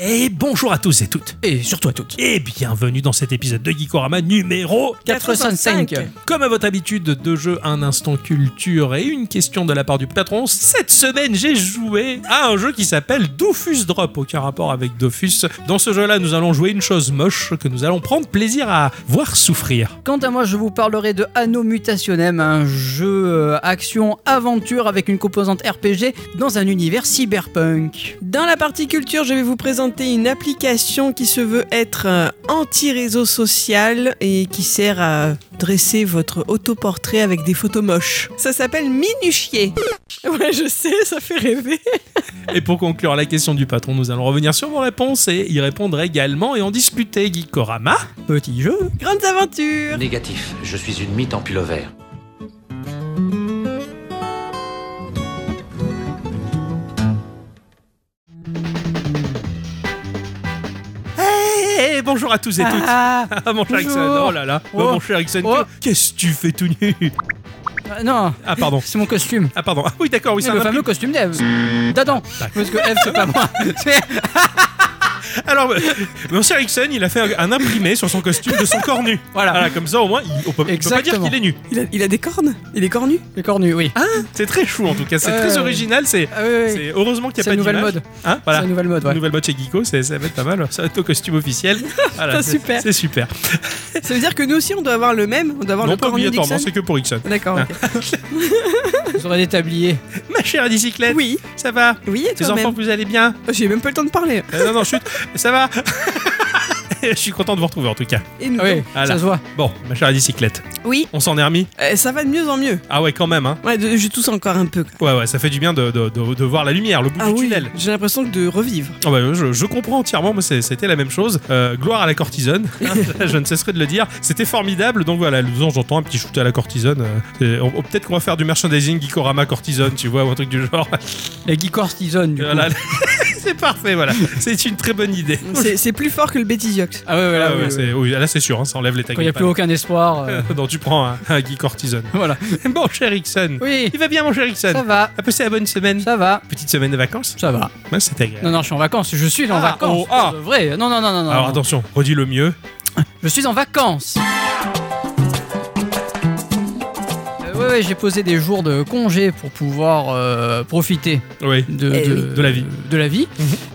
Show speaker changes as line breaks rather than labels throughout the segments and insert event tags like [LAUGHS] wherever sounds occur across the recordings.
Et bonjour à tous et toutes.
Et surtout à toutes.
Et bienvenue dans cet épisode de Geekorama numéro
85.
Comme à votre habitude de jeu, un instant culture et une question de la part du patron. Cette semaine, j'ai joué à un jeu qui s'appelle Dofus Drop, aucun rapport avec Dofus. Dans ce jeu-là, nous allons jouer une chose moche que nous allons prendre plaisir à voir souffrir.
Quant à moi, je vous parlerai de Anno Mutationem, un jeu euh, action-aventure avec une composante RPG dans un univers cyberpunk.
Dans la partie culture, je vais vous présenter une application qui se veut être euh, anti-réseau social et qui sert à dresser votre autoportrait avec des photos moches. Ça s'appelle Minuchier. [LAUGHS] Ouais, je sais, ça fait rêver. [LAUGHS]
Et pour conclure la question du patron, nous allons revenir sur vos réponses et y répondre également et en discuter. Geekorama
Petit jeu.
Grandes aventures.
Négatif, je suis une mythe en pullover.
Eh, bonjour à tous et toutes.
Ah,
Ah, mon cher
Bonjour.
Ixon, oh là là, Oh,
Oh.
mon cher Ixon,
Oh.
que- qu'est-ce que tu fais tout nu
euh, non,
Ah, pardon.
c'est mon costume.
Ah, pardon. Ah, oui, d'accord, oui, c'est
le
un
fameux costume d'Eve. D'Adam. Parce que Eve, c'est
[LAUGHS]
pas moi. C'est-
imprim- Alors, euh, mon cher Ixon, il a fait un, un imprimé sur son costume de son corps nu.
Voilà.
Voilà, comme ça, au moins, il, on peut, on peut pas dire
Exactement.
qu'il est nu.
Il a, il a des cornes Il est cornu
Le cornu, oui. Ah,
C'est très chou, en tout cas. C'est très
Euh,
original. C'est
oui, oui.
Hein c'est- heureusement qu'il n'y a pas
C'est la nouvelle
d'image.
mode.
Hein,
C'est
voilà.
la nouvelle mode, ouais.
Nouvelle mode chez Geeko, c'est- ça va être pas mal. Ça va être au costume
[LAUGHS]
officiel. Voilà,
C'est
c'est-
super.
C'est super.
Ça veut dire que nous aussi, on doit avoir le même On doit avoir
non,
le
pas
cornu
obligatoirement,
Dixon
c'est Ah. que pour
[LAUGHS]
Ixon.
D'accord. ok.
Vous aurez des tabliers.
Ma chère bicyclette,
Oui,
ça va
oui, et
Les enfants,
toi-même.
vous allez bien
J'ai même pas le temps de parler.
Euh, Non, non, chut, ça va [LAUGHS] Je suis content de vous retrouver, en tout cas.
Et nous.
Ah Oui,
Voilà.
ça se voit.
Bon, ma chère bicyclette.
Oui.
On s'en est remis
Euh, ça va de mieux en mieux.
Ah ouais, quand même, hein.
Ouais, de- je tousse encore un peu.
Ouais, ouais, ça fait du bien de, de- de- de voir la lumière, le bout
Ah
du
oui,
tunnel.
j'ai l'impression de revivre.
Ah bah, je, je comprends entièrement, moi c'est- c'était la même chose. Euh, gloire à la cortisone,
[LAUGHS]
[LAUGHS] je ne cesserai de le dire. C'était formidable, donc voilà, disons, j'entends un petit shoot à la cortisone. euh, c'est- on- on- Peut-être qu'on va faire du merchandising Gikorama cortisone, tu vois, ou un truc du genre.
Les geeks artisans, du coup.
[LAUGHS] Voilà. c'est parfait, voilà. C'est une très bonne idée.
C'est c'est plus fort que le bétisiox.
Ah, ouais,
Ah
voilà.
ouais,
ouais, ouais.
c'est- oui, là c'est sûr, hein, ça enlève les tags.
Quand il n'y a plus aucun espoir. euh, [LAUGHS]
[LAUGHS] Donc tu prends un, un Gikortisone.
Voilà.
[LAUGHS] Bon, cher Ixon, [LAUGHS]
Oui,
il va bien, mon cher Ixon.
ça va.
A passé la bonne semaine.
Ça va.
Petite semaine de vacances.
Ça va.
Ouais, c'était agréable.
Non, non, je suis en vacances. Je suis en
Ah,
vacances.
oh, ah.
pour de vrai. Non, non, non, non. non,
Alors
non.
attention, redis le mieux.
Je suis en vacances. Euh, ouais, ouais, j'ai posé des jours de congé pour pouvoir euh, profiter
Oui.
de,
Eh
de-
oui.
De la vie. Mhm.
De la vie.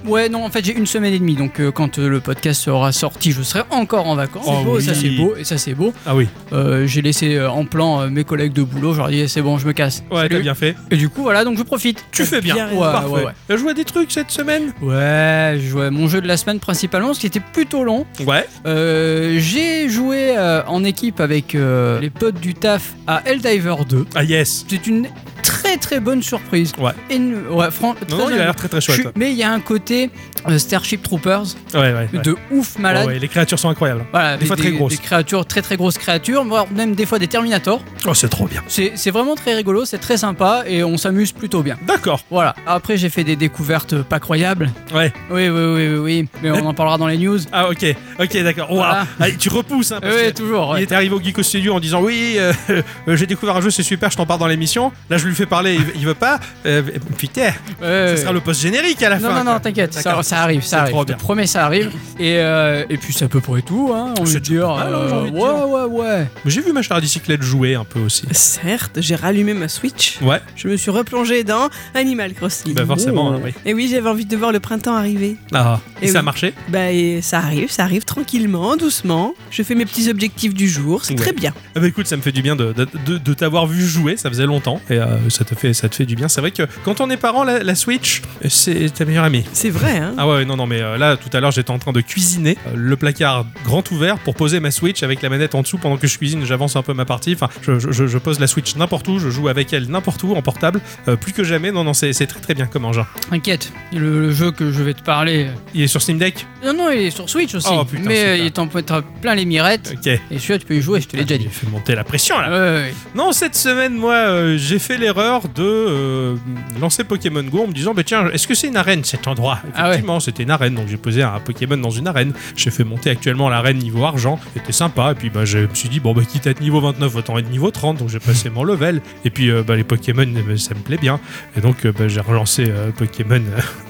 Ouais, non, en fait, j'ai une semaine et demie. Donc, euh, quand euh, le podcast sera sorti, je serai encore en vacances.
Oh
C'est beau,
oui.
ça c'est beau, et ça c'est beau.
Ah oui.
Euh, j'ai laissé euh, en plan euh, mes collègues de boulot. Je leur ai dit, c'est bon, je me casse.
Ouais,
Salut.
t'as bien fait.
Et du coup, voilà, donc je profite.
Tu fais bien.
bien
Ouais,
raison.
ouais,
Parfait.
ouais.
T'as joué à des trucs cette semaine
Ouais, je jouais à mon jeu de la semaine principalement, ce qui était plutôt long.
Ouais.
Euh, j'ai joué euh, en équipe avec euh, les potes du taf à Helldiver 2.
Ah yes.
C'est une très très bonne surprise.
Ouais.
Et une- ouais, fran- très
Non, non, il a l'air très très
je suis-
chouette.
Mais il y a un côté euh, Starship Troopers
Ouais, ouais. ouais.
de ouf
Ouais,
malade.
Oh, ouais, les créatures sont incroyables.
Voilà,
Des fois très grosses.
des créatures, très très grosses créatures, voire même des fois des Terminators.
Oh, c'est trop bien.
C'est c'est vraiment très rigolo, c'est très sympa et on s'amuse plutôt bien.
D'accord.
Voilà. Après, j'ai fait des découvertes pas croyables.
Ouais.
Oui, oui, oui, oui, oui. Mais on en parlera dans les news.
Ah ok. Ok, d'accord. Waouh.
Voilà.
Allez, tu repousses. Hein, parce
Oui,
que
toujours.
Il
ouais.
est arrivé au Geeko Studio en disant oui, euh, [LAUGHS] euh, j'ai découvert un jeu, c'est super, je t'en parle dans l'émission. Là, je lui fais parler, il, il veut pas. Euh, putain,
Ouais,
ça sera le post générique à la
Euh. Non,
fin.
non, non,
quoi.
t'inquiète, ça,
D'accord.
ça arrive,
C'est
ça arrive.
trop
Je te
bien.
promets, ça arrive. Et, euh, et puis, c'est à peu près tout, hein. On
C'est
veut
déjà
dire.
pas mal, hein,
euh,
j'ai envie de
ouais, ouais, ouais.
Mais J'ai vu ma chère bicyclette jouer un peu aussi.
Certes, j'ai rallumé ma Switch.
Ouais,
Je me suis replongée dans Animal Crossing.
bah forcément,
Oh.
hein, oui.
Et oui, j'avais envie de voir le printemps arriver.
Ah, et
Et
ça a
oui.
marché
Bah, et ça arrive, ça arrive tranquillement, doucement. Je fais mes petits objectifs du jour, c'est
Ouais.
très bien.
Ah bah écoute, ça me fait du bien de, de- de- de t'avoir vu jouer, ça faisait longtemps, et euh, ça, te fait, ça te fait du bien. C'est vrai que quand on est parent, la, la Switch, euh, c'est ta meilleure amie.
C'est vrai, hein
Ah ouais, ouais, non, non, mais euh, là, tout à l'heure, j'étais en train de cuisiner euh, le placard grand ouvert pour poser ma Switch avec la manette en dessous pendant que je cuisine, j'avance un peu ma partie. Enfin, je, je- je pose la Switch n'importe où, je joue avec elle n'importe où en portable, euh, plus que jamais. Non, non, c'est c'est très très bien comme engin.
T'inquiète, le, le jeu que je vais te parler. euh,
Il est sur Steam Deck
Non, non, il est sur Switch aussi.
Oh, putain,
mais euh,
super.
il t'en peut être plein les mirettes.
Ok.
Et celui-là, tu peux y jouer, je te l'ai déjà dit.
J'ai fait monter la pression là.
Ouais, ouais,
Non, cette semaine, moi, euh, j'ai fait l'erreur de euh, lancer Pokémon Go en me disant, bah tiens, est-ce que c'est une arène cet endroit
Ah ouais.
Effectivement, non, c'était une arène. Donc j'ai posé un Pokémon dans une arène. J'ai fait monter actuellement l'arène niveau argent. C'était sympa. Et puis bah, je me suis dit, bon, bah, quitte à être niveau 29, autant être niveau 30. Donc j'ai passé mon level. Et puis euh, bah, les Pokémon, euh, ça me plaît bien. Et donc euh, bah, j'ai relancé euh, Pokémon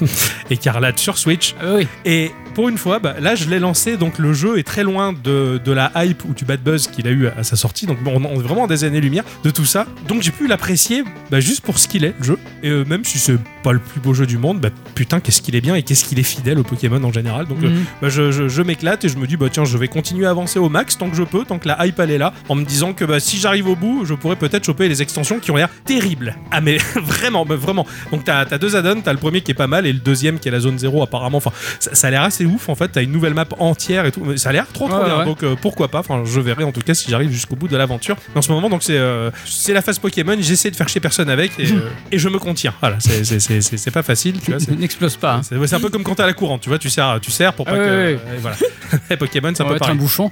euh, [LAUGHS] Écarlate sur Switch.
Ah oui,
Et pour une fois, bah, là je l'ai lancé, donc le jeu est très loin de, de la hype ou du bad buzz qu'il a eu à sa sortie, donc bon, on on est vraiment à des années-lumière de tout ça. Donc j'ai pu l'apprécier bah, juste pour ce qu'il est, le jeu. Et euh, même si c'est pas le plus beau jeu du monde, bah, putain, qu'est-ce qu'il est bien et qu'est-ce qu'il est fidèle au Pokémon en général. Donc euh,
Mhm.
bah, je, je- je m'éclate et je me dis, bah tiens, je vais continuer à avancer au max tant que je peux, tant que la hype elle est là, en me disant que bah, si j'arrive au bout, je pourrais peut-être choper les extensions qui ont l'air terribles. Ah mais [LAUGHS] vraiment, bah, vraiment. Donc t'as as deux add-ons, t'as le premier qui est pas mal et le deuxième qui est la zone zéro apparemment. Enfin, ça, ça a l'air assez ouf en fait. T'as une nouvelle map entière et tout. Mais Ça a l'air trop trop
Ouais,
bien.
ouais.
Donc euh, pourquoi pas. Enfin, je verrai en tout cas si j'arrive jusqu'au bout de l'aventure. Mais En ce moment, donc c'est euh, c'est la phase Pokémon. J'essaie de faire chier personne avec
[LAUGHS]
et, euh, et je me contiens. Voilà, c'est- c'est- c'est c'est- c'est pas facile. Tu vois, c'est-
[LAUGHS] n'explose pas. hein.
c'est ouais, c'est un peu comme quand t'as la courante, tu vois, tu sers, tu sers pour pas
Ah
que.
ouais, ouais.
euh, voilà. [LAUGHS] Et Pokémon, c'est
Ça
un
va
peu
être un
pareil.
bouchon.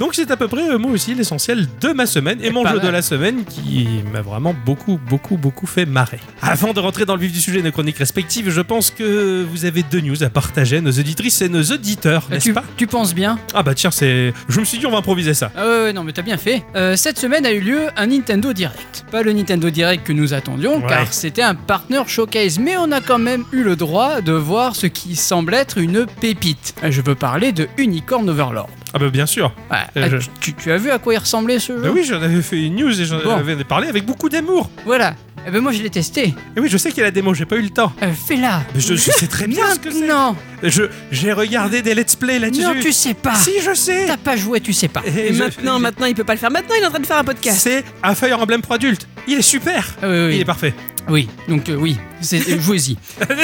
Donc c'est à peu près euh, moi aussi l'essentiel de ma semaine et mon
Pas
jeu de
mal.
la semaine qui m'a vraiment beaucoup beaucoup beaucoup fait marrer. Avant de rentrer dans le vif du sujet de nos chroniques respectives, je pense que vous avez deux news à partager à nos auditrices et nos auditeurs, n'est-ce
Ah, Tu,
pas
tu penses bien
Ah bah tiens, c'est je me suis dit on va improviser ça.
Ah ouais, ouais, non, mais t'as bien fait. Euh, cette semaine a eu lieu un Nintendo Direct. Pas le Nintendo Direct que nous attendions,
Ouais.
car c'était un partner showcase, mais on a quand même eu le droit de voir ce qui semble être une pépite. Euh, Je veux parler de Unicorn Overlord.
Ah bah bien sûr.
Ouais.
Euh,
Ah,
je-
tu, tu as vu à quoi il ressemblait ce jeu
Bah oui, j'en avais fait une news et j'en
Mmh. Bon.
avais parlé avec beaucoup d'amour.
Voilà. Eh ben moi je l'ai testé.
Et oui, je sais qu'il y a la démo, j'ai pas eu le temps.
Euh, Fais-la.
Mais je, je sais très bien ce que c'est.
Non,
Je j'ai regardé des let's play là-dessus.
non, tu sais pas.
Si je sais.
T'as pas joué, tu sais pas.
Et
Et
Ah, je-
maintenant, maintenant, il peut pas le faire. Maintenant, il est en train de faire un podcast.
c'est un Fire Emblem pour adultes. Il est super.
Ah oui, oui.
Il est parfait.
Oui, donc euh, oui, c'est- euh,
[LAUGHS]
jouez-y.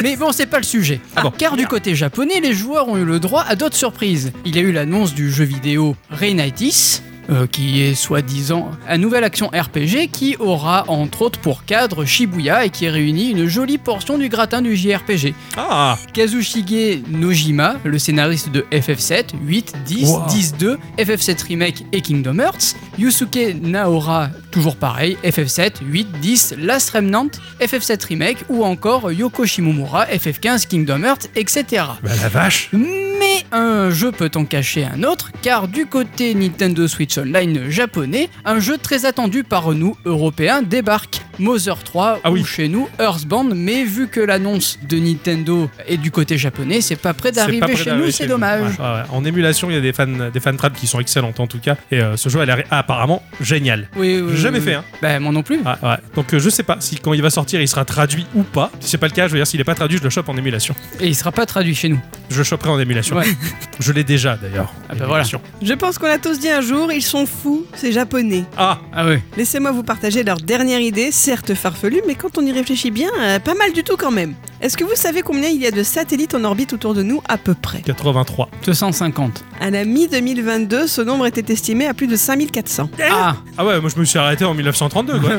Mais bon, c'est pas le sujet.
Ah bon.
Car du côté japonais, les joueurs ont eu le droit à d'autres surprises. Il y a eu l'annonce du jeu vidéo Reinitis. euh, qui est soi-disant un nouvel action RPG qui aura entre autres pour cadre Shibuya et qui réunit une jolie portion du gratin du JRPG.
Ah,
Kazushige Nojima, le scénariste de FF7, 8, 10,
Wow.
10, 2, FF7 Remake et Kingdom Hearts. Yusuke Naora, toujours pareil, FF7, 8, 10, Last Remnant, FF7 Remake ou encore Yoko Shimomura, FF15, Kingdom Hearts, etc.
bah la vache.
Mais un jeu peut en cacher un autre, car du côté Nintendo Switch Online japonais, un jeu très attendu par nous, Européens, débarque. Mother 3
Ah
ou
oui.
chez nous Earthbound, mais vu que l'annonce de Nintendo est du côté japonais, c'est pas près
C'est pas
d'arriver
près
chez
d'arriver
nous, c'est dommage.
Ouais, ouais, ouais. En émulation, il y a des fans, des fan traps qui sont excellentes en tout cas. Et euh, ce jeu a l'air ah, apparemment génial.
Oui, oui,
J'ai jamais
oui.
fait, hein.
Bah, moi non plus.
Ah, ouais. Donc euh, je sais pas si quand il va sortir, il sera traduit ou pas. Si c'est pas le cas, je veux dire s'il est pas traduit, je le chope en émulation.
Et il sera pas traduit chez nous.
Je le choperai en émulation.
Ouais.
[LAUGHS] Je l'ai déjà d'ailleurs.
Ah, bah, voilà.
Émulation.
Je pense qu'on l'a tous dit un jour, ils sont fous, ces japonais.
Ah,
Ah ouais.
Laissez-moi vous partager leur dernière idée, certes farfelue, mais quand on y réfléchit bien, euh, pas mal du tout quand même. Est-ce que vous savez combien il y a de satellites en orbite autour de nous à peu près
83.
250.
À la mi-2022, ce nombre était estimé à plus de 5400.
Ah,
Ah ouais, moi je me suis arrêté en 1932
[LAUGHS]
quoi.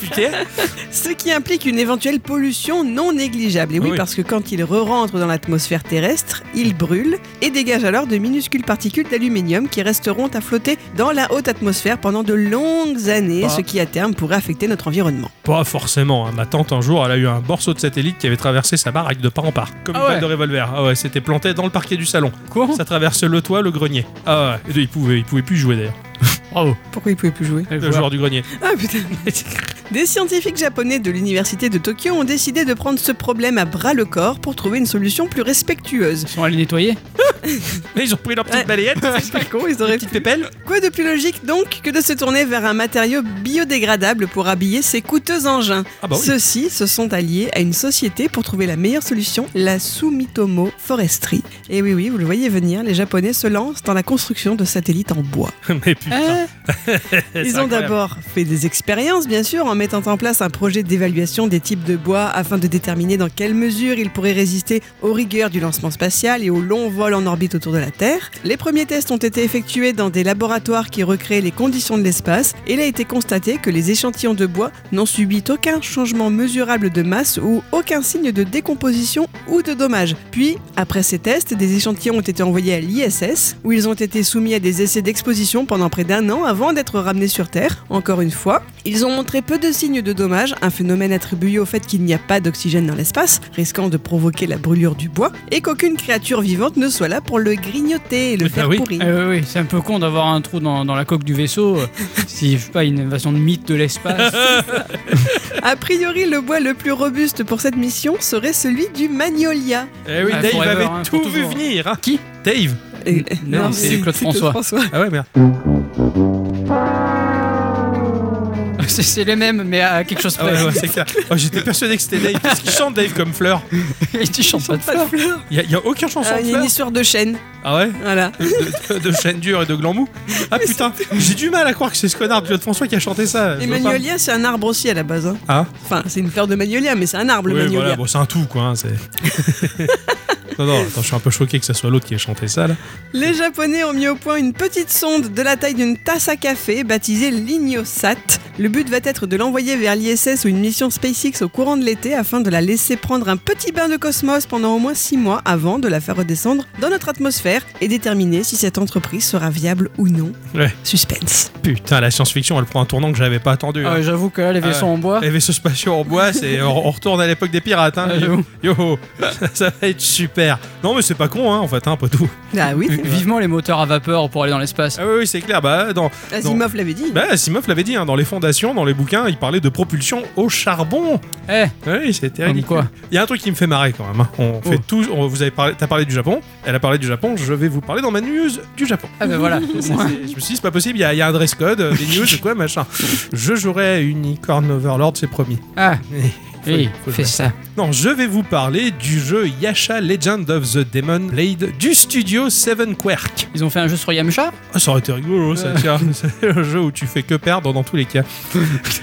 Putain.
Ce qui implique une éventuelle pollution non négligeable. Et oui,
Ah oui.
parce que quand ils re-rentrent dans l'atmosphère terrestre, ils brûlent et dégagent alors de minuscules particules d'aluminium qui resteront à flotter dans la haute atmosphère pendant de longues années,
Ah.
ce qui à terme pourrait affecter notre environnement.
Pas forcément. hein. Ma tante, un jour, elle a eu un morceau de satellite qui avait traversé sa baraque de part en part. Comme
Ah
une
ouais.
balle de revolver. Ah ouais, c'était planté dans le parquet du salon.
quoi
Ça traversait le toit, le grenier. Ah ouais, et il pouvait, il pouvait plus jouer d'ailleurs.
Bravo.
Pourquoi ils pouvaient plus jouer
Le
Le joueur du grenier.
Ah putain [LAUGHS] Des scientifiques japonais de l'université de Tokyo ont décidé de prendre ce problème à bras le corps pour trouver une solution plus respectueuse.
Ils sont allés nettoyer
Mais ils ont pris leur petite
Ouais.
balayette,
C'est pas con, ils auraient
petite pépelle.
Quoi de plus logique donc que de se tourner vers un matériau biodégradable pour habiller ces coûteux engins
[LAUGHS] Ah bah oui.
Ceux-ci se sont alliés à une société pour trouver la meilleure solution, la Sumitomo Forestry. Et oui, oui, vous le voyez venir, les Japonais se lancent dans la construction de satellites en bois.
[LAUGHS] Mais putain.
Hein
c'est
Ils ont
incroyable.
d'abord fait des expériences, bien sûr, en mettant en place un projet d'évaluation des types de bois afin de déterminer dans quelle mesure ils pourraient résister aux rigueurs du lancement spatial et aux longs vols en en orbite autour de la Terre. Les premiers tests ont été effectués dans des laboratoires qui recréaient les conditions de l'espace et il a été constaté que les échantillons de bois n'ont subi aucun changement mesurable de masse ou aucun signe de décomposition ou de dommage. Puis, après ces tests, des échantillons ont été envoyés à l'ISS où ils ont été soumis à des essais d'exposition pendant près d'un an avant d'être ramenés sur Terre, encore une fois. Ils ont montré peu de signes de dommages, un phénomène attribué au fait qu'il n'y a pas d'oxygène dans l'espace, risquant de provoquer la brûlure du bois, et qu'aucune créature vivante ne soit là pour le grignoter et le
Ah
faire
oui.
pourrir.
Ah oui, oui, c'est un peu con d'avoir un trou dans, dans la coque du vaisseau, euh, [LAUGHS] si je sais pas, une invasion de mythe de l'espace.
A priori, le bois le plus robuste pour cette mission serait celui du Magnolia.
Eh oui,
Ah,
Dave
forever,
avait
hein, pour
tout vu
toujours.
venir. hein.
Qui
Dave.
Et-
Non, c'est Claude François.
Ah ouais, merde.
[LAUGHS] c'est c'est les mêmes, mais à quelque chose
Ah
près.
ouais, ouais, c'est clair. Oh, J'étais persuadé que c'était Dave. Qu'est-ce qu'il chante, Dave, comme fleur
[LAUGHS] Et tu chantes pas de
Pas de
fleurs.
fleurs.
Il n'y a, aucune chanson
Euh,
de
Il y a une
fleur.
histoire de chaîne.
Ah ouais
Voilà.
de, de- de chaîne dure et de gland mou. Ah putain, j'ai du mal à croire que c'est ce connard du Claude François qui a chanté ça.
Et
Je vois pas.
Magnolia, c'est un arbre aussi à la base. hein.
Ah.
Enfin, c'est une fleur de Magnolia, mais c'est un arbre, le
Oui,
Magnolia.
voilà, bon, c'est un tout, quoi. hein, [LAUGHS] c'est... non, non, attends, je suis un peu choqué que ce soit l'autre qui ait chanté ça, là.
Les Japonais ont mis au point une petite sonde de la taille d'une tasse à café baptisée l'Ignosat. Le but va être de l'envoyer vers l'ISS ou une mission SpaceX au courant de l'été afin de la laisser prendre un petit bain de cosmos pendant au moins 6 mois avant de la faire redescendre dans notre atmosphère et déterminer si cette entreprise sera viable ou non.
Ouais.
Suspense.
Putain, la science-fiction, elle prend un tournant que j'avais pas attendu. hein.
Ah ouais, J'avoue que là, les
Ah ouais.
vaisseaux en bois.
Les vaisseaux spatiaux en bois, [LAUGHS] c'est on on retourne à l'époque des pirates. Hein.
Ah, j'avoue.
Yo, ça va être super. Non, mais c'est pas con, hein, en fait, hein, pas tout.
Ah oui, c'est-
Vivement les moteurs à vapeur pour aller dans l'espace.
Ah oui, oui, c'est clair. Bah, dans,
Asimov l'avait dit.
bah, Simov l'avait dit, hein, dans les fondations, dans les bouquins, il parlait de propulsion au charbon. Ah
Eh,
Oui, c'était
comme
ridicule.
quoi.
Il y a un truc qui me fait marrer quand même. hein. On fait tout. on- vous avez parlé. T'as parlé du Japon. Elle a parlé du Japon. Je vais vous parler dans ma news du Japon.
Ah ben
[LAUGHS]
voilà.
C'est- c'est- je me suis dit, c'est pas possible, il y, a- il y a un dress code, euh, des news, quoi, machin. Je jouerai Unicorn Overlord, c'est promis.
Ah,
le-
oui,
faut le
fais
mettre.
ça.
Non, je vais vous parler du jeu Yasha Legend of the Demon Blade du studio Seven Quirk.
Ils ont fait un jeu sur Yamcha
Ah, ça aurait été rigolo, ça, tiens. [LAUGHS] C'est un jeu où tu fais que perdre dans tous les cas.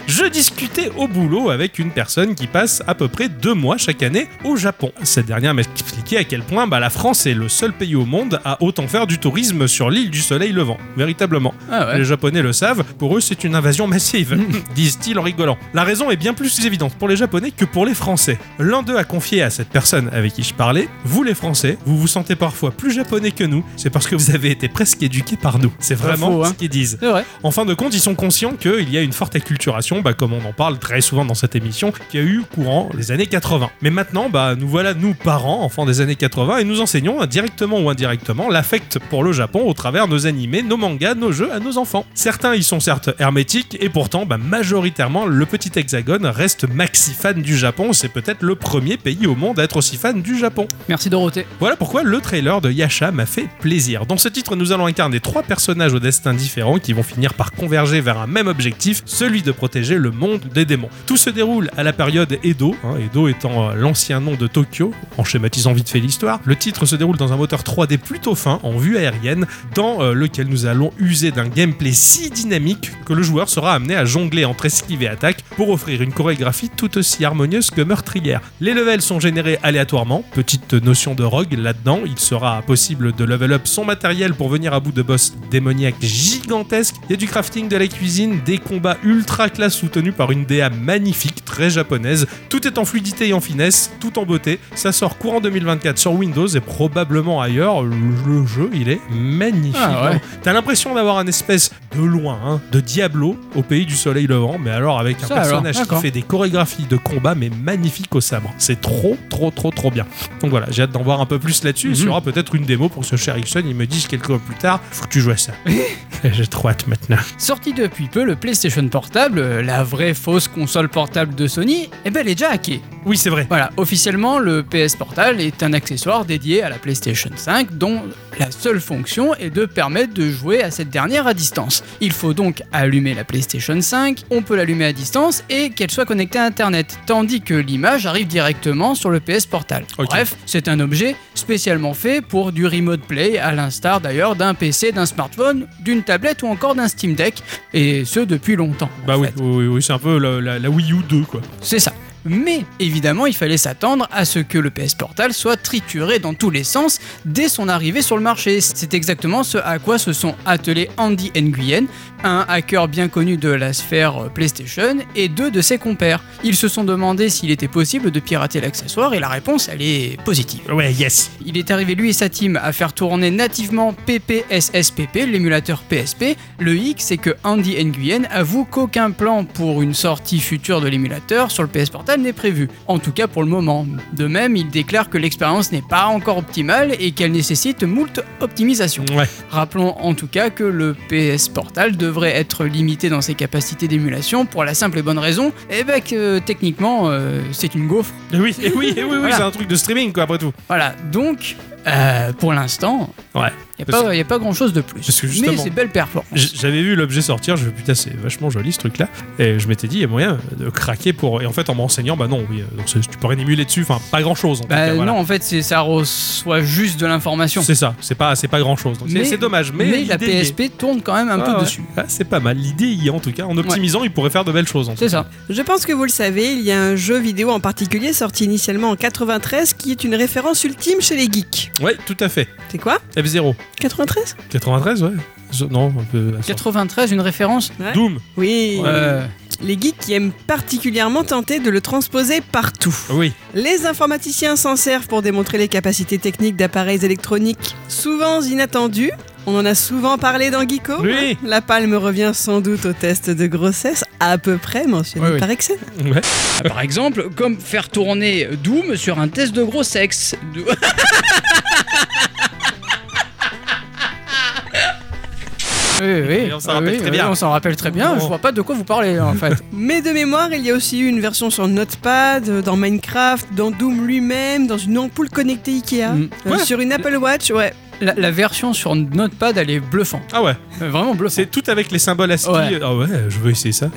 Je discutais au boulot avec une personne qui passe à peu près deux mois chaque année au Japon. Cette dernière m'expliquait à quel point bah, la France est le seul pays au monde à autant faire du tourisme sur l'île du soleil levant. Véritablement.
Ah ouais.
Les Japonais le savent, pour eux c'est une invasion massive,
[LAUGHS]
[LAUGHS] disent-ils en rigolant. La raison est bien plus évidente pour les Japonais que pour les Français. L'un d'eux a confié à cette personne avec qui je parlais, vous les Français, vous vous sentez parfois plus japonais que nous, c'est parce que vous avez été presque éduqués par nous. C'est
Pas
vraiment
faux, hein.
ce qu'ils disent.
C'est vrai.
En fin de compte, ils sont conscients qu'il y a une forte acculturation, bah, comme on en parle très souvent dans cette émission, qui a eu courant les années 80. Mais maintenant, bah, nous voilà, nous parents, enfants des années 80, et nous enseignons directement ou indirectement l'affect pour le Japon au travers de nos animés, nos mangas, nos jeux à nos enfants. Certains y sont certes hermétiques, et pourtant, bah, majoritairement, le petit hexagone reste maxi fan du Japon. C'est peut-être le premier pays au monde à être aussi fan du Japon.
Merci Dorothée.
Voilà pourquoi le trailer de Yasha m'a fait plaisir. Dans ce titre, nous allons incarner trois personnages au destin différent qui vont finir par converger vers un même objectif, celui de protéger le monde des démons. Tout se déroule à la période Edo, hein, Edo étant euh, l'ancien nom de Tokyo, en schématisant vite fait l'histoire. Le titre se déroule dans un moteur 3D plutôt fin, en vue aérienne, dans euh, lequel nous allons user d'un gameplay si dynamique que le joueur sera amené à jongler entre esquive et attaque pour offrir une chorégraphie tout aussi harmonieuse que meurtrière. Les levels sont générés aléatoirement, petite notion de rogue là-dedans, il sera possible de level up son matériel pour venir à bout de boss démoniaques gigantesques, il y a du crafting de la cuisine, des combats ultra classe soutenus par une DA magnifique, très japonaise, tout est en fluidité et en finesse, tout en beauté, ça sort courant 2024 sur Windows et probablement ailleurs, le le jeu il est magnifique. hein.
Ah ouais.
T'as l'impression d'avoir un espèce de loin, hein, de Diablo au pays du soleil levant, mais alors avec un
Ça, alors,
personnage qui
d'accord.
fait des chorégraphies de combat, mais magnifiques au sabre. C'est trop, trop, trop, trop bien. Donc voilà, j'ai hâte d'en voir un peu plus là-dessus. Il
Mhm.
y aura peut-être une démo pour que ce cher Ixon, il me dise quelques mois plus tard, faut que tu joues à
[LAUGHS]
ça. [LAUGHS] j'ai trop hâte maintenant.
Sorti depuis peu, le PlayStation Portable, euh, la vraie fausse console portable de Sony, eh ben, elle est déjà hackée.
Oui, c'est vrai.
Voilà, officiellement, le PS Portal est un accessoire dédié à la PlayStation 5 dont la seule fonction est de permettre de jouer à cette dernière à distance. Il faut donc allumer la PlayStation 5, on peut l'allumer à distance et qu'elle soit connectée à Internet, tandis que l'image arrive directement sur le PS Portal.
Ok.
Bref, c'est un objet spécialement fait pour du remote play, à l'instar d'ailleurs d'un PC, d'un smartphone, d'une tablette ou encore d'un Steam Deck, et ce depuis longtemps. en
Bah oui,
fait.
oui, oui, oui, c'est un peu la, la- la Wii U 2, quoi.
C'est ça. Mais évidemment, il fallait s'attendre à ce que le PS Portal soit trituré dans tous les sens dès son arrivée sur le marché. C'est exactement ce à quoi se sont attelés Andy Nguyen, un hacker bien connu de la sphère PlayStation, et deux de ses compères. Ils se sont demandé s'il était possible de pirater l'accessoire et la réponse, elle est positive.
Ouais, yes.
Il est arrivé lui et sa team à faire tourner nativement PPSSPP, l'émulateur PSP. Le hic, c'est que Andy Nguyen avoue qu'aucun plan pour une sortie future de l'émulateur sur le PS Portal n'est prévu, en tout cas pour le moment. De même, il déclare que l'expérience n'est pas encore optimale et qu'elle nécessite moult optimisation.
Ouais.
Rappelons en tout cas que le PS Portal devrait être limité dans ses capacités d'émulation pour la simple et bonne raison eh ben que euh, techniquement euh, c'est une gaufre.
Et oui, et oui, et oui, oui,
Voilà.
c'est un truc de streaming, quoi, après tout.
Voilà, donc euh, pour l'instant,
Ouais.
il
Parce-
n'y a pas grand chose de plus.
parce que
Mais
justement-
c'est belle performance.
J- J'avais vu l'objet sortir, je me putain, c'est vachement joli ce truc-là. Et je m'étais dit, il y a moyen de craquer pour. Et en fait, en me renseignant, bah non, oui, euh, donc c'est- tu peux rien émuler dessus, enfin, pas grand-chose en tout
Bah
cas. voilà.
non, en fait, c'est ça reçoit juste de l'information.
C'est ça, c'est pas, c'est pas grand-chose. Donc c'est-
Mais-
c'est dommage, mais.
Mais, la
l'idée y est.
PSP tourne quand même un
Ah
peu
ouais.
dessus.
Ah, c'est pas mal, l'idée y est en tout cas. En optimisant, il pourrait faire de belles choses. En tout
C'est ça.
Je pense que vous le savez, il y a un jeu vidéo en particulier sorti initialement en 93 qui est une référence ultime chez les geeks.
cas. Ouais, tout à fait.
C'est quoi
F0.
93
93, ouais. Je- Non, un peu.
93, une référence
Doom.
Oui.
Euh,
Les geeks qui aiment particulièrement tenter de le transposer partout.
Oui.
Les informaticiens s'en servent pour démontrer les capacités techniques d'appareils électroniques, souvent inattendus. On en a souvent parlé dans
Oh,
Geeko.
Oui.
La palme revient sans doute au test de grossesse, à peu près mentionné
Oui, oui.
par Excel.
Ouais.
par exemple, comme faire tourner Doom sur un test de gros sexe. De- Oui, oui,
Et on s'en rappelle
oui,
très
oui,
bien.
On s'en rappelle très bien.
Bon.
Je vois pas de quoi vous parlez
[LAUGHS]
en fait.
Mais de mémoire, il y a aussi eu une version sur Notepad, euh, dans Minecraft, dans Doom lui-même, dans une ampoule connectée Ikea,
Mm.
euh,
Ouais.
sur une Apple Watch, ouais.
La, la version sur Notepad, elle est bluffante.
Ah ouais.
Euh, Vraiment bluffante.
C'est tout avec les symboles ASCII.
Ouais.
Ah ouais, je veux essayer ça.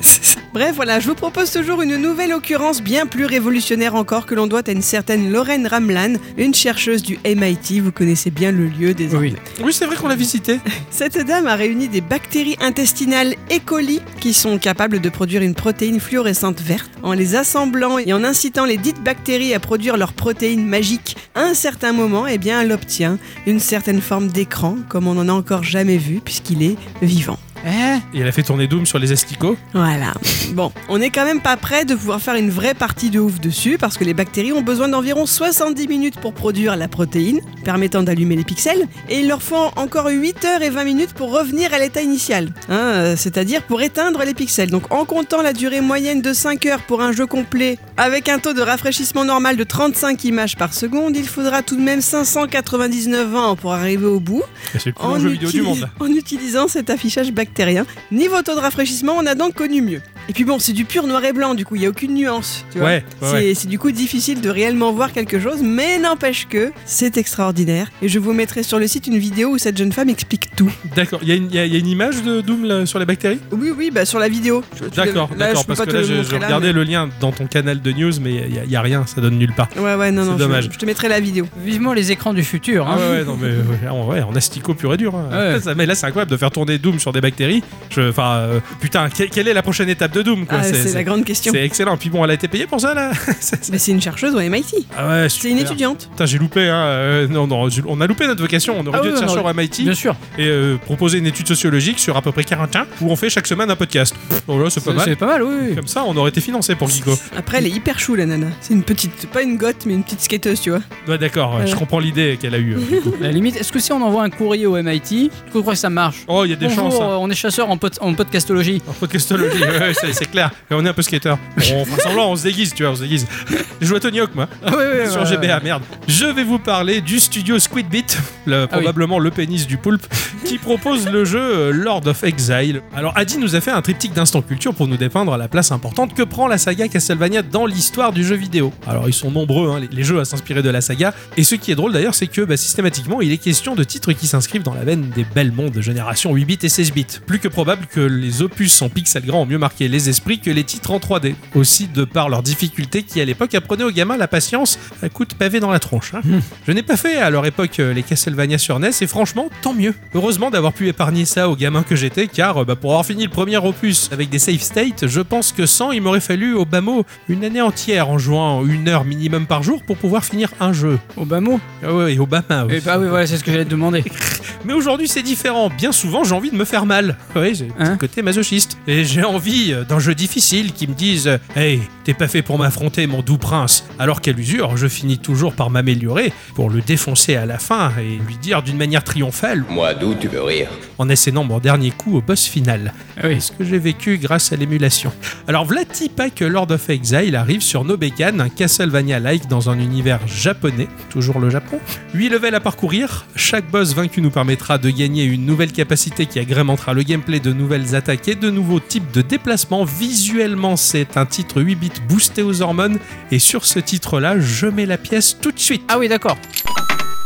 Bref, voilà, je vous propose toujours une nouvelle occurrence bien plus révolutionnaire encore que l'on doit à une certaine Lorraine Ramlan, une chercheuse du MIT. Vous connaissez bien le lieu désormais.
Oui.
Oui, c'est vrai qu'on l'a visité.
Cette dame a réuni des bactéries intestinales E. coli qui sont capables de produire une protéine fluorescente verte. En les assemblant et en incitant les dites bactéries à produire leur protéine magique à un certain moment, eh bien, elle obtient une certaine forme d'écran, comme on n'en a encore jamais vu, puisqu'il est vivant.
Eh
Et elle a fait tourner Doom sur les asticots.
Voilà. Bon, on n'est quand même pas prêt de pouvoir faire une vraie partie de ouf dessus parce que les bactéries ont besoin d'environ 70 minutes pour produire la protéine, permettant d'allumer les pixels, et il leur faut encore 8 heures et 20 minutes pour revenir à l'état initial, hein, euh, c'est-à-dire pour éteindre les pixels. Donc en comptant la durée moyenne de 5 heures pour un jeu complet, avec un taux de rafraîchissement normal de 35 images par seconde, il faudra tout de même 599 ans pour arriver au bout
Et C'est le plus long jeu vidéo
uti-
du monde.
[LAUGHS] en utilisant cet affichage bactérien. Niveau taux de rafraîchissement, on a donc connu mieux. Et puis bon, c'est du pur noir et blanc, du coup, il n'y a aucune nuance. Tu vois
Ouais, ouais,
c'est c'est du coup difficile de réellement voir quelque chose, mais n'empêche que c'est extraordinaire. Et je vous mettrai sur le site une vidéo où cette jeune femme explique tout.
D'accord. Il y, a une- il y a il y a une image de Doom là, sur les bactéries
Oui, oui, bah sur la vidéo. Tu- tu
D'accord,
l'as- là,
d'accord.
je peux
Parce
pas
que
te
là,
le
je, je
montrer là,
regardais le lien dans ton canal de news, mais il y a- il y, a rien, ça donne nulle part.
mais- Ouais, ouais, non,
C'est
non. je-
dommage.
Je, te mettrai la vidéo.
Vivement les écrans du futur.
Ah
Hein.
ouais, ouais, non, mais euh, ouais, en, ouais, en asticot pur et dur. hein.
Ouais.
Putain, ça- mais là, c'est incroyable de faire tourner Doom sur des bactéries. Je- Enfin, euh, putain, que- quelle est la prochaine étape de Doom quoi
Ah,
C'est-
c'est la
C'est
grande question.
c'est excellent. Puis bon, elle a été payée pour ça là [LAUGHS] C'est-
Mais c'est une chercheuse au MIT.
Ah ouais,
C'est une
super.
étudiante.
Putain, j'ai loupé. hein, euh, non, non, j'ai- on a loupé notre vocation. On aurait
Ah
dû
ouais,
être
ouais,
chercheur
non,
à MIT
Bien sûr.
et euh, proposer une étude sociologique sur à peu près 41 où on fait chaque semaine un podcast. Bon, là, c'est pas mal.
C'est pas mal, oui. oui.
Comme ça, on aurait été financé pour Geeko.
Après, elle est hyper chou, la nana. C'est une petite, pas une goth, mais une petite skateuse, tu vois.
Ouais, d'accord,
Ouais.
je comprends l'idée qu'elle a eue. euh, Geeko.
À la limite, est-ce que si on envoie un courrier au MIT, je crois que ça marche
oh, il y a des
Bonjour,
chances. hein.
euh, on est chasseur en, pod- en podcastologie.
En podcastologie, [LAUGHS] ouais, ouais, c'est c'est clair. Et on est un peu skater. On fait semblant, on se déguise, tu vois, on se déguise. [LAUGHS] Je joue à Tony Hawk, moi,
Euh,
sur GBA, merde. Je vais vous parler du studio Squid Beat, le- probablement le pénis du poulpe, qui propose le jeu euh, Lord of Exile. Alors, Adi nous a fait un triptyque d'instant culture pour nous dépeindre la place importante que prend la saga Castlevania dans l'histoire du jeu vidéo. Alors, ils sont nombreux, hein, les, les jeux à s'inspirer de la saga. Et ce qui est drôle d'ailleurs, c'est que bah, systématiquement, il est question de titres qui s'inscrivent dans la veine des belles mondes de génération 8 bits et 16 bits. Plus que probable que les opus en pixel grand ont mieux marqué les esprits que les titres en 3D. Aussi de par leurs difficultés qui à l'époque apprenaient aux gamins la patience à coups de pavé dans la tronche. hein. Je n'ai pas fait à leur époque euh, les Castlevania sur NES et E franchement, tant mieux. Heureusement heureusement d'avoir pu épargner ça au gamin que j'étais, car euh, bah, pour avoir fini le premier opus avec des save states, je pense que sans, il m'aurait fallu au bas mot une année entière en jouant une heure minimum par jour pour pouvoir finir un jeu.
Obama
Ah ouais, et au bas mot.
Eh bah oui, voilà, c'est ce que j'allais te demander.
Mais aujourd'hui, c'est différent. Bien souvent, j'ai envie de me faire mal. Oui, j'ai un
Hein
petit côté masochiste. Et j'ai envie euh, d'un jeu difficile qui me dise euh, Hey, t'es pas fait pour m'affronter, mon doux prince. Alors qu'à l'usure, je finis toujours par m'améliorer pour le défoncer à la fin et lui dire d'une manière triomphale,
Moi, d'où tu veux rire
en assénant mon dernier coup au boss final.
Ah oui.
Ce que j'ai vécu grâce à l'émulation. Alors, Vlati pas que Lord of Exile arrive sur Nobekan, un Castlevania-like dans un univers japonais, toujours le Japon. 8 levels à parcourir, chaque boss vaincu nous permettra de gagner une nouvelle capacité qui agrémentera le gameplay de nouvelles attaques et de nouveaux types de déplacements. Visuellement, c'est un titre 8 bits boosté aux hormones, et sur ce titre-là, je mets la pièce tout de suite.
Ah oui, d'accord.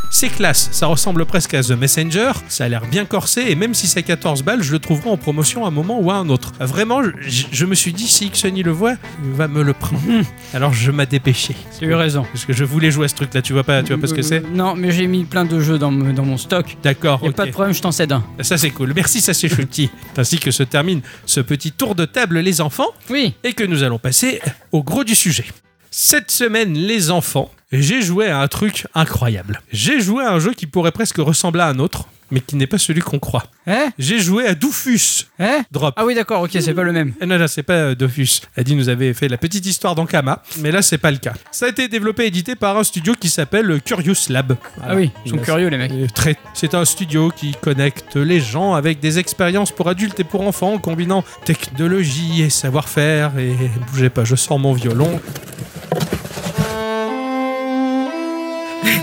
C'est classe, ça ressemble presque à The Messenger, ça a l'air bien corsé et même si c'est 14 balles, je le trouverai en promotion à un moment ou à un autre. Vraiment, je, je me suis dit, si Ixony le voit, il va me le prendre.
Mhm.
Alors je m'a dépêché.
Tu as eu raison.
Parce que je voulais jouer à ce truc-là, tu vois pas, tu vois pas ce que c'est
Euh, Non, mais j'ai mis plein de jeux dans, mon- dans mon stock.
D'accord,
Y a
ok.
pas de problème, je t'en cède un.
Ça c'est cool. Merci, ça c'est chouki. Ainsi que se termine ce petit tour de table, les enfants,
Oui.
et que nous allons passer au gros du sujet. Cette semaine, les enfants, j'ai joué à un truc incroyable. J'ai joué à un jeu qui pourrait presque ressembler à un autre, mais qui n'est pas celui qu'on croit.
Hein
J'ai joué à Doufus
Hein
Drop.
Ah oui, d'accord, ok, c'est pas le même.
Eh Non, non, c'est pas euh, Dofus. Adi nous avait fait la petite histoire d'Ankama, mais là, c'est pas le cas. Ça a été développé et édité par un studio qui s'appelle euh, Curious Lab.
Ah oui, ils sont
Voilà.
curieux, les mecs.
Euh, très- C'est un studio qui connecte les gens avec des expériences pour adultes et pour enfants, en combinant technologie et savoir-faire. Et bougez pas, je sors mon violon.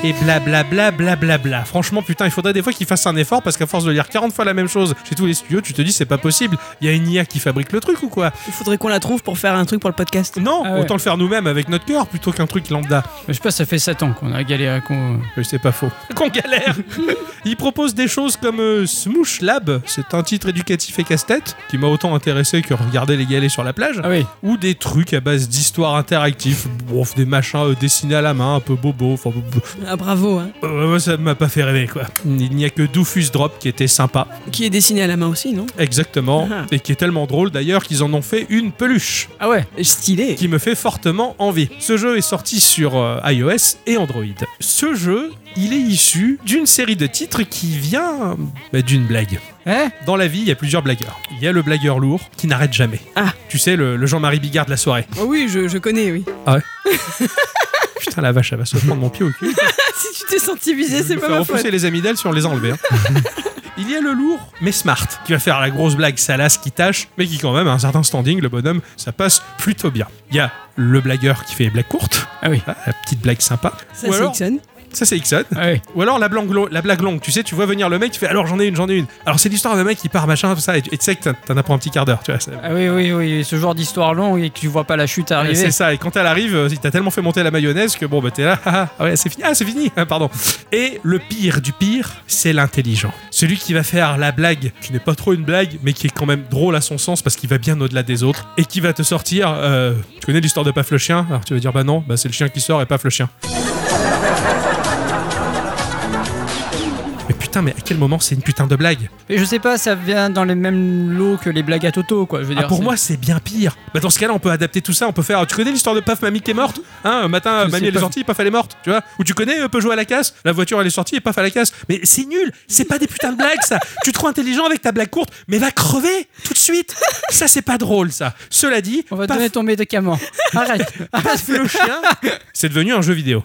Et blablabla, blablabla. Franchement, putain, il faudrait des fois qu'ils fassent un effort parce qu'à force de lire 40 fois la même chose chez tous les studios, tu te dis c'est pas possible. Il y a une IA qui fabrique le truc ou quoi
Il faudrait qu'on la trouve pour faire un truc pour le podcast.
Non,
Ah ouais.
autant le faire nous-mêmes avec notre cœur plutôt qu'un truc lambda.
Je sais pas, ça fait 7 ans qu'on a galéré, qu'on.
Oui, c'est pas faux. [LAUGHS] Qu'on galère Il propose des choses comme euh, Smoosh Lab, c'est un titre éducatif et casse-tête, qui m'a autant intéressé que regarder les galets sur la plage,
Ah oui.
ou des trucs à base d'histoires interactives, bon, des machins euh, dessinés à la main, un peu bobo, enfin... bo- bo-
Ah bravo, hein.
Euh, moi, ça m'a pas fait rêver, quoi. Il n'y a que Doofus Drop qui était sympa,
Qui est dessiné à la main aussi, non
exactement,
Ah.
et qui est tellement drôle d'ailleurs qu'ils en ont fait une peluche
Ah ouais.
Stylé.
qui me fait fortement envie. Ce jeu est sorti sur euh, iOS et Android. Ce jeu, il est issu d'une série de titres qui vient euh, bah, d'une blague.
Hein
Dans la vie, il y a plusieurs blagueurs. Il y a le blagueur lourd qui n'arrête jamais.
Ah.
Tu sais, le, le Jean-Marie Bigard de la soirée.
Oh oui, je, je connais, oui.
Putain, la vache, elle va se prendre mon pied au cul.
Ah, si tu t'es senti
Je vais
visé, [LAUGHS] c'est
me
pas
faire
ma
repousser
faute.
les amygdales si on les a enlevés.
[LAUGHS]
hein. Il y a le lourd, mais smart, qui va faire la grosse blague salace qui tâche, mais qui quand même a un certain standing, le bonhomme, ça passe plutôt bien. Il y a le blagueur qui fait les blagues courtes,
Ah oui.
Ah, la petite blague sympa.
Ça,
Ou
c'est
alors-
Ixon.
Ça, c'est Ixon.
Ah oui.
Ou alors la blague, longue- la blague longue, tu sais, tu vois venir le mec, tu fais alors j'en ai une, j'en ai une. Alors c'est l'histoire d'un mec qui part machin, tout ça, et tu et tu sais que t'en- t'en as pour un petit quart d'heure, tu vois. c'est-
Ah oui, oui, oui, ce genre d'histoire longue et que tu vois pas la chute arriver.
C'est ça, et quand elle arrive, euh, il t'a tellement fait monter la mayonnaise que bon, bah t'es là, [LAUGHS] ah, ah, ouais, c'est fini, ah, c'est fini, Ah, pardon. Et le pire du pire, c'est l'intelligent. Celui qui va faire la blague, qui n'est pas trop une blague, mais qui est quand même drôle à son sens parce qu'il va bien au-delà des autres, et qui va te sortir, euh, tu connais l'histoire de Paf le chien Alors tu vas dire, bah non, bah c'est le chien qui sort et Paf le chien. Mais putain, mais à quel moment c'est une putain de blague
Mais je sais pas, ça vient dans les mêmes lots que les blagues à Toto, quoi. Je veux
Ah,
dire,
pour
c'est-
moi, c'est bien pire. Bah, dans ce cas-là, on peut adapter tout ça. On peut faire. Tu connais l'histoire de Paf, mamie qui est morte Hein, un matin, mamie
Je sais
elle est
pas.
sortie, Paf elle est morte. Tu vois Ou tu connais, euh, Peugeot à la casse La voiture elle est sortie et Paf à la casse. Mais c'est nul. C'est pas des putains de blagues, ça. Tu te crois intelligent avec ta blague courte, mais va crever tout de suite. Ça, c'est pas drôle, ça. Cela dit,
On va te
Paf,
donner ton [LAUGHS] médicament. Arrête.
Paf
[LAUGHS]
le chien, c'est devenu un jeu vidéo.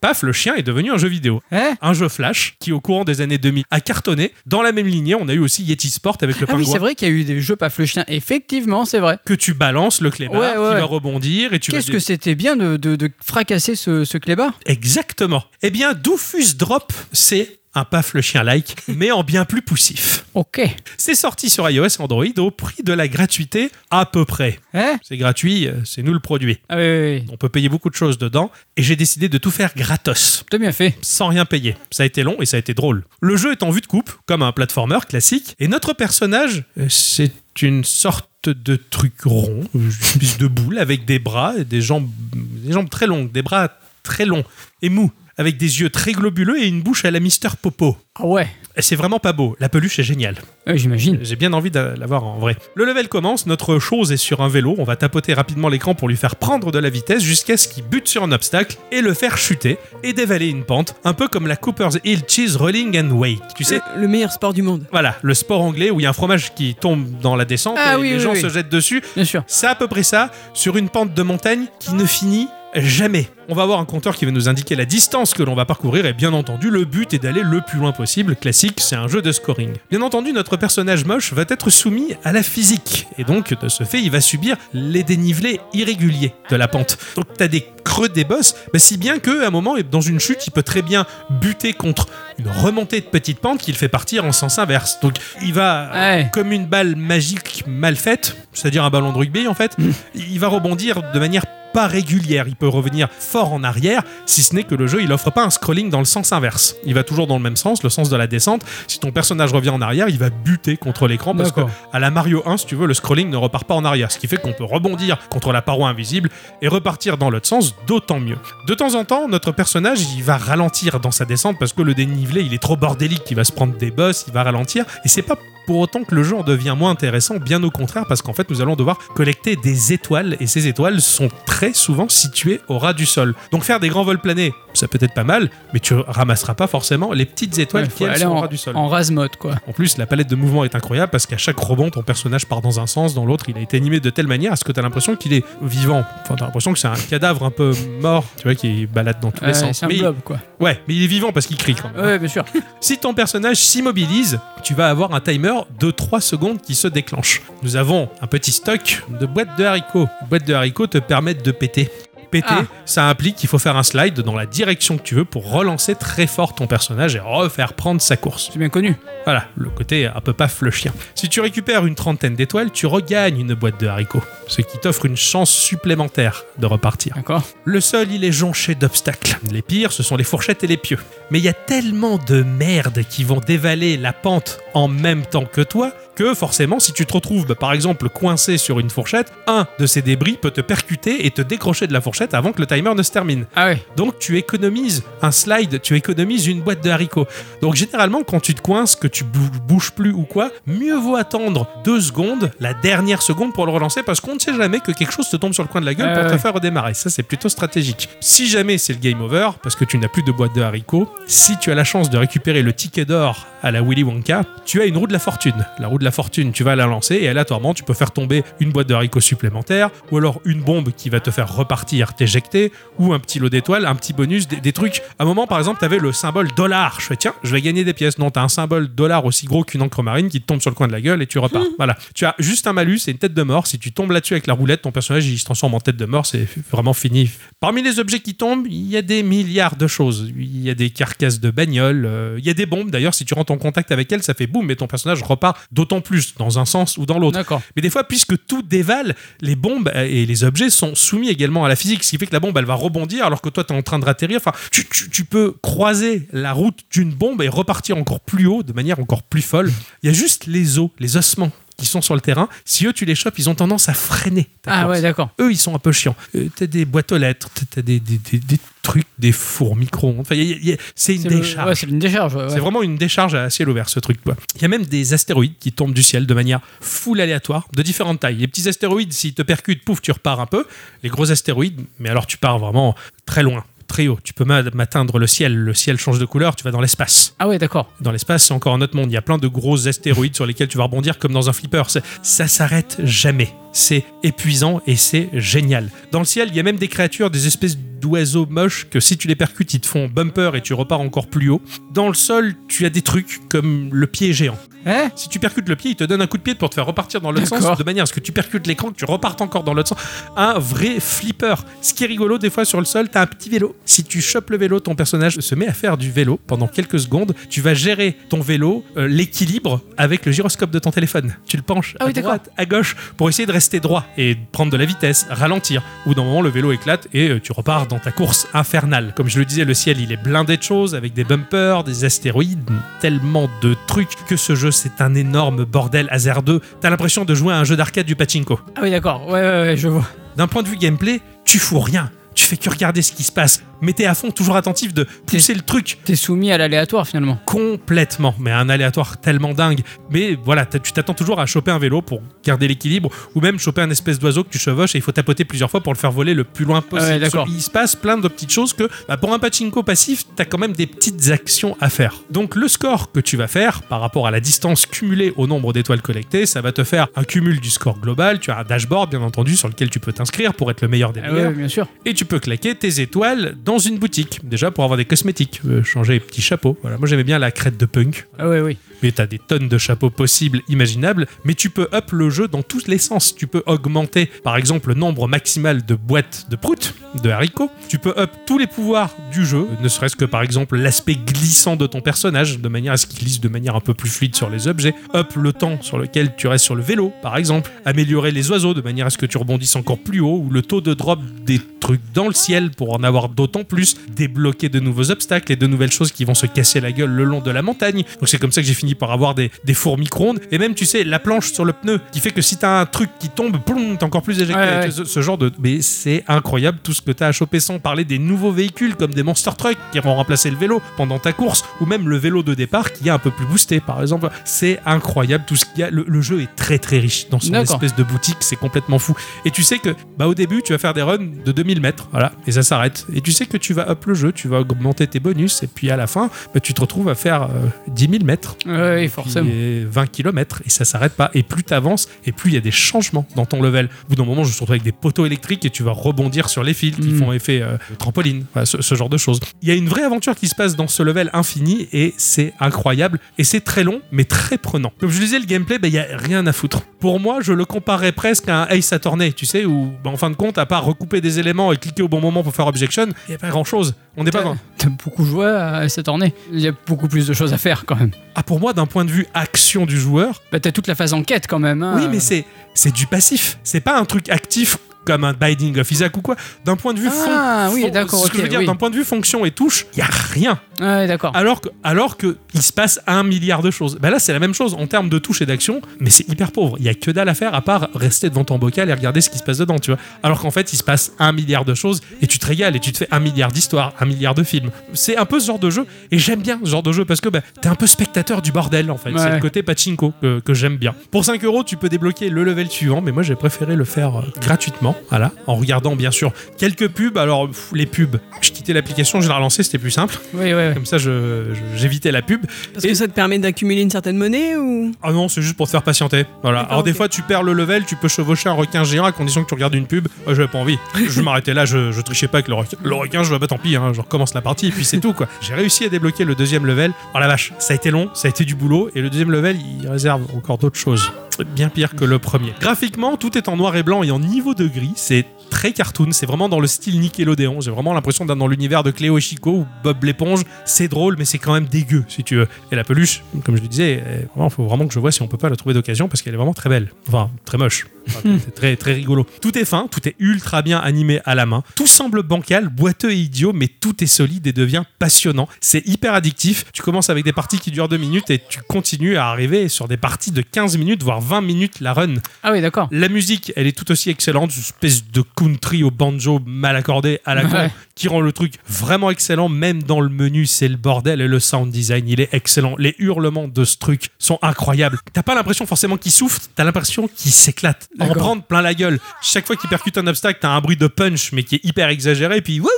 Paf le chien est devenu un jeu vidéo.
Hein
Un jeu flash qui, au courant des années 2000, a cartonné. Dans la même lignée, on a eu aussi Yeti Sport avec le
Ah oui,
pingouin
c'est vrai qu'il y a eu des jeux paf le chien. Effectivement, c'est vrai.
que tu balances le clébard
Ouais, ouais,
qui
ouais.
va rebondir et tu vas
Qu'est-ce que c'était bien de, de- de fracasser ce, ce clébard
Exactement. Eh bien, Doofus Drop, c'est un paf le chien like, mais en bien plus poussif.
Ok.
C'est sorti sur iOS et Android au prix de la gratuité à peu près.
Hein
C'est gratuit, euh, c'est nous le produit.
Ah oui, oui, oui.
On peut payer beaucoup de choses dedans, et j'ai décidé de tout faire gratos,
T'as bien fait.
sans rien payer. Ça a été long et ça a été drôle. Le jeu est en vue de coupe, comme un platformer classique, et notre personnage, euh, c'est une sorte de truc rond, une espèce de boule avec des bras, et des jambes, des jambes très longues, des bras très longs et mous. avec des yeux très globuleux et une bouche à la Mister Popo.
Ah ouais,
Et C'est vraiment pas beau. La peluche est géniale.
Ouais, Ah j'imagine.
[LAUGHS] J'ai bien envie de l'avoir en vrai. Le level commence, notre chose est sur un vélo, on va tapoter rapidement l'écran pour lui faire prendre de la vitesse jusqu'à ce qu'il bute sur un obstacle et le faire chuter et dévaler une pente, un peu comme la Cooper's Hill Cheese Rolling and Wake. Tu sais,
Le meilleur sport du monde.
voilà, le sport anglais où il y a un fromage qui tombe dans la descente
Ah
et
oui,
les
oui,
gens
oui.
se jettent dessus.
Bien sûr.
C'est à peu près ça, sur une pente de montagne qui ne finit jamais. On va avoir un compteur qui va nous indiquer la distance que l'on va parcourir et bien entendu le but est d'aller le plus loin possible. Classique, c'est un jeu de scoring. Bien entendu, notre personnage moche va être soumis à la physique et donc de ce fait, il va subir les dénivelés irréguliers de la pente. Donc t'as des creux des bosses, bah, si bien que à un moment, dans une chute, il peut très bien buter contre une remontée de petite pente qu'il fait partir en sens inverse. Donc il va
Ouais.
comme une balle magique mal faite, c'est-à-dire un ballon de rugby en fait, il va rebondir de manière pas régulière. Il peut revenir fort en arrière, si ce n'est que le jeu, il offre pas un scrolling dans le sens inverse. Il va toujours dans le même sens, le sens de la descente. Si ton personnage revient en arrière, il va buter contre l'écran parce que
D'accord.
à la Mario 1, si tu veux, le scrolling ne repart pas en arrière, ce qui fait qu'on peut rebondir contre la paroi invisible et repartir dans l'autre sens, d'autant mieux. De temps en temps, notre personnage, il va ralentir dans sa descente parce que le dénivelé, il est trop bordélique, il va se prendre des bosses, il va ralentir, et c'est pas pour autant que le jeu en devient moins intéressant, bien au contraire, parce qu'en fait, nous allons devoir collecter des étoiles, et ces étoiles sont très souvent situées au ras du sol. Donc faire des grands vols planés, ça peut être pas mal, mais tu ramasseras pas forcément les petites étoiles
Ouais,
qui
faut
elles,
aller
sont au
en,
ras du sol.
en rase mode quoi.
En plus, la palette de mouvement est incroyable parce qu'à chaque rebond, ton personnage part dans un sens, dans l'autre. Il a été animé de telle manière à ce que tu as l'impression qu'il est vivant. Enfin, tu as l'impression que c'est un cadavre un peu mort, tu vois, qui balade dans tous les
Ah Ouais,
sens.
c'est un
mais,
blob quoi.
ouais, mais il est vivant parce qu'il crie quand même.
Ah Ouais, bien sûr.
Si ton personnage s'immobilise, tu vas avoir un timer de 3 secondes qui se déclenche. Nous avons un petit stock de boîtes de haricots. Les boîtes de haricots te permettent de péter. Péter,
Ah.
ça implique qu'il faut faire un slide dans la direction que tu veux pour relancer très fort ton personnage et refaire prendre sa course.
C'est bien connu.
Voilà, le côté euh, un peu paf le chien. Si tu récupères une trentaine d'étoiles, tu regagnes une boîte de haricots, ce qui t'offre une chance supplémentaire de repartir.
D'accord.
Le sol, il est jonché d'obstacles. Les pires, ce sont les fourchettes et les pieux. Mais il y a tellement de merde qui vont dévaler la pente en même temps que toi que forcément, si tu te retrouves bah, par exemple coincé sur une fourchette, un de ces débris peut te percuter et te décrocher de la fourchette avant que le timer ne se termine.
Ah ouais.
Donc tu économises un slide, tu économises une boîte de haricots. Donc généralement quand tu te coinces, que tu bou- bouges plus ou quoi, mieux vaut attendre deux secondes, la dernière seconde pour le relancer parce qu'on ne sait jamais que quelque chose te tombe sur le coin de la gueule
Ouais,
pour te
ouais.
faire redémarrer. Ça c'est plutôt stratégique. Si jamais c'est le game over parce que tu n'as plus de boîte de haricots, si tu as la chance de récupérer le ticket d'or à la Willy Wonka, tu as une roue de la fortune. La roue de la fortune, tu vas la lancer et aléatoirement tu peux faire tomber une boîte de haricots supplémentaire ou alors une bombe qui va te faire repartir, t'éjecter ou un petit lot d'étoiles, un petit bonus, des, des trucs. À un moment, par exemple, t'avais le symbole dollar. Je fais, tiens, je vais gagner des pièces. Non, t'as un symbole dollar aussi gros qu'une encre marine qui te tombe sur le coin de la gueule et tu repars. voilà. Tu as juste un malus et une tête de mort. Si tu tombes là-dessus avec la roulette, ton personnage, il se transforme en tête de mort. C'est vraiment fini. Parmi les objets qui tombent, il y a des milliards de choses. Il y a des carcasses de bagnoles. euh, il y a des bombes. D'ailleurs, si tu rentres en contact avec elles, ça fait boum et ton personnage repart d'autant plus dans un sens ou dans l'autre.
D'accord.
Mais des fois, puisque tout dévale, les bombes euh, et les objets sont soumis également à la physique, ce qui fait que la bombe, elle va rebondir alors que toi, tu es en train de ratterrir. Enfin, tu, tu- tu peux croiser la route d'une bombe et repartir encore plus haut, de manière encore plus folle. Il y a juste les os, les ossements qui sont sur le terrain. Si eux, tu les chopes, ils ont tendance à freiner. ta
Ah
course.
ouais, d'accord.
Eux, ils sont un peu chiants. Euh, t'as des boîtes aux lettres, t'as- t'as des, des, des- des trucs, des fours micro-ondes. Enfin, il y a- il y a- c'est une
C'est le-
décharge.
Ouais, c'est une décharge. ouais, ouais.
C'est vraiment une décharge à ciel ouvert, ce truc. quoi. Il y a même des astéroïdes qui tombent du ciel de manière full aléatoire, de différentes tailles. Les petits astéroïdes, s'ils te percutent, pouf, tu repars un peu. Les gros astéroïdes, mais alors tu pars vraiment très loin, très haut. Tu peux même atteindre le ciel. Le ciel change de couleur, tu vas dans l'espace.
Ah ouais, d'accord.
Dans l'espace, c'est encore un autre monde. Il y a plein de gros astéroïdes sur lesquels tu vas rebondir comme dans un flipper. C'est- Ça s'arrête jamais. C'est épuisant et c'est génial. Dans le ciel, il y a même des créatures, des espèces d'oiseaux moches que si tu les percutes, ils te font bumper et tu repars encore plus haut. Dans le sol, tu as des trucs comme le pied géant.
Hein
Si tu percutes le pied, il te donne un coup de pied pour te faire repartir dans l'autre
D'accord.
sens, de manière à ce que tu percutes l'écran, que tu repartes encore dans l'autre sens. Un vrai flipper. Ce qui est rigolo, des fois sur le sol, t'as un petit vélo. Si tu chopes le vélo, ton personnage se met à faire du vélo pendant quelques secondes. Tu vas gérer ton vélo, euh, l'équilibre, avec le gyroscope de ton téléphone. Tu le penches
Ah oui,
à
d'accord.
droite, à gauche, pour essayer de rester droit et prendre de la vitesse, ralentir. Ou d'un moment, le vélo éclate et euh, tu repars dans ta course infernale. Comme je le disais, le ciel, il est blindé de choses, avec des bumpers, des astéroïdes, tellement de trucs que ce jeu, c'est un énorme bordel hasardeux. T'as l'impression de jouer à un jeu d'arcade du pachinko.
Ah oui, d'accord. Ouais, ouais, ouais, je vois.
D'un point de vue gameplay, tu fous rien. Tu fais que regarder ce qui se passe. mais t'es à fond, toujours attentif de pousser le truc
T'es soumis à l'aléatoire finalement.
complètement. Mais un aléatoire tellement dingue. Mais voilà, t'as- tu t'attends toujours à choper un vélo pour garder l'équilibre, ou même choper un espèce d'oiseau que tu chevauches et il faut tapoter plusieurs fois pour le faire voler le plus loin possible.
Ah ouais, d'accord.
il se passe plein de petites choses que, bah, pour un pachinko passif, t'as quand même des petites actions à faire. Donc le score que tu vas faire par rapport à la distance cumulée au nombre d'étoiles collectées, ça va te faire un cumul du score global. Tu as un dashboard, bien entendu, sur lequel tu peux t'inscrire pour être le meilleur des
Ah
meilleurs
ouais, bien sûr.
et tu peux claquer tes étoiles dans une boutique. Déjà pour avoir des cosmétiques, euh, changer les petits chapeaux. Voilà, moi j'aimais bien la crête de punk,
Ah ouais, oui.
mais t'as des tonnes de chapeaux possibles, imaginables. Mais tu peux up le jeu dans tous les sens. Tu peux augmenter, par exemple, le nombre maximal de boîtes de prout, de haricots. Tu peux up tous les pouvoirs du jeu, ne serait-ce que par exemple l'aspect glissant de ton personnage, de manière à ce qu'il glisse de manière un peu plus fluide sur les objets. Up le temps sur lequel tu restes sur le vélo, par exemple. Améliorer les oiseaux de manière à ce que tu rebondisses encore plus haut, ou le taux de drop des trucs dans le ciel pour en avoir d'autant plus, débloquer de nouveaux obstacles et de nouvelles choses qui vont se casser la gueule le long de la montagne. Donc c'est comme ça que j'ai fini par avoir des, des fours micro-ondes. Et même, tu sais, la planche sur le pneu qui fait que si t'as un truc qui tombe, ploum, t'es encore plus éjecté.
Ouais, ouais.
Ce, ce genre de. Mais c'est incroyable tout ce que t'as à choper sans parler des nouveaux véhicules comme des monster trucks qui vont remplacer le vélo pendant ta course ou même le vélo de départ qui est un peu plus boosté par exemple. C'est incroyable tout ce qu'il y a. Le, le jeu est très très riche dans son
D'accord.
espèce de boutique. C'est complètement fou. Et tu sais que bah, au début, tu vas faire des runs de 2000 mètres, voilà, et ça s'arrête. Et tu sais que tu vas up le jeu, tu vas augmenter tes bonus, et puis à la fin, bah, tu te retrouves à faire euh, 10 000 mètres,
Ah Ouais, oui,
qui
forcément.
est 20 km, et ça s'arrête pas. Et plus tu avances, et plus il y a des changements dans ton level. Au bout d'un moment, je me suis retrouvé avec des poteaux électriques, et tu vas rebondir sur les fils qui
Mm.
font effet euh, trampoline, Enfin, ce, ce genre de choses. Il y a une vraie aventure qui se passe dans ce level infini, et c'est incroyable, et c'est très long, mais très prenant. Comme je le disais, le gameplay, bah, il y a rien à foutre. Pour moi, je le comparais presque à un Ace Attorney, tu sais, où bah, en fin de compte, à part recouper des éléments et cliquer au bon moment pour faire objection, il n'y a pas grand chose. On n'est pas dans-
T'as beaucoup joué à cette ornée. Il y a beaucoup plus de choses à faire quand même.
Ah, pour moi, d'un point de vue action du joueur,
Bah, t'as toute la phase enquête quand même. hein.
Oui, mais c'est c'est du passif. C'est pas un truc actif comme un Binding of Isaac ou quoi. D'un point de vue fond,
Ah, oui,
fond-
d'accord,
c'est ce que je veux
ok,
dire,
oui.
d'un point de vue fonction et touche, il y a rien.
Ah Ouais, d'accord.
Alors que alors que il se passe un milliard de choses. Bah là, c'est la même chose en termes de touche et d'action, mais c'est hyper pauvre. Il y a que dalle à faire à part rester devant ton bocal et regarder ce qui se passe dedans, tu vois. Alors qu'en fait, il se passe un milliard de choses et tu te régales et tu te fais un milliard d'histoires, un milliard de films. C'est un peu ce genre de jeu et j'aime bien ce genre de jeu parce que bah, t'es un peu spectateur du bordel en fait.
Ouais.
C'est le côté pachinko que, que j'aime bien. Pour 5 euros, tu peux débloquer le level suivant, mais moi j'ai préféré le faire euh, gratuitement, voilà, en regardant bien sûr quelques pubs. Alors pff, les pubs, je quittais l'application, je la relançais, c'était plus simple.
Oui, oui, oui.
Comme ça, je- je- j'évitais la pub.
Parce que ça te permet d'accumuler une certaine monnaie ou
Ah non, c'est juste pour te faire patienter. Voilà.
D'accord,
Alors, des
ok.
fois, tu perds le level, tu peux chevaucher un requin géant à condition que tu regardes une pub. Je J'avais pas envie. Je m'arrêtais là, je, je trichais pas avec le requin. Le requin, je vais pas, tant pis, hein, je recommence la partie et puis c'est tout, quoi. J'ai réussi à débloquer le deuxième level. Oh la vache, ça a été long, ça a été du boulot et le deuxième level, il réserve encore d'autres choses. Bien pire que le premier. Graphiquement, tout est en noir et blanc et en niveau de gris. C'est très cartoon, c'est vraiment dans le style Nickelodeon. J'ai vraiment l'impression d'être dans l'univers de Cléo et Chico ou Bob l'éponge. C'est drôle, mais c'est quand même dégueu, si tu veux. Et la peluche, comme je le disais, il faut vraiment que je vois si on peut pas la trouver d'occasion parce qu'elle est vraiment très belle. Enfin, très moche. Enfin, c'est très, très rigolo. Tout est fin, tout est ultra bien animé à la main. Tout semble bancal, boiteux et idiot, mais tout est solide et devient passionnant. C'est hyper addictif. Tu commences avec des parties qui durent 2 minutes et tu continues à arriver sur des parties de 15 minutes, voire 20 minutes la run.
Ah, oui, d'accord.
La musique, elle est tout aussi excellente, une espèce de country au banjo mal accordé à la con,
Ouais.
qui rend le truc vraiment excellent, même dans le menu, c'est le bordel, et le sound design, il est excellent. Les hurlements de ce truc sont incroyables. T'as pas l'impression forcément qu'il souffle, t'as l'impression qu'il s'éclate. En
D'accord.
prendre plein la gueule. Chaque fois qu'il percute un obstacle, t'as un bruit de punch, mais qui est hyper exagéré, puis wouh,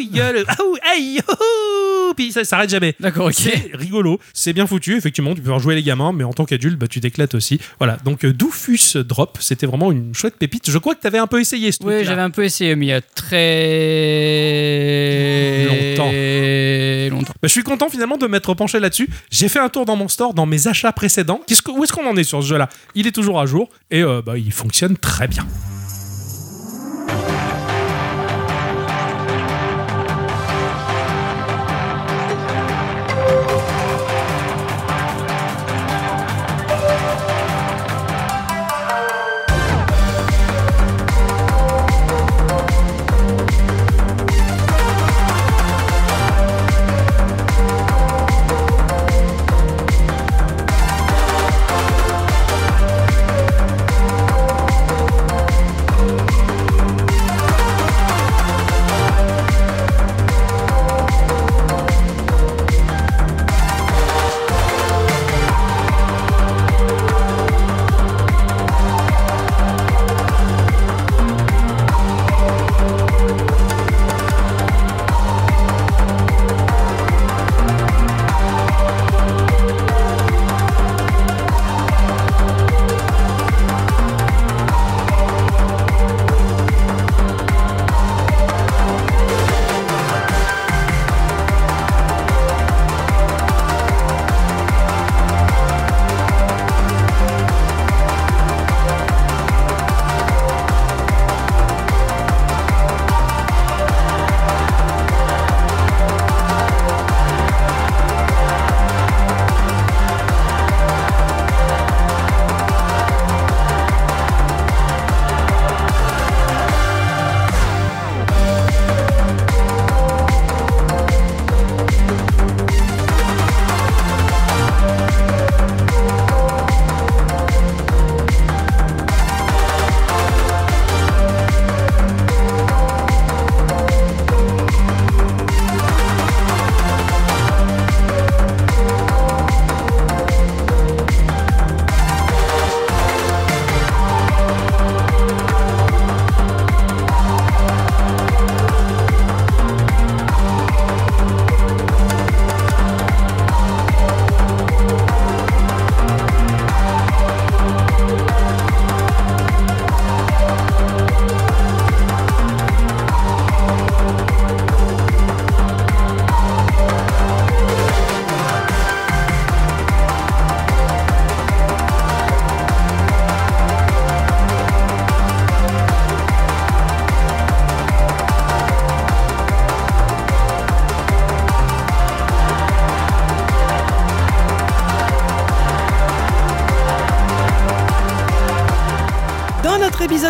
il
[LAUGHS]
gueule, aouh, aïe, youhou, puis ça s'arrête jamais.
D'accord, ok.
C'est rigolo, c'est bien foutu, effectivement, tu peux en jouer les gamins, mais en tant qu'adulte, bah, tu t'éclates aussi. Voilà, donc euh, Doofus Drop, c'était vraiment une chouette pépite. Je crois que t'avais un peu essayé ce
Oui,
truc-là.
j'avais un peu essayé, mais il y a très longtemps.
Bah, je suis content finalement de m'être penché là-dessus. J'ai fait un tour dans mon store, dans mes achats précédents. Qu'est-ce que, où est-ce qu'on en est sur ce jeu-là Il est toujours à jour et euh, bah, il fonctionne très bien.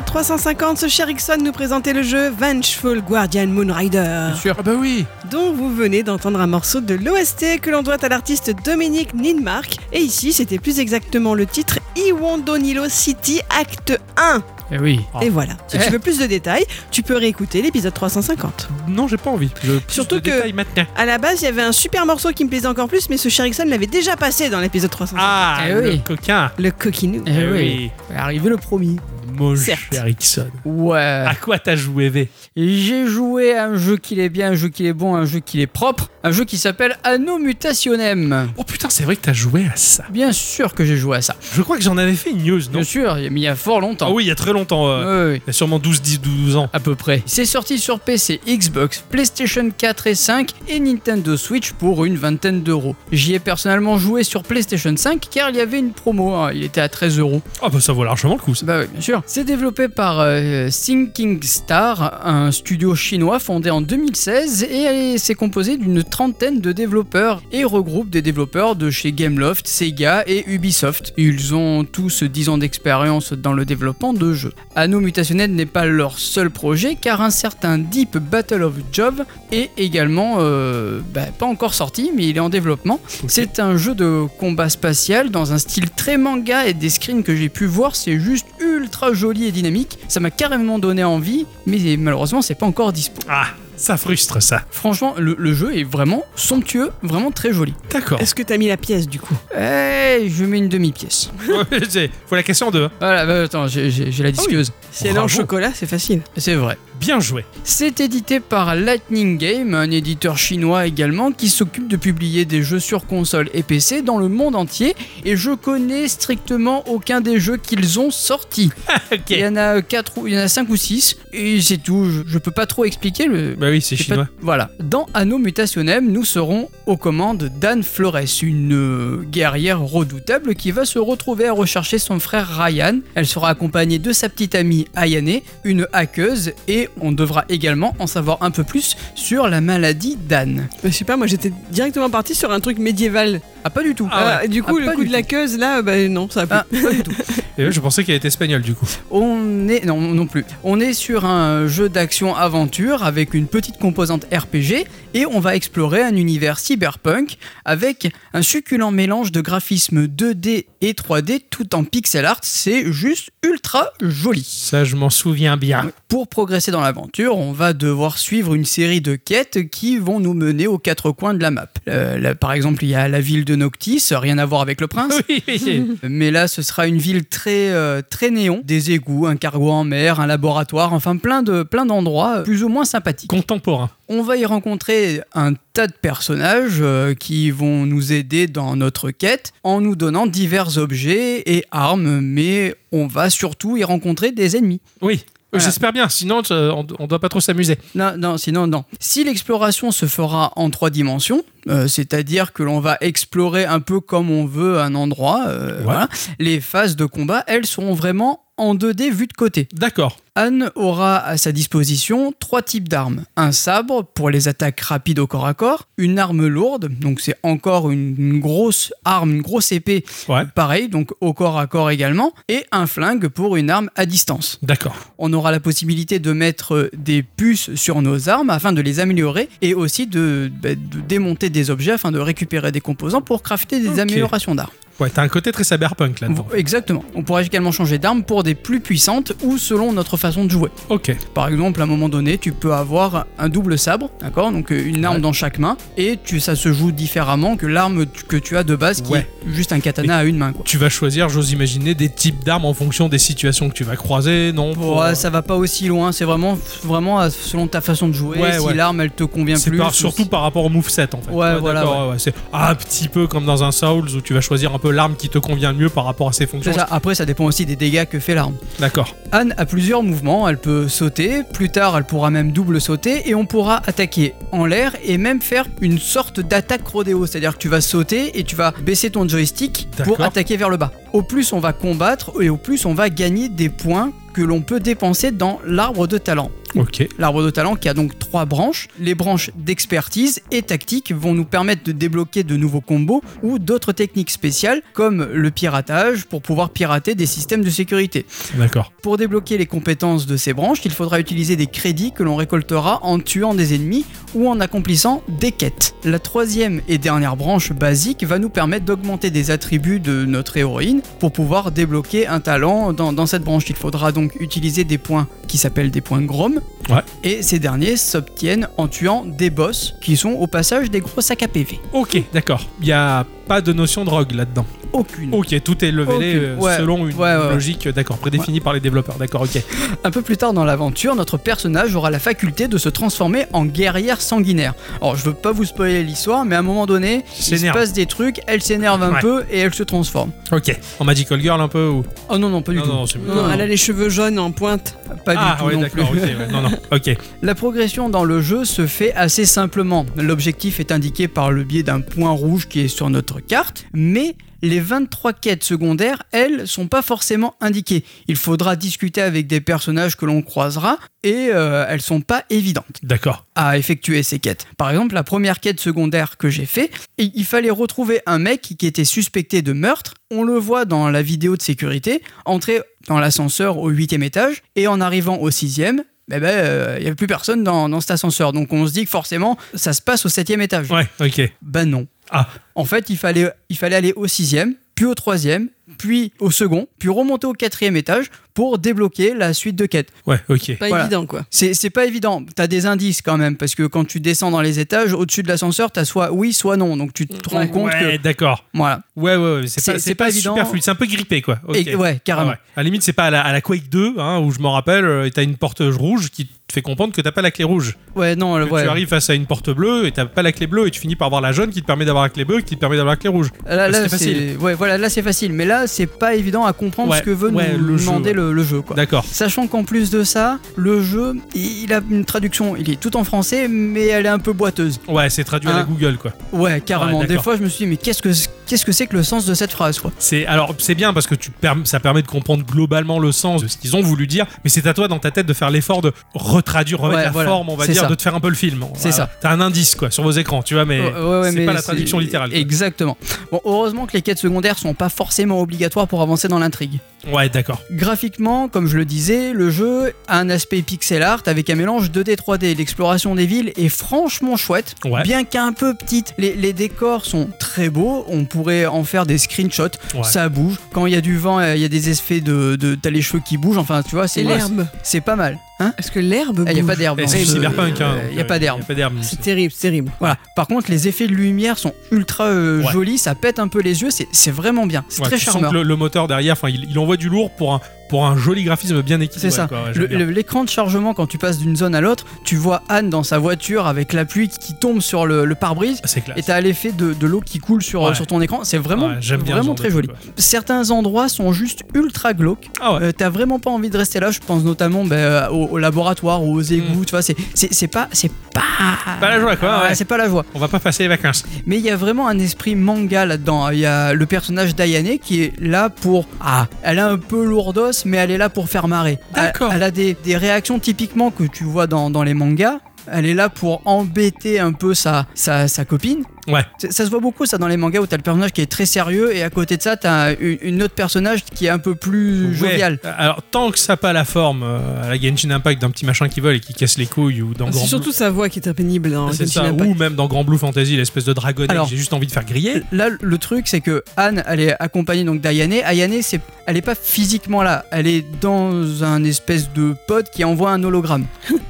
350, ce cher Ixon nous présentait le jeu Vengeful Guardian Moonrider,
Bien sûr.
Ah bah oui
dont vous venez d'entendre un morceau de l'OST que l'on doit à l'artiste Dominique Ninmark. Et ici, c'était plus exactement le titre Iwondonilo City Acte 1.
Eh oui.
Ah.
Et voilà. Si
Eh.
tu veux plus de détails, tu peux réécouter l'épisode 350.
Non, j'ai pas envie. Je- plus
Surtout
de
que-
détails maintenant.
À la base, il y avait un super morceau qui me plaisait encore plus, mais ce cher Ixon l'avait déjà passé dans l'épisode 350.
Ah,
Eh
le
oui.
coquin.
Le coquinou.
Eh oui. Arrivé le promis. Ah.
Mon
Certes.
cher Ixon.
Ouais.
À quoi t'as joué, V
J'ai joué à un jeu qui est bien, un jeu qui est bon, un jeu qui est propre, un jeu qui s'appelle Anno Mutationem.
Oh putain, c'est vrai que t'as joué à ça.
Bien sûr que j'ai joué à ça.
Je crois que j'en avais fait une news, non
Bien sûr, mais il y a fort longtemps.
Ah oui, il y a très longtemps. euh,
Ouais, ouais,
Il y a sûrement 12, 10, 12 ans.
à peu près. C'est sorti sur PC, Xbox, PlayStation 4 et 5 et Nintendo Switch pour une vingtaine d'euros. J'y ai personnellement joué sur PlayStation 5 car il y avait une promo, hein, il était à 13 euros.
Ah bah ça vaut largement le coup, ça.
Bah oui, bien sûr. C'est développé par euh, Thinking Star, un studio chinois fondé en 2016 et elle- c'est composé d'une trentaine de développeurs et regroupe des développeurs de chez Gameloft, Sega et Ubisoft. Ils ont tous 10 ans d'expérience dans le développement de jeux. Anno Mutationnel n'est pas leur seul projet car un certain Deep Battle of Job est également euh, bah, pas encore sorti mais il est en développement c'est un jeu de combat spatial dans un style très manga et des screens que j'ai pu voir, c'est juste ultra joli et dynamique. Ça m'a carrément donné envie, mais malheureusement, c'est pas encore dispo.
Ah, ça frustre, ça.
Franchement, le, le jeu est vraiment somptueux, vraiment très joli.
D'accord.
Est-ce que t'as mis la pièce du coup
Eh, je mets une demi-pièce.
[LAUGHS] Ouais, c'est- Faut la question de...
Voilà, bah, attends, j'ai- j'ai j'ai la disqueuse.
Si elle est en
Bravo.
chocolat, c'est facile.
C'est vrai.
Bien joué.
C'est édité par Lightning Game, un éditeur chinois également qui s'occupe de publier des jeux sur console et PC dans le monde entier et je connais strictement aucun des jeux qu'ils ont sortis.
ok.
Il y en a 4 ou il y en a 5 ou 6 et c'est tout, je, je peux pas trop expliquer le
Bah oui, c'est
j'ai pas-
chinois.
Voilà. Dans Anno Mutationem, nous serons aux commandes d'Anne Flores, une euh, guerrière redoutable qui va se retrouver à rechercher son frère Ryan. Elle sera accompagnée de sa petite amie Ayane, une hackeuse, et on devra également en savoir un peu plus sur la maladie d'Anne.
Bah, je sais pas, moi j'étais directement partie sur un truc médiéval.
Ah, pas du tout.
Ah ouais.
Euh, du coup,
Ah,
le
pas
coup
du
de la
tout.
queuse là, bah non, ça a
Ah, pas du tout.
Et eux, je pensais qu'elle était espagnole, du coup.
On est non non plus. On est sur un jeu d'action aventure avec une petite composante RPG et on va explorer un univers cyberpunk avec un succulent mélange de graphismes 2D et 3D tout en pixel art. C'est juste ultra joli.
Ça, je m'en souviens bien.
Pour progresser dans l'aventure, on va devoir suivre une série de quêtes qui vont nous mener aux quatre coins de la map. Euh, là, par exemple, il y a la ville de Noctis, rien à voir avec le prince.
[LAUGHS] Oui, oui, oui.
[LAUGHS] Mais là, ce sera une ville très, euh, très néon. Des égouts, un cargo en mer, un laboratoire, enfin plein de plein d'endroits euh, plus ou moins sympathiques.
Contemporain.
On va y rencontrer un tas de personnages euh, qui vont nous aider dans notre quête en nous donnant divers objets et armes, mais on va surtout y rencontrer des ennemis.
Oui.
Voilà.
J'espère bien, sinon euh, on, on doit pas trop s'amuser.
Non, non, sinon, non. Si l'exploration se fera en trois dimensions, euh, c'est-à-dire que l'on va explorer un peu comme on veut un endroit, euh,
Ouais.
voilà, les phases de combat, elles seront vraiment en 2D vue de côté.
D'accord.
Anne aura à sa disposition trois types d'armes. Un sabre pour les attaques rapides au corps à corps, une arme lourde, donc c'est encore une, une grosse arme, une grosse épée,
Ouais.
pareil, donc au corps à corps également, et un flingue pour une arme à distance.
D'accord.
On aura la possibilité de mettre euh, des puces sur nos armes afin de les améliorer et aussi de, bah, de démonter des objets afin de récupérer des composants pour crafter des
Ok.
améliorations d'armes.
Ouais, t'as un côté très cyberpunk là-dedans.
Exactement. On pourra également changer d'armes pour des plus puissantes ou selon notre façon de jouer.
Ok.
Par exemple, à un moment donné, tu peux avoir un double sabre, d'accord Donc euh, une arme
Ouais.
dans chaque main et tu, ça se joue différemment que l'arme tu- que tu as de base qui
Ouais.
est juste un katana à une main. Quoi.
Tu vas choisir, j'ose imaginer, des types d'armes en fonction des situations que tu vas croiser, non pour- euh,
Ouais, ça va pas aussi loin, c'est vraiment, vraiment à- selon ta façon de jouer,
Ouais,
si
ouais.
l'arme elle te convient
C'est
plus.
par-
ou
surtout
si-
par rapport au moveset en fait.
Ouais, voilà,
d'accord, ouais, ouais, c'est un petit peu comme dans un Souls où tu vas choisir un peu l'arme qui te convient le mieux par rapport à ses fonctions.
C'est ça. Après, ça dépend aussi des dégâts que fait l'arme.
D'accord.
Anne a plusieurs mouvements, elle peut sauter, plus tard elle pourra même double sauter et on pourra attaquer en l'air et même faire une sorte d'attaque rodéo, c'est-à-dire que tu vas sauter et tu vas baisser ton joystick pour
D'accord.
attaquer vers le bas. Au plus on va combattre et au plus on va gagner des points que l'on peut dépenser dans l'arbre de talent.
Ok.
L'arbre de talent qui a donc trois branches. Les branches d'expertise et tactique vont nous permettre de débloquer de nouveaux combos ou d'autres techniques spéciales comme le piratage pour pouvoir pirater des systèmes de sécurité.
D'accord.
Pour débloquer les compétences de ces branches, il faudra utiliser des crédits que l'on récoltera en tuant des ennemis ou en accomplissant des quêtes. La troisième et dernière branche basique va nous permettre d'augmenter des attributs de notre héroïne pour pouvoir débloquer un talent dans, dans cette branche. Il faudra donc utiliser des points qui s'appellent des points Grom.
Ouais.
Et ces derniers s'obtiennent en tuant des boss qui sont au passage des gros sacs à PV.
Ok, d'accord. Il n'y a pas de notion de rogue là-dedans.
Aucune.
Ok, tout est levelé
Mm. Ok,
euh,
ouais,
selon une
ouais, ouais.
logique, euh, d'accord, prédéfinie par les développeurs. D'accord, ok.
Un peu plus tard dans l'aventure, notre personnage aura la faculté de se transformer en guerrière sanguinaire. Alors, je veux pas vous spoiler l'histoire, mais à un moment donné, il se
S'énerve.
passe des trucs, elle s'énerve un
Ouais.
peu et elle se transforme.
Ok. En Magical Girl un peu ou
Oh non, non, pas du
Non,
tout.
non, c'est-
Non, elle a les cheveux jaunes en pointe.
Pas
ah,
du tout
ouais,
non plus.
d'accord, ok. ouais, non, non, ok.
[LAUGHS] La progression dans le jeu se fait assez simplement. L'objectif est indiqué par le biais d'un point rouge qui est sur notre carte, mais les 23 quêtes secondaires, elles, sont pas forcément indiquées. Il faudra discuter avec des personnages que l'on croisera et euh, elles sont pas évidentes.
D'accord.
à effectuer ces quêtes. Par exemple, la première quête secondaire que j'ai fait, i- il fallait retrouver un mec qui était suspecté de meurtre. On le voit dans la vidéo de sécurité, entrer dans l'ascenseur au huitième étage et en arrivant au sixième, eh ben, euh, il n'y avait plus personne dans, dans cet ascenseur. Donc on se dit que forcément, ça se passe au septième étage.
Ouais, ok.
Ben non.
Ah.
En fait, il fallait, il fallait aller au sixième, puis au troisième, puis au second, puis remonter au quatrième étage pour débloquer la suite de quêtes.
Ouais, ok.
Pas
Voilà.
évident, quoi.
C'est c'est pas évident. T'as des indices quand même, parce que quand tu descends dans les étages, au-dessus de l'ascenseur, t'as soit oui, soit non. Donc tu te rends compte
ouais,
que.
d'accord.
Voilà.
Ouais, ouais, ouais, mais c'est
C'est-
pas,
c'est
c'est
pas
pas
évident.
super fluide, c'est un peu grippé quoi. Ok.
Et, ouais, carrément.
Ah ouais. À la limite, c'est pas à la, à la Quake 2, hein, où je m'en rappelle, euh, t'as une porte rouge qui te fait comprendre que t'as pas la clé rouge.
ouais. non, le-
Que
ouais.
Tu arrives face à une porte bleue et t'as pas la clé bleue et tu finis par avoir la jaune qui te permet d'avoir la clé bleue et qui te permet d'avoir la clé rouge.
Là, là,
C'était
c'est ouais, voilà, là, c'est facile. Mais là, c'est pas évident à comprendre
Ouais,
ce que veut
ouais,
nous
le jeu,
demander
ouais.
le, le jeu. Quoi.
D'accord.
Sachant qu'en plus de ça, le jeu, il a une traduction. Il est tout en français, mais elle est un peu boiteuse.
Ouais, c'est traduit à
Hein.
la Google quoi.
Ouais, carrément.
Ouais,
Des
d'accord.
fois, je me suis dit, mais qu'est-ce que qu'est-ce que c'est que le sens de cette phrase, quoi
C'est alors c'est bien parce que tu perm- ça permet de comprendre globalement le sens de ce qu'ils ont voulu dire, mais c'est à toi dans ta tête de faire l'effort de retraduire, remettre
Ouais,
la
voilà,
forme, on va
c'est
dire,
ça.
de te faire un peu le film.
C'est ça.
T'as un indice quoi sur vos écrans, tu vois, mais
Ouais, ouais, ouais,
c'est
mais
pas la traduction
c'est-
littérale. quoi.
Exactement. Bon, heureusement que les quêtes secondaires sont pas forcément obligatoires pour avancer dans l'intrigue.
Ouais, d'accord.
Graphiquement, comme je le disais, le jeu a un aspect pixel art avec un mélange 2D 3D. L'exploration des villes est franchement chouette,
Ouais.
bien qu'un peu petite. Les, les décors sont très beaux, on pourrait en faire des screenshots.
Ouais.
Ça bouge. Quand il y a du vent, euh, il y a des effets de, de t'as les cheveux qui bougent. Enfin, tu vois,
C'est
c'est
l'herbe.
c'est pas mal. Hein
Est-ce que l'herbe
Il n'y a pas
bouge
d'herbe.
Eh,
dans
c'est du
ce-
cyberpunk. hein,
euh,
donc,
y a pas d'herbe.
y a pas d'herbe.
C'est terrible, c'est terrible.
Voilà. Par contre, les effets de lumière sont ultra euh,
Ouais.
jolis, ça pète un peu les yeux, c'est c'est vraiment bien, c'est
Ouais,
très
tu sens
charmeur.
que le, le moteur derrière, enfin, il, il envoie du lourd pour un, pour un joli graphisme bien équilibré.
C'est ça.
quoi, ouais, j'aime
Le-
bien.
le- L'écran de chargement, quand tu passes d'une zone à l'autre, tu vois Anne dans sa voiture avec la pluie qui tombe sur le, le pare-brise.
Ah, C'est clair.
Et t'as l'effet de, de l'eau qui coule sur,
Ouais.
sur ton écran, c'est vraiment,
j'aime bien ce
vraiment
genre
très
de
joli.
truc, ouais.
Certains endroits sont juste ultra glauques.
Ah ouais.
Euh, t'as vraiment pas envie de rester là. Je pense notamment ben, euh, au, au laboratoire ou aux égouts. Tu vois, c'est c'est- c'est pas c'est pas
Mm.
Ah,
Pas la joie, quoi, ouais.
C'est pas la joie.
On va pas passer les vacances.
Mais il y a vraiment un esprit manga là-dedans. Il y a le personnage d'Ayane qui est là pour. Ah, elle est un peu lourdos, mais elle est là pour faire marrer. Elle-
D'accord.
Elle, a des, des réactions typiquement que tu vois dans, dans les mangas. Elle est là pour embêter un peu sa, sa, sa copine.
Ouais.
Ça, ça se voit beaucoup ça dans les mangas où t'as le personnage qui est très sérieux et à côté de ça t'as une, une autre personnage qui est un peu plus
Ouais. Euh,
joviale.
Alors, tant que ça n'a pas la forme euh, à la Genshin Impact d'un petit machin qui vole et qui casse les couilles ou
Ah,
dans
C'est
Grand
surtout sa voix qui est très pénible hein, dans
Blue, c'est
Genshin
ça,
Impact.
ou même dans Grand Blue Fantasy, l'espèce de dragonnet
Alors-
que j'ai juste envie de faire griller.
Là, le truc, c'est que Anne, elle est accompagnée donc d'Ayane. Ayane, c'est, elle est pas physiquement là. Elle est dans un espèce de pod qui envoie un hologramme.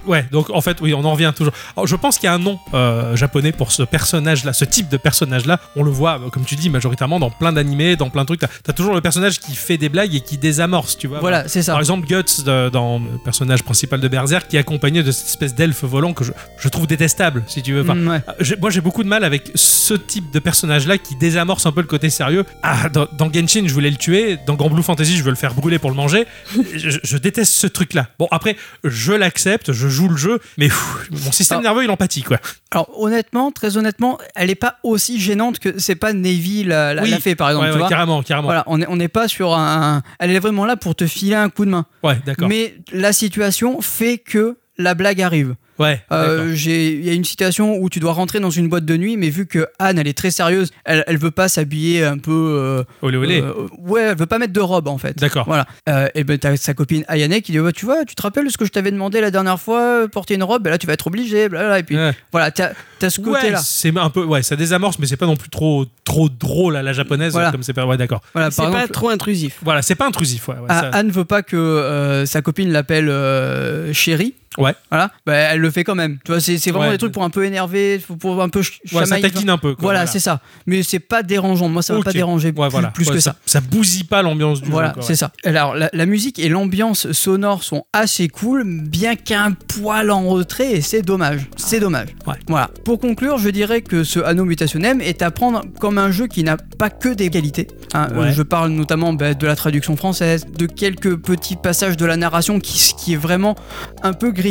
Ouais, donc en fait, oui, on en revient toujours. Alors, je pense qu'il y a un nom euh, japonais pour ce personnage-là, ce type de personnage-là. On le voit, euh, comme tu dis, majoritairement dans plein d'animés, dans plein de trucs. T'as t'as toujours le personnage qui fait des blagues et qui désamorce, tu vois.
Voilà, c'est ça.
Par exemple, Guts, de- dans le personnage principal de Berserk, qui est accompagné de cette espèce d'elfe volant que je, je trouve détestable, si tu veux. Enfin,
Mm, ouais.
euh, j'ai- Moi, j'ai beaucoup de mal avec ce type de personnage-là qui désamorce un peu le côté sérieux. Ah, dans, dans Genshin, je voulais le tuer. Dans Grand Blue Fantasy, je veux le faire brûler pour le manger. je, je déteste ce truc-là. Bon, après, je l'accepte, je joue le jeu, mais pff, mon système
Ah.
nerveux, il empathie, quoi.
Alors honnêtement, très honnêtement, elle est pas aussi gênante que c'est pas Navy la, la,
Oui.
l'a fait par exemple.
ouais,
tu
ouais,
vois
carrément, carrément.
voilà, on est- on n'est pas sur un. Elle est vraiment là pour te filer un coup de main.
Ouais, d'accord.
Mais la situation fait que la blague arrive.
Ouais.
Euh,
d'accord.
j'ai- Il y a une situation où tu dois rentrer dans une boîte de nuit, mais vu que Anne, elle est très sérieuse, elle, elle veut pas s'habiller un peu. euh,
Olé, olé.
euh, ouais, elle veut pas mettre de robe en fait.
D'accord.
Voilà. Euh, et ben t'as sa copine Ayane qui dit Ouais, Tu vois, tu te rappelles ce que je t'avais demandé la dernière fois euh, Porter une robe, ben là tu vas être obligé, blablabla. Et puis
Ouais.
voilà, t'as t'as ce
Ouais,
côté-là.
c'est un peu, ouais, ça désamorce, mais c'est pas non plus trop, trop drôle à la japonaise,
Voilà.
comme c'est pas, ouais, d'accord.
Voilà,
C'est
par
pas
exemple,
trop intrusif.
Voilà, c'est pas intrusif, ouais. ouais,
Ah,
ça-
Anne veut pas que euh, sa copine l'appelle euh, chérie.
Ouais.
Voilà. Bah, elle le fait quand même. Tu vois, c'est c'est vraiment
Ouais.
des trucs pour un peu énerver, pour- pour un peu ch-
ouais, ça
chamailler.
taquine un peu. quoi,
Voilà, c'est ça. Mais c'est pas dérangeant. Moi, ça va
Ok.
pas déranger
Ouais,
plus,
voilà.
plus
Ouais,
que ça.
Ça bousille pas l'ambiance du
Voilà,
jeu. quoi,
c'est
ouais.
ça. Alors, la, la musique et l'ambiance sonore sont assez cool, bien qu'un poil en retrait, et c'est dommage. C'est dommage.
Ouais.
Voilà. Pour conclure, je dirais que ce Anno Mutationem est à prendre comme un jeu qui n'a pas que des qualités. hein.
Ouais.
Euh, Je parle notamment bah, de la traduction française, de quelques petits passages de la narration qui, qui est vraiment un peu grippé.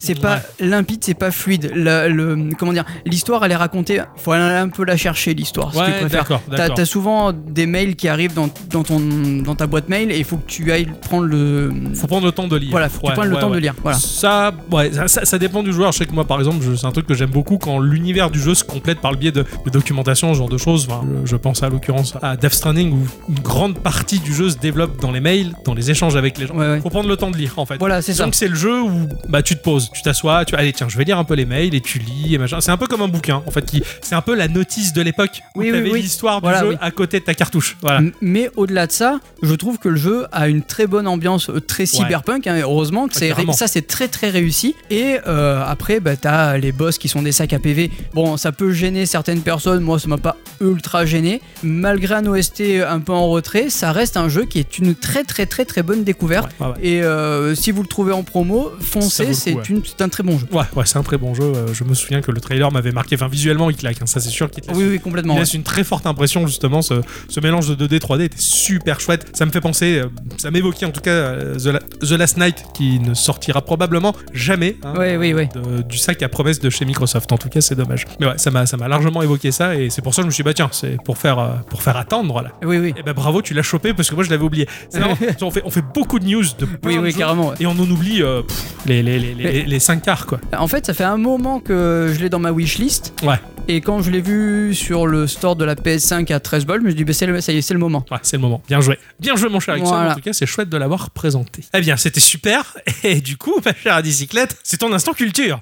C'est pas limpide, c'est pas fluide. La- le, comment dire L'histoire, elle est racontée. Faut aller un peu la chercher, l'histoire, si tu
Ouais,
préfères.
d'accord,
T'as
d'accord.
t'as souvent des mails qui arrivent dans, dans ton, dans ta boîte mail et il faut que tu ailles prendre le.
Faut prendre le temps de lire.
Voilà, faut que tu
Ouais,
prennes le
ouais,
temps
ouais.
de lire. Voilà.
Ça, ouais, ça, ça- ça dépend du joueur. Je sais que moi, par exemple, je- c'est un truc que j'aime beaucoup quand l'univers du jeu se complète par le biais de, de documentation, ce genre de choses. Enfin, je, je pense à l'occurrence à Death Stranding où une grande partie du jeu se développe dans les mails, dans les échanges avec les gens.
Ouais, ouais.
Faut prendre le temps de lire en fait.
Voilà, c'est ça.
Donc c'est le jeu où bah tu te poses, tu t'assois, tu allez tiens je vais lire un peu les mails et tu lis et machin. C'est un peu comme un bouquin en fait qui c'est un peu la notice de l'époque où
Oui, oui,
t'avais
oui.
l'histoire du
Voilà,
jeu
oui.
à côté de ta cartouche. Voilà.
M- Mais au-delà de ça, je trouve que le jeu a une très bonne ambiance, euh, très cyberpunk. hein, et heureusement que
Ah,
c'est
clairement.
ça, c'est très très réussi. Et euh, après, bah, t'as les boss qui sont des sacs à PV. Bon, ça peut gêner certaines personnes. Moi, ça m'a pas ultra gêné. Malgré un OST un peu en retrait, ça reste un jeu qui est une très très très très bonne découverte.
Ouais, ouais, ouais.
Et euh, si vous le trouvez en
vaut
promo, foncez,
le
c'est
coup, ouais.
une- c'est un très bon jeu.
Ouais, ouais, c'est un très bon jeu. Euh, Je me souviens que le trailer m'avait marqué. Enfin, visuellement, il claque. hein. Ça, c'est sûr qu'il te laisse
Oui, oui, complètement.
Il
ouais.
laisse une très forte impression justement ce, ce mélange de 2D 3D était super chouette ça me fait penser euh, ça m'évoquait en tout cas euh, The, La- The Last Night qui ne sortira probablement jamais hein,
Ouais, oui, oui.
de- du sac à promesse de chez Microsoft en tout cas c'est dommage mais ouais ça m'a ça m'a largement évoqué ça et c'est pour ça que je me suis dit bah tiens c'est pour faire euh, pour faire attendre là
Oui, oui.
et ben bravo tu l'as chopé parce que moi je l'avais oublié C'est
[LAUGHS]
marrant, on fait on fait beaucoup de news de plein
Oui,
de
oui,
jeux,
carrément. ouais.
et on en oublie euh, pff, les, les, les, les,
Mais-
les cinq quarts quoi
En fait, ça fait un moment que je l'ai dans ma wishlist.
Ouais.
Et quand je l'ai vu sur le store de la PS5 à 13 balles, je me suis dit, bah, c'est le- ça y est, c'est le moment.
Ouais, c'est le moment. Bien joué. Bien joué, mon cher Ixon.
Voilà.
En tout cas, c'est chouette de l'avoir présenté. Eh bien, c'était super. Et du coup, ma chère à bicyclette, c'est ton instant culture.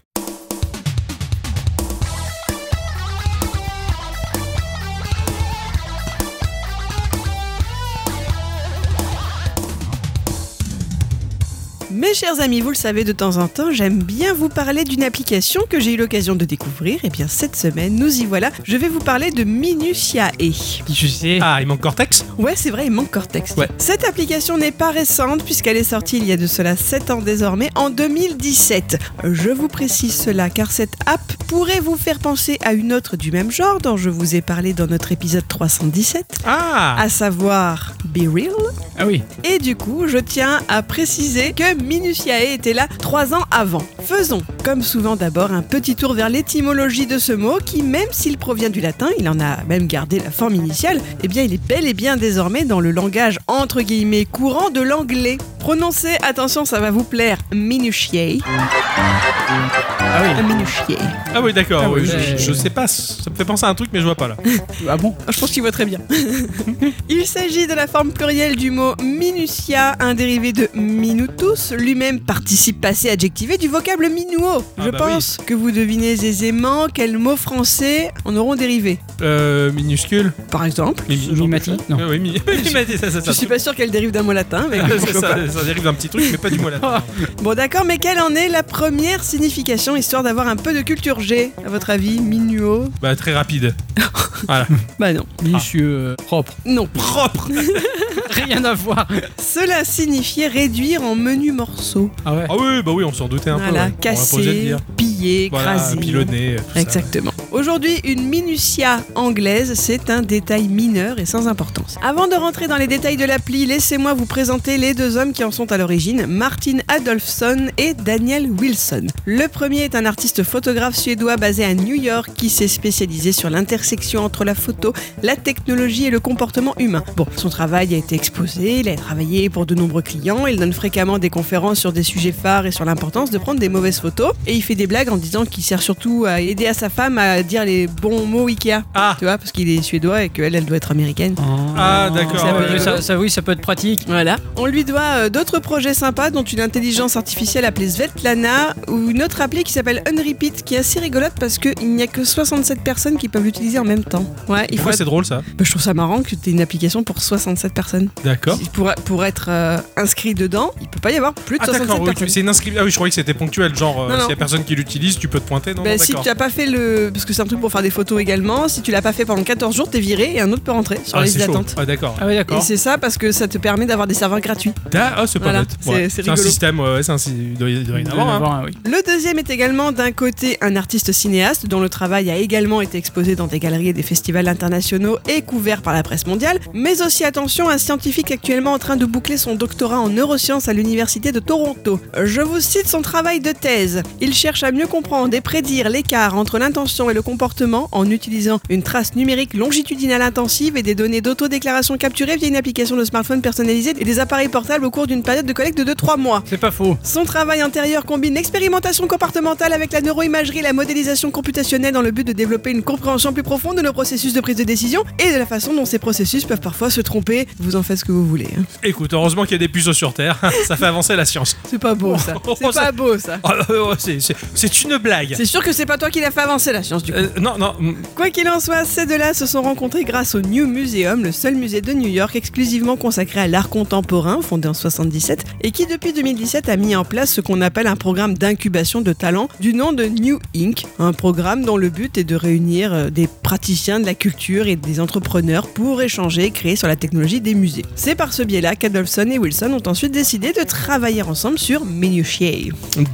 Mes chers amis, vous le savez, de temps en temps, j'aime bien vous parler d'une application que j'ai eu l'occasion de découvrir. Et bien cette semaine, nous y voilà. Je vais vous parler de Minutiae.
Je sais.
Ah, il manque Cortex
Ouais, c'est vrai, il manque Cortex.
Ouais.
Cette application n'est pas récente puisqu'elle est sortie il y a de cela 7 ans désormais, en 2017. Je vous précise cela car cette app pourrait vous faire penser à une autre du même genre dont je vous ai parlé dans notre épisode 317,
Ah
à savoir Be Real.
Ah oui.
Et du coup, je tiens à préciser que Minutiae était là trois ans avant. Faisons, comme souvent d'abord, un petit tour vers l'étymologie de ce mot qui, même s'il provient du latin, il en a même gardé la forme initiale, eh bien il est bel et bien désormais dans le langage entre guillemets courant de l'anglais. Prononcez, attention, ça va vous plaire, Minutiae.
Ah oui.
Minutiae.
Ah oui, d'accord.
Ah oui,
Je-
ouais.
je, je sais pas. Ça me fait penser à un truc, mais je vois pas là.
Ah bon
Je pense qu'il voit très bien. [LAUGHS] Il s'agit de la forme plurielle du mot minutia, un dérivé de minutus, lui-même participe passé adjectivé du vocable minuo.
Ah
Je
bah
pense que vous devinez aisément quels mots français en auront dérivé.
Euh, minuscule
Par exemple,
Mimi-
Mimati
genre de-
Non.
Ah Oui, mi- [LAUGHS] Mimati, ça, ça,
je
ça.
suis pas sûr qu'elle dérive d'un mot latin,
[LAUGHS]
mais
Ça, ça, ça dérive d'un petit truc, mais pas du mot latin.
bon d'accord, mais quelle en est la première signification histoire d'avoir un peu de culture G À votre avis, minuo
Bah, très rapide.
Bah non,
Ah.
Monsieur euh, propre.
non.
Propre
[LAUGHS] Rien à voir.
Cela signifiait réduire en menus morceaux.
Ah ouais.
Ah oui, bah oui, on s'en doutait un
voilà,
peu. ouais. On va poser de
casser,
dire.
piller,
Voilà,
écraser.
pilonner, tout ça.
Exactement. Aujourd'hui, une minutia anglaise, c'est un détail mineur et sans importance. Avant de rentrer dans les détails de l'appli, laissez-moi vous présenter les deux hommes qui en sont à l'origine, Martin Adolfsson et Daniel Wilson. Le premier est un artiste photographe suédois basé à New York qui s'est spécialisé sur l'intersection entre la photo, la technologie et le comportement humain. Bon, son travail a été exposé, il a travaillé pour de nombreux clients, il donne fréquemment des conférences sur des sujets phares et sur l'importance de prendre des mauvaises photos, et il fait des blagues en disant qu'il sert surtout à aider à sa femme à dire les bons mots Ikea.
Ah,
Tu vois, parce qu'il est suédois et qu'elle, elle doit être américaine.
Ah, d'accord,
Ça, peut-
ouais.
ça- ça, oui, ça peut être pratique.
Voilà. On lui doit euh, d'autres projets sympas, dont une intelligence artificielle appelée Svetlana ou une autre appli qui s'appelle Unrepeat, qui est assez rigolote parce qu'il n'y a que 67 personnes qui peuvent l'utiliser en même temps. Ouais, il faut.
pourquoi c'est drôle ça
Bah, je trouve ça marrant que tu aies une application pour 67 personnes.
D'accord.
Si- Pour, pour être euh, inscrit dedans, il peut pas y avoir plus de
Ah
67
d'accord, oui, tu-
personnes.
c'est une inscription. Ah oui, je croyais que c'était ponctuel, genre euh,
Non, non.
s'il y a personne qui l'utilise, tu peux te pointer. Non,
Bah,
non,
si
d'accord.
tu n'as pas fait le. Parce que c'est un truc pour faire des photos également. Si tu l'as pas fait pendant 14 jours, t'es viré et un autre peut rentrer sur
Ah,
la liste
c'est chaud.
d'attente.
Ah d'accord.
Ah oui,
Et
d'accord.
c'est ça parce que ça te permet d'avoir des serveurs gratuits.
Da- ah, c'est pas
Voilà,
bête.
c'est- c'est
un
rigolo.
système, ouais, c'est un sy- il doit y il doit y en
Il doit y
avoir, hein.
avoir un, oui.
Le deuxième est également d'un côté un artiste cinéaste dont le travail a également été exposé dans des galeries et des festivals internationaux et couvert par la presse mondiale, mais aussi attention un scientifique actuellement en train de boucler son doctorat en neurosciences à l'université de Toronto. Je vous cite son travail de thèse. Il cherche à mieux comprendre et prédire l'écart entre l'intention et le comportement en utilisant une trace numérique longitudinale intensive et des données d'autodéclaration capturées via une application de smartphone personnalisée et des appareils portables au cours d'une période de collecte de 2-3 mois.
C'est pas faux.
Son travail antérieur combine l'expérimentation comportementale avec la neuroimagerie et la modélisation computationnelle dans le but de développer une compréhension plus profonde de nos processus de prise de décision et de la façon dont ces processus peuvent parfois se tromper. Vous en faites ce que vous voulez. hein.
Écoute, heureusement qu'il y a des puceaux sur Terre, [LAUGHS] ça fait avancer la science.
C'est pas beau ça. C'est pas beau ça.
Ah, euh, c'est- c'est c'est une blague.
C'est sûr que c'est pas toi qui l'a fait avancer la science du coup.
Euh, non, non, mm,
Quoi qu'il en soit, ces deux-là se sont rencontrés grâce au New Museum, le seul musée de New York exclusivement consacré à l'art contemporain, fondé en 77, et qui depuis 2017 a mis en place ce qu'on appelle un programme d'incubation de talents du nom de New Inc. Un programme dont le but est de réunir euh, des praticiens de la culture et des entrepreneurs pour échanger et créer sur la technologie des musées. C'est par ce biais-là qu'Adolphson et Wilson ont ensuite décidé de travailler ensemble sur Minutiae.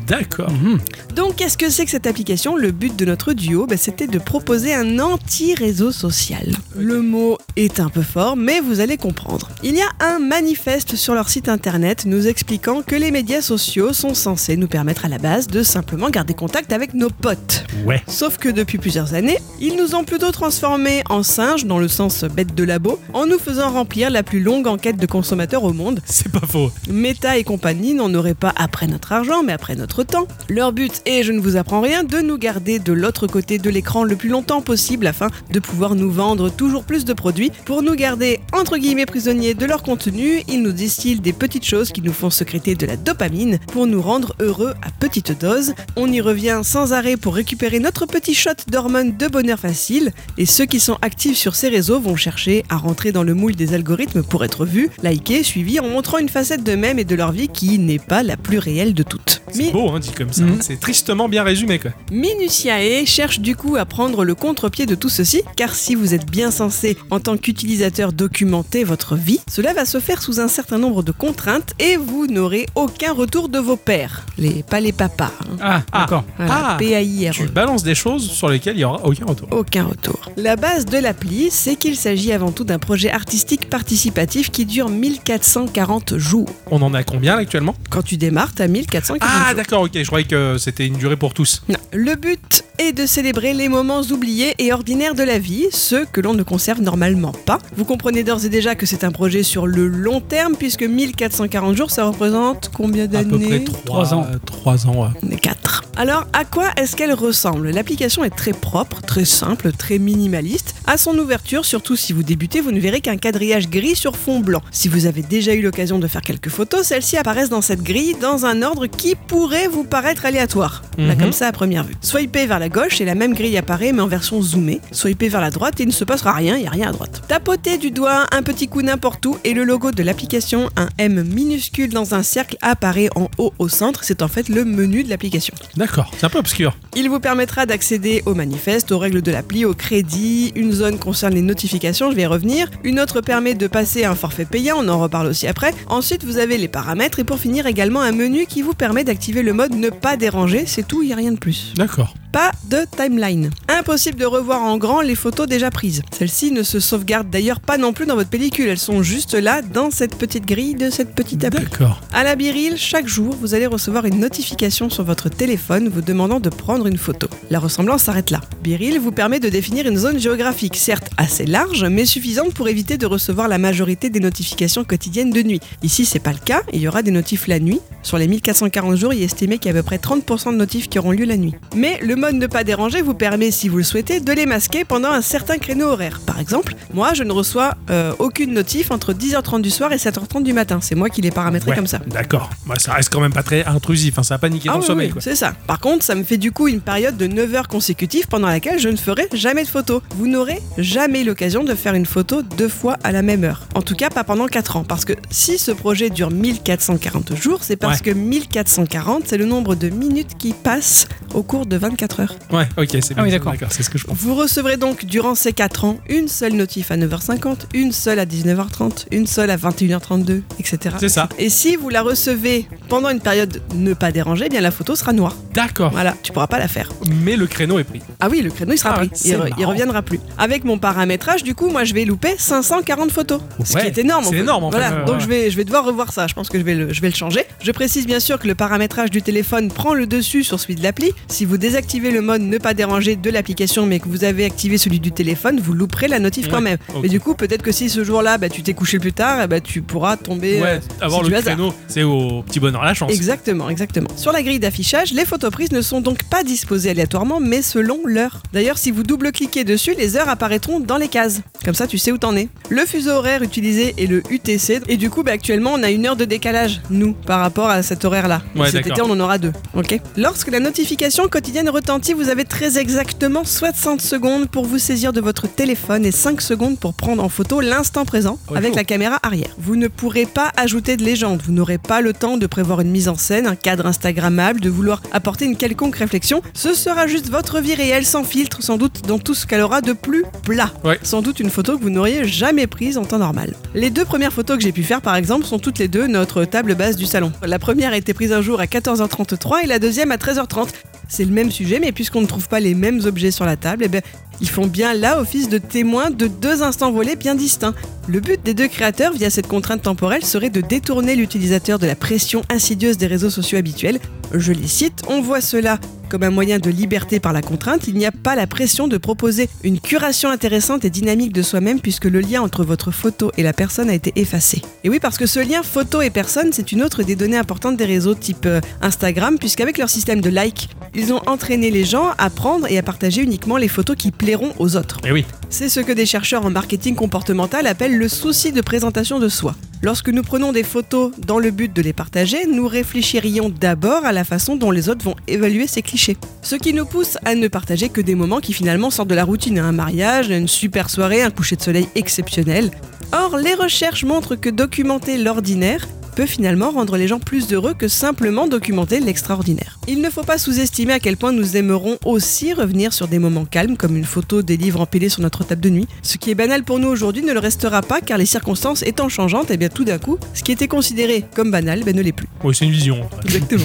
d'accord.
Mhm. Donc, qu'est-ce que c'est que cette application Le but de notre duo, bah, c'était de proposer un anti-réseau social. Le mot est un peu fort, mais vous allez comprendre. Il y a un manifeste sur leur site internet nous expliquant que les médias sociaux sont censés nous permettre à la base de simplement garder contact avec nos potes.
Ouais.
Sauf que depuis plusieurs années, ils nous ont plutôt transformés en singes, dans le sens bête de labo, en nous faisant remplir la plus longue enquête de consommateurs au monde,
C'est pas faux.
Meta et compagnie n'en auraient pas après notre argent, mais après notre temps. Leur but est, je ne vous apprends rien, de nous garder de l'autre côté de l'écran le plus longtemps possible afin de pouvoir nous vendre toujours plus de produits. Pour nous garder, entre guillemets, prisonniers de leur contenu, ils nous distillent des petites choses qui nous font sécréter de la dopamine pour nous rendre heureux à petite dose. On y revient sans arrêt pour récupérer notre petit shot d'hormones de bonheur facile. Et ceux qui sont actifs sur ces réseaux vont chercher à rentrer dans le moule des algorithmes pour être vus, likés, suivis en montrant une facette d'eux-mêmes et de leur vie qui n'est pas la plus réelle de toutes.
C'est beau, hein, dit comme ça.
Mhm.
C'est tristement bien résumé, quoi.
Minutiae cherche du coup à prendre le contre-pied de tout ceci, car si vous êtes bien censé, en tant qu'utilisateur, documenter votre vie, cela va se faire sous un certain nombre de contraintes et vous n'aurez aucun retour de vos pères. Les, pas les papas. hein.
Ah,
Ah.
d'accord.
Voilà,
Ah,
PAIRE.
Tu balances des choses sur lesquelles il n'y aura aucun retour.
E. Aucun retour. La base de l'appli, c'est qu'il s'agit avant tout d'un projet artistique participatif qui dure 1440 jours.
On en a combien là, actuellement
Quand tu démarres, t'as 1440
Ah,
jours.
d'accord, ok. Je croyais que c'était une durée pour tous.
Non. Le but est de célébrer les moments oubliés et ordinaires de la vie, ceux que l'on ne conserve normalement pas. Vous comprenez d'ores et déjà que c'est un projet sur le long terme, puisque 1440 jours, ça représente combien
À peu près
d'années
trois
Trois ans.
euh, Trois ans. ouais.
Les quatre. Alors, à quoi est-ce qu'elle ressemble L'application est très propre, très simple, très minimaliste. À son ouverture, surtout si vous débutez, vous ne verrez qu'un quadrillage gris sur fond blanc. Si vous avez déjà eu l'occasion de faire quelques photos, celles-ci apparaissent dans cette grille dans un ordre qui pourrait vous paraître aléatoire. Là,
Mhm.
comme ça à première vue. Swipez vers la gauche et la même grille apparaît, mais en version zoomée. Swipez vers la droite et il ne se passera rien, il n'y a rien à droite. Tapotez du doigt un petit coup n'importe où et le logo de l'application, un M minuscule dans un cercle, apparaît en haut au centre. C'est en fait le menu de l'application.
D'accord, c'est un peu obscur.
Il vous permettra d'accéder au manifeste, aux règles de l'appli, au crédit. Une zone concerne les notifications, je vais y revenir. Une autre permet de passer à un forfait payant, on en reparle aussi après. Ensuite, vous avez les paramètres et pour finir également un menu qui vous permet d'activer le mode ne pas déranger. C'est tout, il n'y a rien de plus.
D'accord.
Pas de timeline. Impossible de revoir en grand les photos déjà prises. Celles-ci ne se sauvegardent d'ailleurs pas non plus dans votre pellicule, elles sont juste là dans cette petite grille de cette petite appli.
D'accord.
À la Biril, chaque jour, vous allez recevoir une notification sur votre téléphone vous demandant de prendre une photo. La ressemblance s'arrête là. Biril vous permet de définir une zone géographique, certes assez large, mais suffisante pour éviter de recevoir la majorité des notifications quotidiennes de nuit. Ici, c'est pas le cas, il y aura des notifs la nuit. Sur les 1440 jours, il est estimé qu'il y a à peu près 30% de notifs qui auront lieu la nuit. Mais le mode ne pas déranger vous permet, si vous le souhaitez, de les masquer pendant un certain créneau horaire. Par exemple, moi, je ne reçois euh, aucune notif entre 10h30 du soir et 7h30 du matin. C'est moi qui les paramétré
Ouais,
comme ça.
D'accord. Bah, ça reste quand même pas très intrusif. hein, Ça a pas niqué
Ah
ton
oui,
sommeil.
oui,
quoi.
c'est ça. Par contre, ça me fait du coup une période de 9 heures consécutives pendant laquelle je ne ferai jamais de photo. Vous n'aurez jamais l'occasion de faire une photo deux fois à la même heure. En tout cas, pas pendant 4 ans. Parce que si ce projet dure 1440 jours, c'est parce que 1440, c'est le nombre de minutes qui passent au cours de 24 heures.
Ouais, ok, c'est
Ah oui,
bien,
d'accord.
C'est ce que je pense.
Vous recevrez donc durant ces 4 ans une seule notif à 9h50, une seule à 19h30, une seule à 21h32, etc.
C'est ça.
Et si vous la recevez pendant une période ne pas déranger, eh bien la photo sera noire.
D'accord.
Voilà, tu pourras pas la faire.
Mais le créneau est pris.
Ah oui, le créneau il sera
Ah
pris,
ouais, c'est
il, re- il
marrant.
reviendra plus. Avec mon paramétrage, du coup, moi je vais louper 540 photos, ce
Ouais,
qui est énorme. en
c'est
fait.
énorme, en fait.
Voilà,
Ouais, ouais.
donc je vais, je vais devoir revoir ça. Je pense que je vais, le, je vais le changer. Je précise bien sûr que le paramétrage du téléphone prend le dessus sur celui de l'appli. Si vous désactivez le mode ne pas déranger de l'application, mais que vous avez activé celui du téléphone, vous louperez la notif quand
Ouais,
même.
ok.
Mais du coup, peut-être que si ce jour-là, bah, tu t'es couché plus tard, eh bah, tu pourras tomber. euh,
ouais, avoir
c'est du
le
hasard.
créneau, c'est au petit bonheur à la chance.
Exactement, exactement. Sur la grille d'affichage, les photos prises ne sont donc pas disposées aléatoirement, mais selon l'heure. D'ailleurs, si vous double-cliquez dessus, les heures apparaîtront dans les cases. Comme ça, tu sais où t'en es. Le fuseau horaire utilisé est le UTC, et du coup, bah, actuellement, on a une heure de décalage, nous, par rapport à cet horaire-là.
Ouais,
Cet été,
d'accord.
on en aura deux. Ok. Lorsque la notification quotidienne retentit, vous avez très exactement 60 secondes pour vous saisir de votre téléphone et 5 secondes pour prendre en photo l'instant présent
Oh,
avec
chaud.
la caméra arrière. Vous ne pourrez pas ajouter de légende, vous n'aurez pas le temps de prévoir une mise en scène, un cadre instagrammable, de vouloir apporter une quelconque réflexion. Ce sera juste votre vie réelle sans filtre, sans doute dans tout ce qu'elle aura de plus plat.
Ouais.
Sans doute une photo que vous n'auriez jamais prise en temps normal. Les deux premières photos que j'ai pu faire par exemple sont toutes les deux notre table basse du salon. La première a été prise un jour à 14h33 et la deuxième à 13h30. C'est le même sujet, mais puisqu'on ne trouve pas les mêmes objets sur la table, eh ben, ils font bien là office de témoins de deux instants volés bien distincts. Le but des deux créateurs via cette contrainte temporelle serait de détourner l'utilisateur de la pression insidieuse des réseaux sociaux habituels. Je les cite, on voit cela comme un moyen de liberté par la contrainte, il n'y a pas la pression de proposer une curation intéressante et dynamique de soi-même puisque le lien entre votre photo et la personne a été effacé. Et oui, parce que ce lien photo et personne, c'est une autre des données importantes des réseaux type euh, Instagram, puisqu'avec leur système de like, ils ont entraîné les gens à prendre et à partager uniquement les photos qui plairont aux autres.
Et Eh oui,
C'est ce que des chercheurs en marketing comportemental appellent le souci de présentation de soi. Lorsque nous prenons des photos dans le but de les partager, nous réfléchirions d'abord à la façon dont les autres vont évaluer ces clichés. Ce qui nous pousse à ne partager que des moments qui finalement sortent de la routine, un mariage, une super soirée, un coucher de soleil exceptionnel. Or, les recherches montrent que documenter l'ordinaire peut finalement rendre les gens plus heureux que simplement documenter l'extraordinaire. Il ne faut pas sous-estimer à quel point nous aimerons aussi revenir sur des moments calmes comme une photo des livres empilés sur notre table de nuit. Ce qui est banal pour nous aujourd'hui ne le restera pas car les circonstances étant changeantes, et bien tout d'un coup, ce qui était considéré comme banal ben, ne l'est plus.
Oui, c'est une vision. en fait.
Exactement.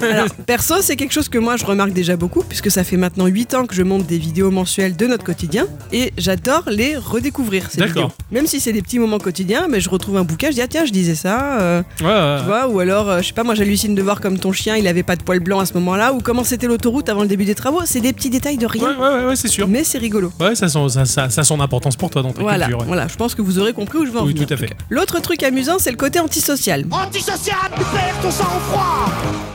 [LAUGHS] Alors, perso, c'est quelque chose que moi je remarque déjà beaucoup, puisque ça fait maintenant 8 ans que je monte des vidéos mensuelles de notre quotidien, et j'adore les redécouvrir. Ces
D'accord.
vidéos. Même si c'est des petits moments quotidiens, mais je retrouve un bouquin, je dis, ah tiens, je disais ça, euh,
Ouais, ouais,
tu
ouais.
vois, ou alors, euh, je sais pas, moi j'hallucine de voir comme ton chien, il avait pas de poils blancs à ce moment-là, ou comment c'était l'autoroute avant le début des travaux, c'est des petits détails de rien,
Ouais, ouais, ouais, ouais, c'est sûr.
mais c'est rigolo.
Ouais, ça a son, ça, ça, ça a son importance pour toi dans ta
Voilà,
culture. ouais.
voilà, je pense que vous aurez compris où je veux en
Oui,
venir.
tout à fait.
L'autre truc amusant, c'est le côté antisocial.
Antisocial, tu perds ton sang-froid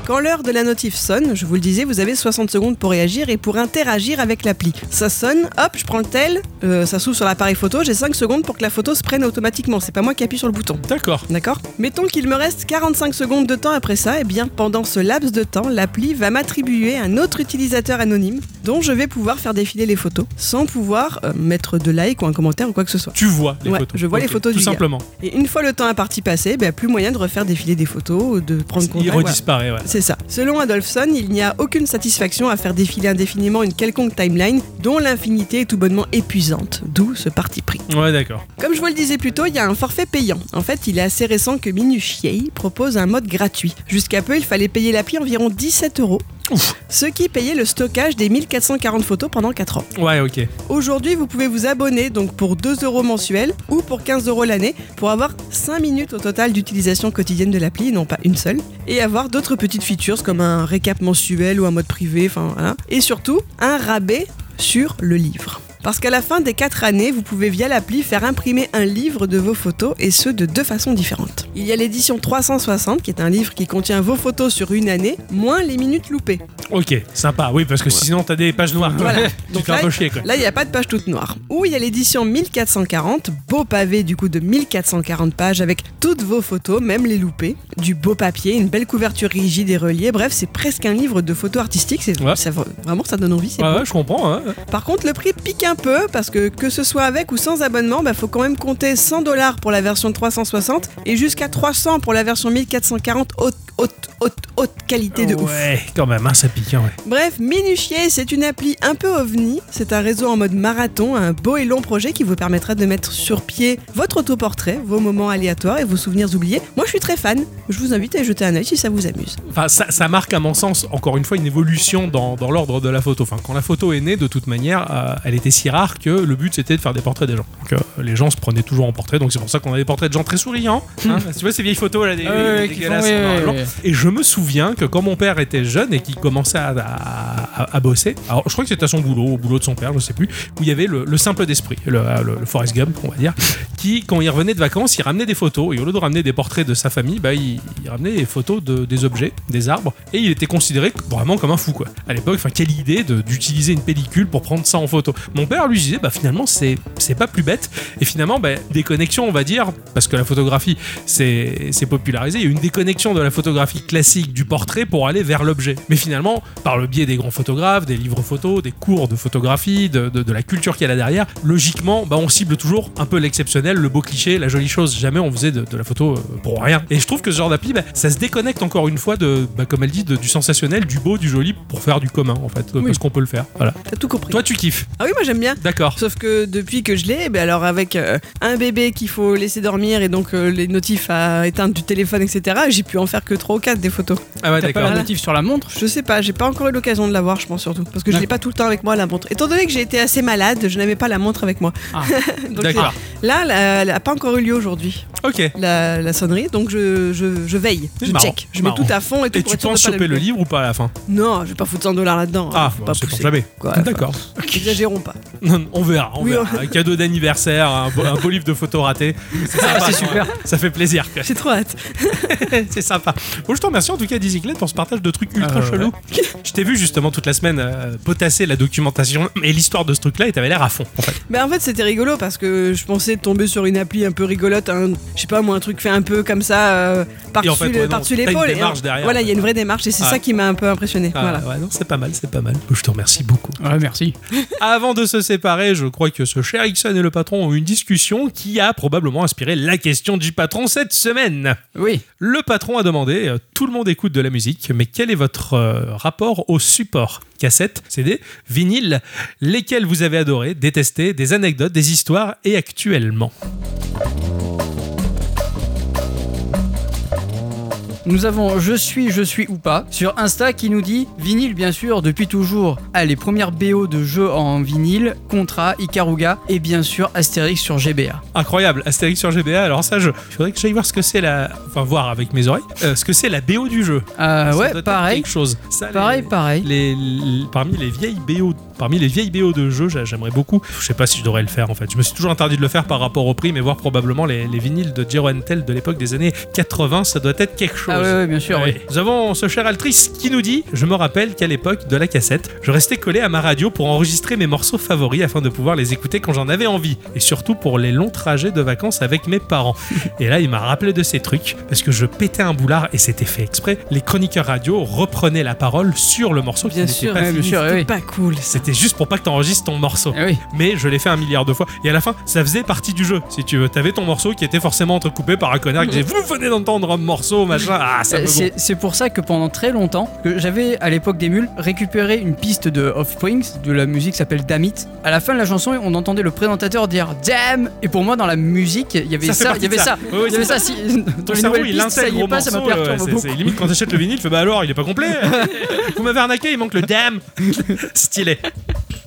Quand l'heure de la notif sonne, je vous le disais, vous avez 60 secondes pour réagir et pour interagir avec l'appli. Ça sonne, hop, je prends le tel, euh, ça s'ouvre sur l'appareil photo, j'ai 5 secondes pour que la photo se prenne automatiquement, c'est pas moi qui appuie sur le bouton.
D'accord.
D'accord Mettons qu'il me reste 45 secondes de temps après ça, et bien pendant ce laps de temps, l'appli va m'attribuer un autre utilisateur anonyme dont je vais pouvoir faire défiler les photos sans pouvoir euh, mettre de like ou un commentaire ou quoi que ce soit.
Tu vois les
Ouais,
photos.
je vois les
Ok,
photos
Tout
du gars.
simplement.
Et une fois le temps imparti passé, ben, plus moyen de refaire défiler des photos ou de prendre
Il
contact. voilà.
redisparaît, ouais.
C'est ça. Selon Adolphson, il n'y a aucune satisfaction à faire défiler indéfiniment une quelconque timeline dont l'infinité est tout bonnement épuisante, d'où ce parti pris.
Ouais, d'accord.
Comme je vous le disais plus tôt, il y a un forfait payant. En fait, il est assez récent que Minutiae propose un mode gratuit. Jusqu'à peu, il fallait payer l'appli environ 17 euros.
Ouf.
ce qui payait le stockage des 1440 photos pendant 4 ans.
Ouais, ok.
Aujourd'hui, vous pouvez vous abonner donc pour 2 euros mensuels ou pour 15 euros l'année pour avoir 5 minutes au total d'utilisation quotidienne de l'appli, et non pas une seule, et avoir d'autres petites features comme un récap mensuel ou un mode privé, enfin voilà. Et surtout, un rabais sur le livre. Parce qu'à la fin des 4 années, vous pouvez via l'appli faire imprimer un livre de vos photos et ce de deux façons différentes. Il y a l'édition 360 qui est un livre qui contient vos photos sur une année, moins les minutes loupées.
Ok, sympa. Oui, parce que sinon, t'as des pages noires. quoi. [LAUGHS] tu
Voilà.
te
Donc
fais un
là,
peu chier, quoi.
Là, il n'y a pas de page toute noire. Ou il y a l'édition 1440, beau pavé du coup de 1440 pages avec toutes vos photos, même les loupées, du beau papier, une belle couverture rigide et reliée. Bref, c'est presque un livre de photos artistiques. C'est
Ouais.
ça- vraiment, ça donne envie. c'est
Ouais,
beau.
ouais, je comprends. hein.
Par contre, le prix pique un peu parce que que ce soit avec ou sans abonnement, il faut quand même compter 100 dollars pour la version 360 et jusqu'à 300 pour la version 1440 haute, haute, haute, haute qualité de ouf.
ouais, quand même, hein, ça pique. hein, ouais.
Bref, Minuchier, c'est une appli un peu ovni. C'est un réseau en mode marathon, un beau et long projet qui vous permettra de mettre sur pied votre autoportrait, vos moments aléatoires et vos souvenirs oubliés. Moi, je suis très fan. Je vous invite à y jeter un œil si ça vous amuse.
Enfin, ça, ça marque, à mon sens, encore une fois, une évolution dans, dans l'ordre de la photo. Enfin, quand la photo est née, de toute manière, euh, elle était si rare que le but c'était de faire des portraits des gens. Donc, euh, les gens se prenaient toujours en portrait, donc c'est pour ça qu'on a des portraits de gens très souriants. hein. tu vois ces vieilles photos là, des,
Ah Hmm. ouais,
des-
qui font-
dégueulasses, euh,
ouais, ouais,
noir et blanc.
ouais.
Et je me souviens que quand mon père était jeune et qu'il commençait à, à- à- à bosser, alors je crois que c'était à son boulot, au boulot de son père, je sais plus, où il y avait le, le simple d'esprit, le, le, le Forrest Gump, on va dire, qui, quand il revenait de vacances, il ramenait des photos. Et au lieu de ramener des portraits de sa famille, bah, il, il ramenait des photos de- des objets, des arbres. Et il était considéré vraiment comme un fou, quoi. À l'époque, enfin, quelle idée de- d'utiliser une pellicule pour prendre ça en photo. Mon père lui disait, bah, finalement, c'est c'est pas plus bête. Et finalement, bah, des connexions, on va dire, parce que la photographie, c'est c'est popularisé. Il y a eu une déconnexion de la photographie classique du portrait pour aller vers l'objet. Mais finalement, par le biais des grands photographes, des livres photos, des cours de photographie, de, de- de la culture qu'il y a là derrière, logiquement, bah, on cible toujours un peu l'exceptionnel, le beau cliché, la jolie chose. Jamais on faisait de, de la photo euh, pour rien. Et je trouve que ce genre d'appli, bah, ça se déconnecte encore une fois de, bah, comme elle dit, de- du sensationnel, du beau, du joli pour faire du commun en fait, euh,
Oui.
parce qu'on peut le faire. Voilà.
T'as tout compris.
Toi, tu kiffes,
Ah oui, moi j'aime bien.
d'accord.
Sauf que depuis que je l'ai, eh ben alors avec euh, un bébé qu'il faut laisser dormir et donc euh, les notifs à éteindre du téléphone, etc., j'ai pu en faire que 3 ou 4 des photos.
Ah ouais,
T'as pas
d'accord.
la notif sur la montre
Je sais pas, j'ai pas encore eu l'occasion de la voir, je pense surtout. Parce que je l'ai pas tout le temps avec moi la montre. Étant donné que j'ai été assez malade, je n'avais pas la montre avec moi.
Ah.
[LAUGHS] Donc,
D'accord.
c'est- Là, la- elle a pas encore eu lieu aujourd'hui,
Ok. Et
la, la sonnerie, donc je, je, je veille,
C'est
je
marrant,
check, je
marrant.
mets tout à fond et tout pour
tu
être sûr de
penses
pas la
choper le
louper.
livre ou pas à la fin
Non, je vais pas foutre 100 dollars là-dedans. hein.
Ah,
faut
bah,
pas
c'est pour
pousser,
jamais.
quoi.
D'accord. [LAUGHS]
Exagérons pas.
Non, on verra, on
Oui,
verra.
on-
Un cadeau d'anniversaire, un, beau- un beau livre de photos
[LAUGHS]
ratées. C'est sympa.
super.
Ça fait plaisir. [LAUGHS] quoi.
J'ai trop hâte.
C'est sympa. Bon, je te remercie en tout cas, Diziclette, pour ce partage de trucs ultra
Ah, ouais.
chelous. Je t'ai vu justement toute la semaine euh, potasser la documentation et l'histoire de ce truc-là et t'avais l'air à fond. En fait.
Mais en fait, c'était rigolo parce que je pensais tomber sur une appli un peu rigolote, un- je sais pas moi, un truc fait un peu comme ça euh, par-dessus
Et en fait, ouais,
le-
non,
par-dessus
t'as une
l'épaule. Et
démarche
en-
derrière,
Voilà, il y a une
ouais.
vraie démarche et c'est
Ah.
ça qui m'a un peu impressionné.
Ah,
voilà.
ouais, non, c'est pas mal, c'est pas mal. Je te remercie beaucoup.
Ouais, merci.
Avant de se séparer, je crois que ce cher Ixon et le patron ont eu une discussion qui a probablement inspiré la question du patron cette semaine.
Oui.
Le patron a demandé, euh, tout le monde écoute de la musique, mais quel est votre euh, rapport au support Cassette, CD, vinyle, lesquels vous avez adoré, détesté, des anecdotes, des histoires et actuellement
Nous avons Je suis, je suis ou pas sur Insta qui nous dit vinyle bien sûr depuis toujours. Ah, les premières BO de jeux en vinyle, Contra, Ikaruga et bien sûr Astérix sur GBA.
Incroyable, Astérix sur GBA, alors ça, je je voudrais que j'aille voir ce que c'est la... Enfin, voir avec mes oreilles, euh, ce que c'est la BO du jeu.
Euh,
Ça doit
ouais,
être
pareil,
Quelque chose. Ça, les-
pareil, pareil.
les- les- parmi les vieilles BO parmi les vieilles BO de jeux j'a- j'aimerais beaucoup je sais pas si je devrais le faire en fait je me suis toujours interdit de le faire par rapport au prix mais voir probablement les, les vinyles de Jero Entel de l'époque des années 80 ça doit être quelque chose
Ah ouais, ouais, bien sûr,
Ouais.
oui.
Nous avons ce cher Altrice qui nous dit Je me rappelle qu'à l'époque de la cassette, je restais collé à ma radio pour enregistrer mes morceaux favoris afin de pouvoir les écouter quand j'en avais envie, et surtout pour les longs trajets de vacances avec mes parents. [LAUGHS] et là, il m'a rappelé de ces trucs, parce que je pétais un boulard et c'était fait exprès. Les chroniqueurs radio reprenaient la parole sur le morceau qui
Bien
n'était
sûr,
pas
Ouais, bien
fini.
sûr, oui.
Pas cool.
C'était juste pour pas que t'enregistres ton morceau
Ah oui.
mais je l'ai fait un milliard de fois. Et à la fin, ça faisait partie du jeu, si tu veux. T'avais ton morceau qui était forcément entrecoupé par un connard qui disait Vous venez d'entendre un morceau, machin. Ah, ça me
Mhm. Euh, C'est c'est pour ça que pendant très longtemps, que j'avais à l'époque des mules récupéré une piste de Offsprings, de la musique qui s'appelle Damn It. À la fin de la chanson, on entendait le présentateur dire Damn, et pour moi dans la musique, il y avait
Ça
ça,
fait partie
il y avait
de ça.
ça,
Oui, oui,
il y avait
c'est
ça. Si, [LAUGHS] dans
Ton
les
cerveau,
nouvelles
il
pistes, ça
intègre
y
au
est pas, ça
morceau.
me perturbe
euh, c'est-
beaucoup.
c'est limite quand t'achètes le vinyle, tu fais bah alors, il est pas
[LAUGHS]
complet. Vous m'avez arnaqué, il manque le damn. [LAUGHS] Stylé.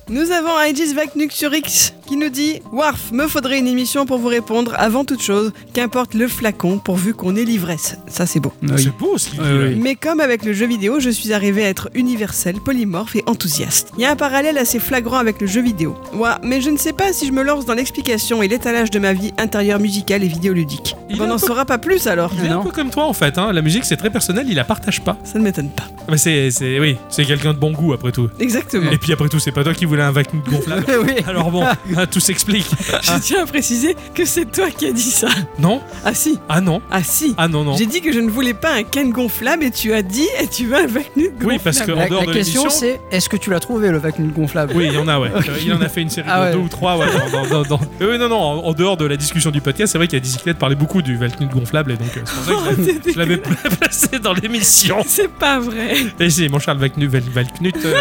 Nous avons Aegis Vaknuk sur X qui nous dit Warf, me faudrait une émission pour vous répondre avant toute chose, qu'importe le flacon pourvu qu'on ait l'ivresse. Ça, c'est beau.
Oui.
C'est beau ce qu'il dit.
Oui,
là.
oui.
Mais comme avec le jeu vidéo, je suis arrivé à être universel, polymorphe et enthousiaste. Il y a un parallèle assez flagrant avec le jeu vidéo. Ouais, mais je ne sais pas si je me lance dans l'explication et l'étalage de ma vie intérieure musicale et vidéoludique.
Il est
on
un
n'en
peu-
saura pas plus alors.
Il est un
Non.
peu comme toi en fait, hein. la musique c'est très personnel, il la partage pas.
Ça ne m'étonne pas.
Mais c'est, c'est- oui, c'est quelqu'un de bon goût après tout. [LAUGHS]
Exactement.
Mm.
Et puis après tout, c'est pas toi qui voulais un vacuum
[LAUGHS]
gonflable.
[LAUGHS] Oui.
Alors bon, hein, tout s'explique.
Je tiens à préciser que c'est toi qui as dit ça.
Non
Ah si,
Ah non
ah si.
Ah non, non.
J'ai dit que je ne voulais pas un can gonflable et tu as dit et tu veux un Vaknuk gonflable.
Oui, parce que en
La,
dehors
la
de l'émission.
question c'est est-ce que tu l'as trouvé le vacuum gonflable
Oui, il y en a, ouais. Euh, [LAUGHS] Il en a fait une série de
Ah ouais.
deux ou trois, ouais. dans- dans- dans- dans- Euh, oui, non, non, en, en dehors de la discussion du podcast, c'est vrai qu'il y a Dicyclette parlait beaucoup du Valknut gonflable, et donc euh, c'est pour ça que
[LAUGHS] Oh, t'es
je l'avais [LAUGHS] placé dans l'émission.
[LAUGHS] C'est pas vrai.
Et si, mon cher Valknut, Val- Valknut, euh,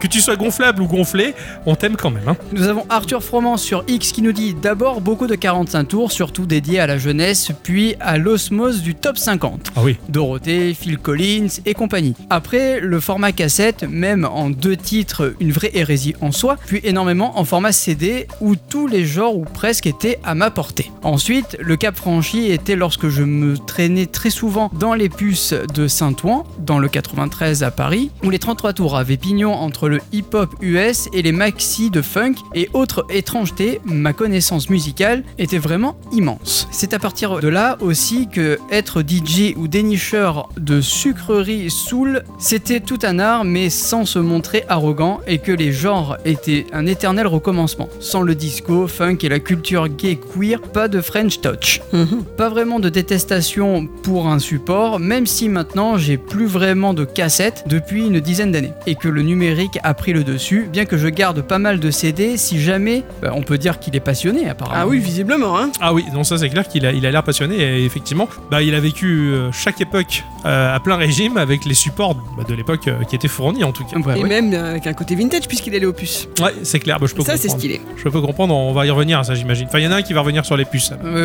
que tu sois gonflable ou gonflé, on t'aime quand même, hein.
Nous avons Arthur Froment sur X qui nous dit d'abord beaucoup de 45 tours, surtout dédiés à la jeunesse, puis à l'osmose du top 50.
Ah oui.
Dorothée, Phil Collins et compagnie. Après, le format cassette, même en deux titres, une vraie hérésie en soi, puis énormément en format CD où tous les genres ou presque étaient à ma portée. Ensuite, le cap franchi était lorsque je me traînais très souvent dans les puces de Saint-Ouen, dans le 93 à Paris, où les 33 tours avaient pignon entre le hip-hop US et les maxi de funk et autres étrangetés, ma connaissance musicale était vraiment immense. C'est à partir de là aussi que être DJ ou dénicheur de sucreries soul, c'était tout un art mais sans se montrer arrogant et que les genres étaient un éternel recommencement. Sans le disco, funk et la culture gay queer, pas de French touch
Mhm.
pas vraiment de détestation pour un support, même si maintenant j'ai plus vraiment de cassettes depuis une dizaine d'années, et que le numérique a pris le dessus, bien que je garde pas mal de CD si jamais, bah, on peut dire qu'il est passionné apparemment.
Ah oui, visiblement, hein.
Ah oui, non, ça c'est clair qu'il a il a l'air passionné et effectivement, bah, il a vécu euh, chaque époque euh, à plein régime avec les supports bah, de l'époque euh, qui étaient fournis en tout cas.
Ouais,
et
ouais.
même euh, avec un côté vintage puisqu'il allait aux puces.
Ouais, c'est clair, bah, je peux
Ça, c'est
comprendre.
stylé.
Je peux comprendre, on va y revenir à ça j'imagine. Enfin, il y en a un qui va revenir sur les puces. ça.
Oui,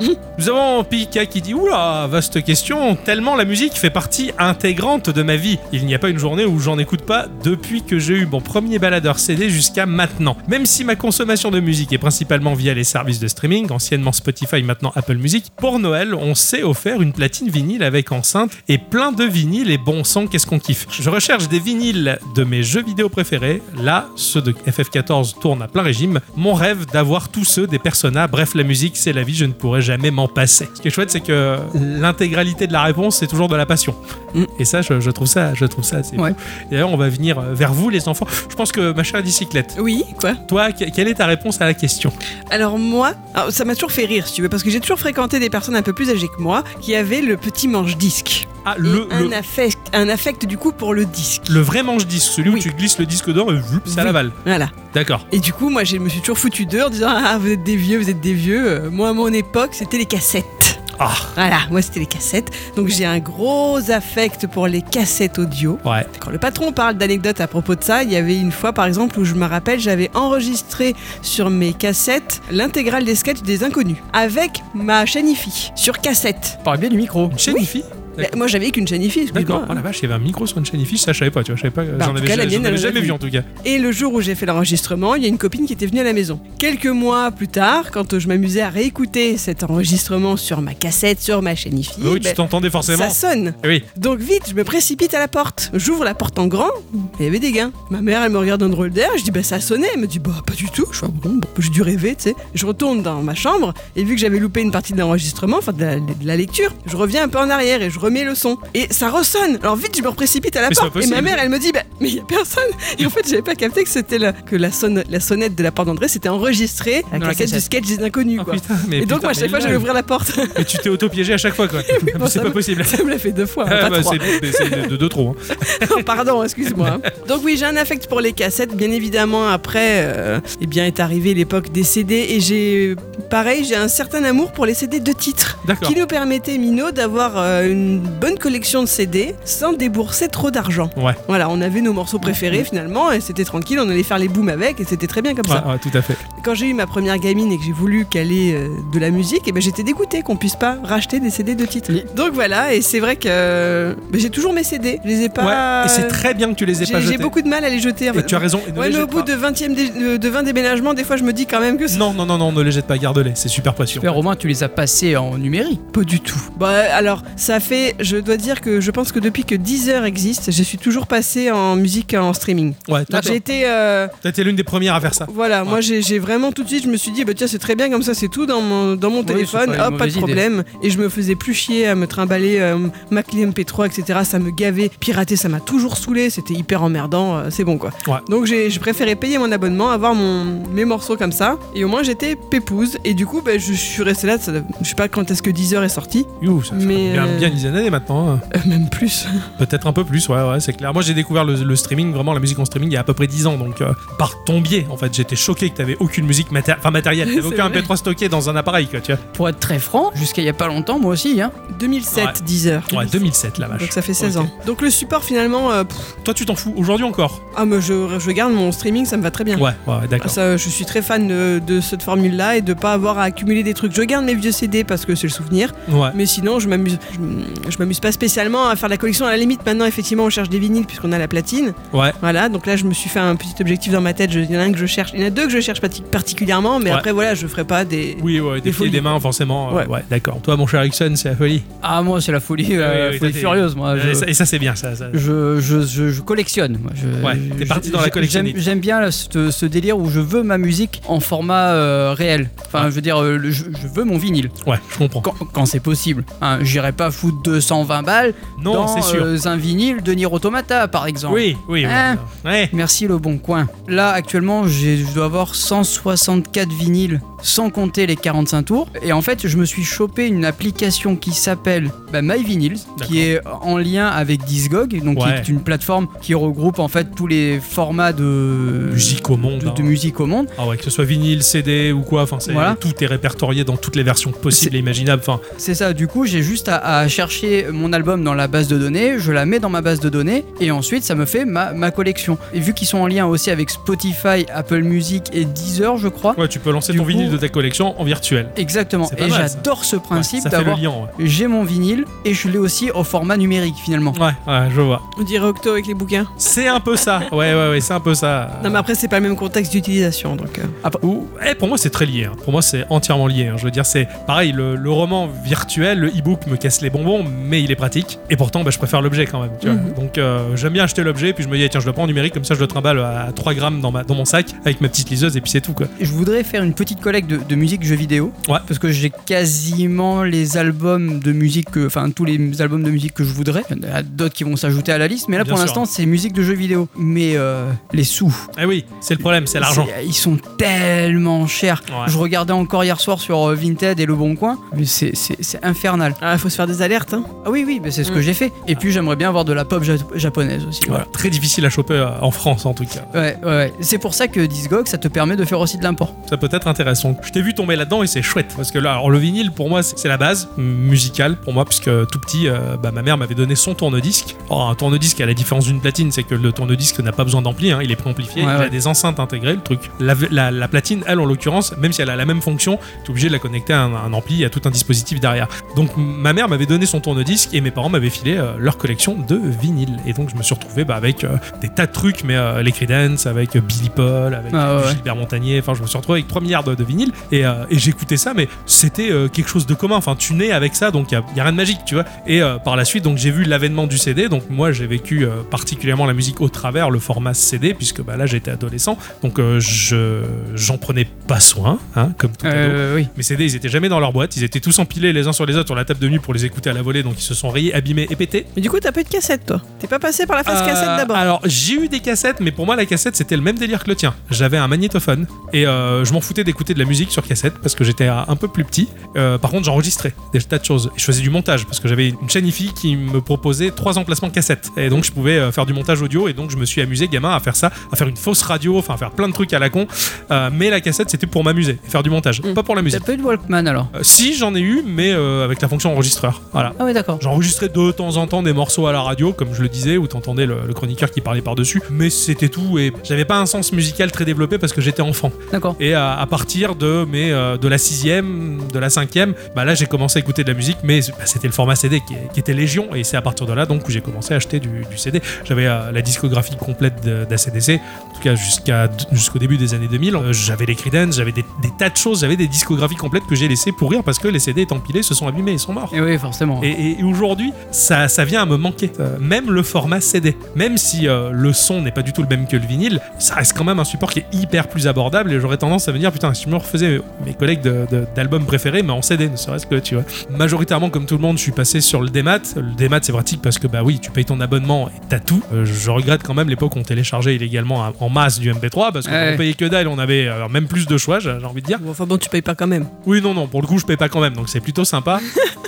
oui.
Nous avons Pika qui dit Oula, vaste question, tellement la musique fait partie intégrante de ma vie. Il n'y a pas une journée où j'en écoute pas depuis que j'ai eu mon premier baladeur CD jusqu'à maintenant. Même si ma consommation de musique est principalement via les services de streaming, anciennement Spotify, maintenant Apple Music, pour Noël, on s'est offert une platine vinyle avec enceinte et plein de vinyles et bon sang, qu'est-ce qu'on kiffe. Je recherche des vinyles de mes jeux vidéo préférés. Là, ceux de FF14 tournent à plein régime. Mon rêve d'avoir tous ceux des personas. Bref, la musique, c'est la vie, je ne pourrais jamais m'en passer. Ce qui est chouette, c'est que l'intégralité de la réponse, c'est toujours de la passion.
Mm.
Et ça, je, je trouve ça, je trouve ça assez
Ouais.
fou. Et D'ailleurs, on va venir euh, vers vous, les enfants. Je pense que, ma chère bicyclette,
Oui, quoi
toi, que- quelle est ta réponse à la question
Alors moi, alors, ça m'a toujours fait rire, si tu veux, parce que j'ai toujours fréquenté des personnes un peu plus âgées que moi qui avaient le petit manche-disque.
Ah,
Et
le,
un,
le,
affect, un affect du coup pour le disque.
le vrai manche-disque, celui où
Oui.
tu glisses le disque dedans et vup, ça
Oui.
l'avale.
Voilà.
D'accord.
Et du coup, moi, je me suis toujours foutu dehors en disant Ah, vous êtes des vieux, vous êtes des vieux. Euh, Moi, à mon époque, c'était les cassettes.
Ah,
Voilà, moi, c'était les cassettes. Donc, j'ai un gros affect pour les cassettes audio.
ouais.
Quand le patron parle d'anecdotes à propos de ça, il y avait une fois par exemple où je me rappelle, j'avais enregistré sur mes cassettes l'intégrale des sketchs des inconnus avec ma chaîne IFI sur cassette.
Parle bien du micro.
Une chaîne IFI
Mais moi j'avais qu'une chaîne IFI, excuse-moi. hein.
D'accord. Oh la vache, il y avait un micro sur une chaîne IFI, ça je savais pas, tu vois, je savais pas.
Bah, en
J'en
tout
avais,
cas, la
j'en
mienne,
avais
elle
jamais
l'a
vu
vu.
en tout cas.
Et le jour où j'ai fait l'enregistrement, il y a une copine qui était venue à la maison. Quelques mois plus tard, quand je m'amusais à réécouter cet enregistrement sur ma cassette, sur ma chaîne IFI,
Bah oui,
ben,
tu t'entendais forcément.
ça sonne.
Eh Oui.
Donc vite, je me précipite à la porte. J'ouvre la porte en grand, il y avait des gains. Ma mère, elle me regarde d'un drôle d'air, je dis bah ça sonnait. Elle me dit bah pas du tout. Je suis bon, bon, j'ai dû rêver, tu sais. Je retourne dans ma chambre et vu que j'avais loupé une partie de l'enregistrement, enfin de la, de la lecture, je reviens un peu en arrière et je remets le son. Et ça ressonne. Alors vite, je me précipite à la
Mais c'est
porte
pas
et
possible.
ma mère, elle me dit bah mais il y a personne. Et en fait, j'avais pas capté que c'était la, que la, sonne- la sonnette de la porte d'André, c'était enregistré
Dans
à la
la
cassette du
cassette.
sketch des inconnus
Oh,
quoi.
putain, mais
Et,
putain,
donc, moi, à chaque
mais
fois, j'allais
là,
ouvrir la porte. [LAUGHS]
Mais tu t'es auto-piégé à chaque fois, quoi.
bon,
c'est
ça
pas
me-
possible.
[LAUGHS] ça me l'a fait deux fois, hein,
Ah,
pas
bah,
trois.
c'est c'est de, de deux trop. hein.
Oh, Pardon, excuse-moi. [LAUGHS] Donc oui, j'ai un affect pour les cassettes, bien évidemment. Après, euh, eh bien est arrivée l'époque des CD et j'ai pareil, j'ai un certain amour pour les CD de titres.
D'accord.
Qui nous permettait, Mino, d'avoir euh, une bonne collection de CD sans débourser trop d'argent.
Ouais.
Voilà, on avait nos morceaux préférés finalement, et c'était tranquille, on allait faire les booms avec, et c'était très bien comme ça.
Ouais, ouais, tout à fait.
Quand j'ai eu ma première gamine et que j'ai voulu caler euh, de la musique, et ben j'étais dégoûtée qu'on puisse pas racheter des CD de titres.
Oui.
Donc voilà, et c'est vrai que euh, ben, j'ai toujours mes CD, je les ai pas.
Ouais, et c'est très bien que tu les aies
j'ai-
pas jetés.
J'ai beaucoup de mal à les jeter. en
Et
fait.
tu as raison. et ne
Ouais,
les
mais au
jette
bout
pas.
de 20e dé- euh, de 20 déménagements, des fois je me dis quand même que c'est
Non, non, non, non, ne les jette pas, garde-les, c'est super précieux.
Super, au moins tu les as passés en numérique.
pas du tout. Bah alors, ça fait, je dois dire que je pense que depuis que Deezer existe, je suis toujours passée en musique en streaming.
Ouais, toi,
J'ai été, euh,
t'as été l'une des premières à faire ça.
voilà,
Ouais.
moi j'ai j'ai vraiment tout de suite, je me suis dit, bah tiens, c'est très bien comme ça, c'est tout dans mon, dans mon
Oui,
téléphone,
c'est pas une
hop, pas de
mauvaise idée.
problème. Et je me faisais plus chier à me trimballer euh, ma clé MP3, etc. Ça me gavait, pirater, ça m'a toujours saoulé, c'était hyper emmerdant, euh, c'est bon quoi.
Ouais.
Donc j'ai je préférais payer mon abonnement, avoir mon, mes morceaux comme ça, et au moins j'étais pépouse. Et du coup, bah, je suis restée là, ça- je sais pas quand est-ce que Deezer est sorti,
You, ça fait
Mais,
bien,
euh,
bien une dizaine d'années maintenant. hein.
Euh, même plus. [LAUGHS]
Peut-être un peu plus, ouais, ouais, c'est clair. Moi, j'ai découvert le, le streaming, vraiment la musique en streaming, il y a à peu près 10 ans. Donc, euh, par ton biais, en fait, j'étais choqué que t'avais aucune musique maté- enfin, matérielle. T'avais
C'est
aucun
vrai.
MP3 stocké dans un appareil, quoi, tu vois.
Pour être très franc, jusqu'à il y a pas longtemps, moi aussi, hein.
2007,
Ouais.
10h.
Ouais, 2007, la vache.
Donc ça fait 16
Ok.
ans. Donc le support finalement, euh, pff,
Toi, tu t'en fous aujourd'hui encore
ah mais je, je garde mon streaming, ça me va très bien.
Ouais, ouais, d'accord.
Ça, je suis très fan de, de cette formule-là et de pas avoir à accumuler des trucs. Je garde mes vieux CD parce que c'est le souvenir,
Ah,
Ouais.
mais sinon je m'amuse, je, je m'amuse pas spécialement à faire la collection. À la limite, maintenant effectivement on cherche des vinyles puisqu'on a la platine.
Ouais.
Voilà, donc là je me suis fait un petit objectif dans ma tête. Je- Il y en a un que je cherche, il y en a deux que je cherche parti- particulièrement, mais
Ouais.
après voilà, je ferai pas des.
Oui, ouais, des
Des
pieds et des
folies.
mains, forcément. euh, Ouais,
Ouais.
d'accord. Toi, mon cher Ericsson, c'est la folie.
Ah, moi, c'est la folie, euh,
Ah oui, oui,
la
oui,
folie
t'as-
furieuse, moi.
Et
Je,
ça, et ça, c'est bien, ça. ça.
je, je, je- je collectionne. Moi. Je,
Ouais, t'es
je-
parti dans la
j'aime-
collectionnite.
J'aime bien là, ce, ce délire où je veux ma musique en format euh, réel. Enfin, je veux dire, euh, le- je, je veux mon vinyle
Ouais, je comprends.
quand, quand c'est possible. Hein, J'irai pas foutre 220 balles
Non,
dans
c'est sûr.
euh, un vinyle de Nier Automata, par exemple.
Oui, oui, oui.
Hein
Ouais.
Merci le bon coin. Là actuellement j'ai- je dois avoir 164 vinyles sans compter les 45 tours. Et en fait je me suis chopé une application qui s'appelle bah, My Vinyls
D'accord.
qui est en lien avec Discog, donc qui
Ouais.
est une plateforme qui regroupe en fait tous les formats de
Musique au monde.
Euh, de- de
hein.
musique au monde.
Ah ouais, que ce soit vinyle, CD ou quoi, enfin, c'est-
Voilà.
tout est répertorié dans toutes les versions possibles et imaginables. Enfin,
C'est ça, du coup, j'ai juste à, à chercher mon album dans la base de données, je la mets dans ma base de données, et ensuite ça me fait ma, ma collection. Et vu qu'ils sont en lien aussi avec Spotify, Apple Music et Deezer, je crois.
ouais, tu peux lancer
Du
ton
coup-
vinyle de ta collection en virtuel.
Exactement,
C'est pas
et
mal, ça.
j'adore ce
Ouais,
principe
ça fait le
d'avoir.
lien. Ouais,
J'ai mon vinyle et je l'ai aussi au format numérique finalement.
ouais, ouais, je vois.
On dirait Octo avec les bouquins.
C'est un peu ça. Ouais, ouais, ouais, c'est un peu ça.
Non mais après c'est pas le même contexte d'utilisation donc. euh.
Ou- eh, pour moi, c'est très lié. hein. Pour moi, c'est entièrement lié. hein. Je veux dire, c'est pareil, le, le roman virtuel, le e-book me casse les bonbons, mais il est pratique. Et pourtant, bah, je préfère l'objet quand même. tu vois. Donc, euh, j'aime bien acheter l'objet, puis je me dis, ah, tiens, je le prends en numérique, comme ça, je le trimballe à 3 grammes dans, ma, dans mon sac avec ma petite liseuse, et puis c'est tout. Quoi.
Je voudrais faire une petite collecte de, de musique jeux vidéo.
Ouais.
Parce que j'ai quasiment les albums de musique, que- enfin tous les albums de musique que je voudrais. Il y en a d'autres qui vont s'ajouter à la liste, mais là
Bien
pour
sûr.
l'instant c'est musique de jeux vidéo. Mais euh, les sous,
Eh oui, c'est le problème, c'est l'argent.
Ils sont tellement chers.
Ouais.
Je regardais encore hier soir sur euh, Vinted et Le Bon Coin, mais c'est- c'est c'est infernal.
Ah, faut se faire des alertes. Hein.
Ah oui, oui, mais c'est ce que
Mm.
j'ai fait. Et puis j'aimerais bien avoir de la pop ja- japonaise aussi.
Voilà, très difficile à choper euh, en France en tout cas.
Ouais, ouais, ouais. C'est pour ça que Discog, ça te permet de faire aussi de l'import.
Ça peut être intéressant. Je t'ai vu tomber là-dedans et c'est chouette. Parce que là, alors, le vinyle, pour moi, c'est c'est la base mm, musicale. Pour moi, puisque tout petit, euh, bah, ma mère m'avait donné son tourne-disque. Or, un tourne-disque, à la différence d'une platine, c'est que le tourne-disque n'a pas besoin d'ampli. hein, il est préamplifié.
Ouais,
il a
ouais.
des enceintes intégrées, le truc. La, la- la platine, elle, en l'occurrence, même si elle a la même fonction, tu es obligé de la connecter à un, un ampli, à tout un dispositif derrière. Donc, m- ma mère m'avait donné son tourne-disque et mes parents m'avaient filé euh, leur collection de vinyles. Et donc, je me suis retrouvé bah, avec euh, des tas de trucs, mais euh, les Creedence, avec euh, Billy Paul, avec euh,
Ah ouais.
Gilbert Montagnier, enfin je me suis retrouvé avec 3 milliards de, de vinyles et, euh, et j'écoutais ça, mais c'était euh, quelque chose de commun, enfin tu nais avec ça, donc il n'y a, rien de magique, tu vois. Et euh, par la suite, donc j'ai vu l'avènement du CD, donc moi j'ai vécu euh, particulièrement la musique au travers le format CD, puisque bah, là j'étais adolescent, donc euh, je j'en prenais pas soin, hein, comme tout ado.
Euh, oui.
Mes CD, ils étaient jamais dans leur boîte, ils étaient tous empilés les uns sur les autres sur la table de nuit pour les écouter à la volée, donc ils se sont rayés, abîmés et pétés.
Mais du coup t'as pas eu de cassette toi. T'es pas passé par la phase
Euh,
cassette d'abord.
Alors j'ai eu des cassettes, mais pour moi la cassette c'était le même délire que le tien. J'avais un magnétophone et euh, je m'en foutais d'écouter de la musique sur cassette parce que j'étais euh, un peu plus petit. Euh, par contre j'enregistrais des tas de choses et je faisais du montage parce que j'avais une chaîne IFI qui me proposait trois emplacements cassette et donc je pouvais euh, faire du montage audio et donc je me suis amusé gamin à faire ça, à faire une fausse radio, enfin à faire plein de trucs à la con. Euh, mais la cassette c'était pour m'amuser, et faire du montage. montage,
Mm.
pas pour la
T'as
musique.
pas eu de Walkman alors
Euh, si, j'en ai eu, mais euh, avec la fonction enregistreur. Voilà.
Ah oui, d'accord.
J'enregistrais de temps en temps des morceaux à la radio, comme je le disais, où t'entendais le, le chroniqueur qui parlait par-dessus, mais c'était tout et j'avais pas un sens musical très développé parce que j'étais enfant.
D'accord.
Et à, à partir de, mes, euh, de la sixième, de la cinquième, bah là j'ai commencé à écouter de la musique, mais bah, c'était le format CD qui, qui était légion et c'est à partir de là donc où j'ai commencé à acheter du, du CD. J'avais euh, la discographie complète de- d'ACDC, en tout cas jusqu'à jusqu'au début des années 2000. Euh, j'avais les Creedence, j'avais des, des tas de choses, j'avais des discographies complètes que j'ai laissées pourrir parce que les CD étant pilés se sont abîmés et sont morts.
Et oui, forcément.
Et, et aujourd'hui, ça, ça vient à me manquer. Euh, même le format CD, même si euh, le son n'est pas du tout le même que le vinyle, ça reste quand même un support qui est hyper plus abordable. Et j'aurais tendance à me dire, putain, si je me refaisais mes collègues de- de- d'albums préférés, mais en CD, ne serait-ce que, tu vois. Majoritairement, comme tout le monde, je suis passé sur le démat. Le démat, c'est pratique parce que, bah oui, tu payes ton abonnement et t'as tout. Euh, je regrette quand même l'époque où on téléchargeait illégalement hein, en masse du MP3 parce qu'on
Ouais.
payait que dalle, on avait euh, même plus de choix, j'ai j'ai envie de dire.
Bon, Enfin bon, tu payes pas quand même.
Oui, non, non, pour le coup, je paye pas quand même, donc c'est plutôt sympa.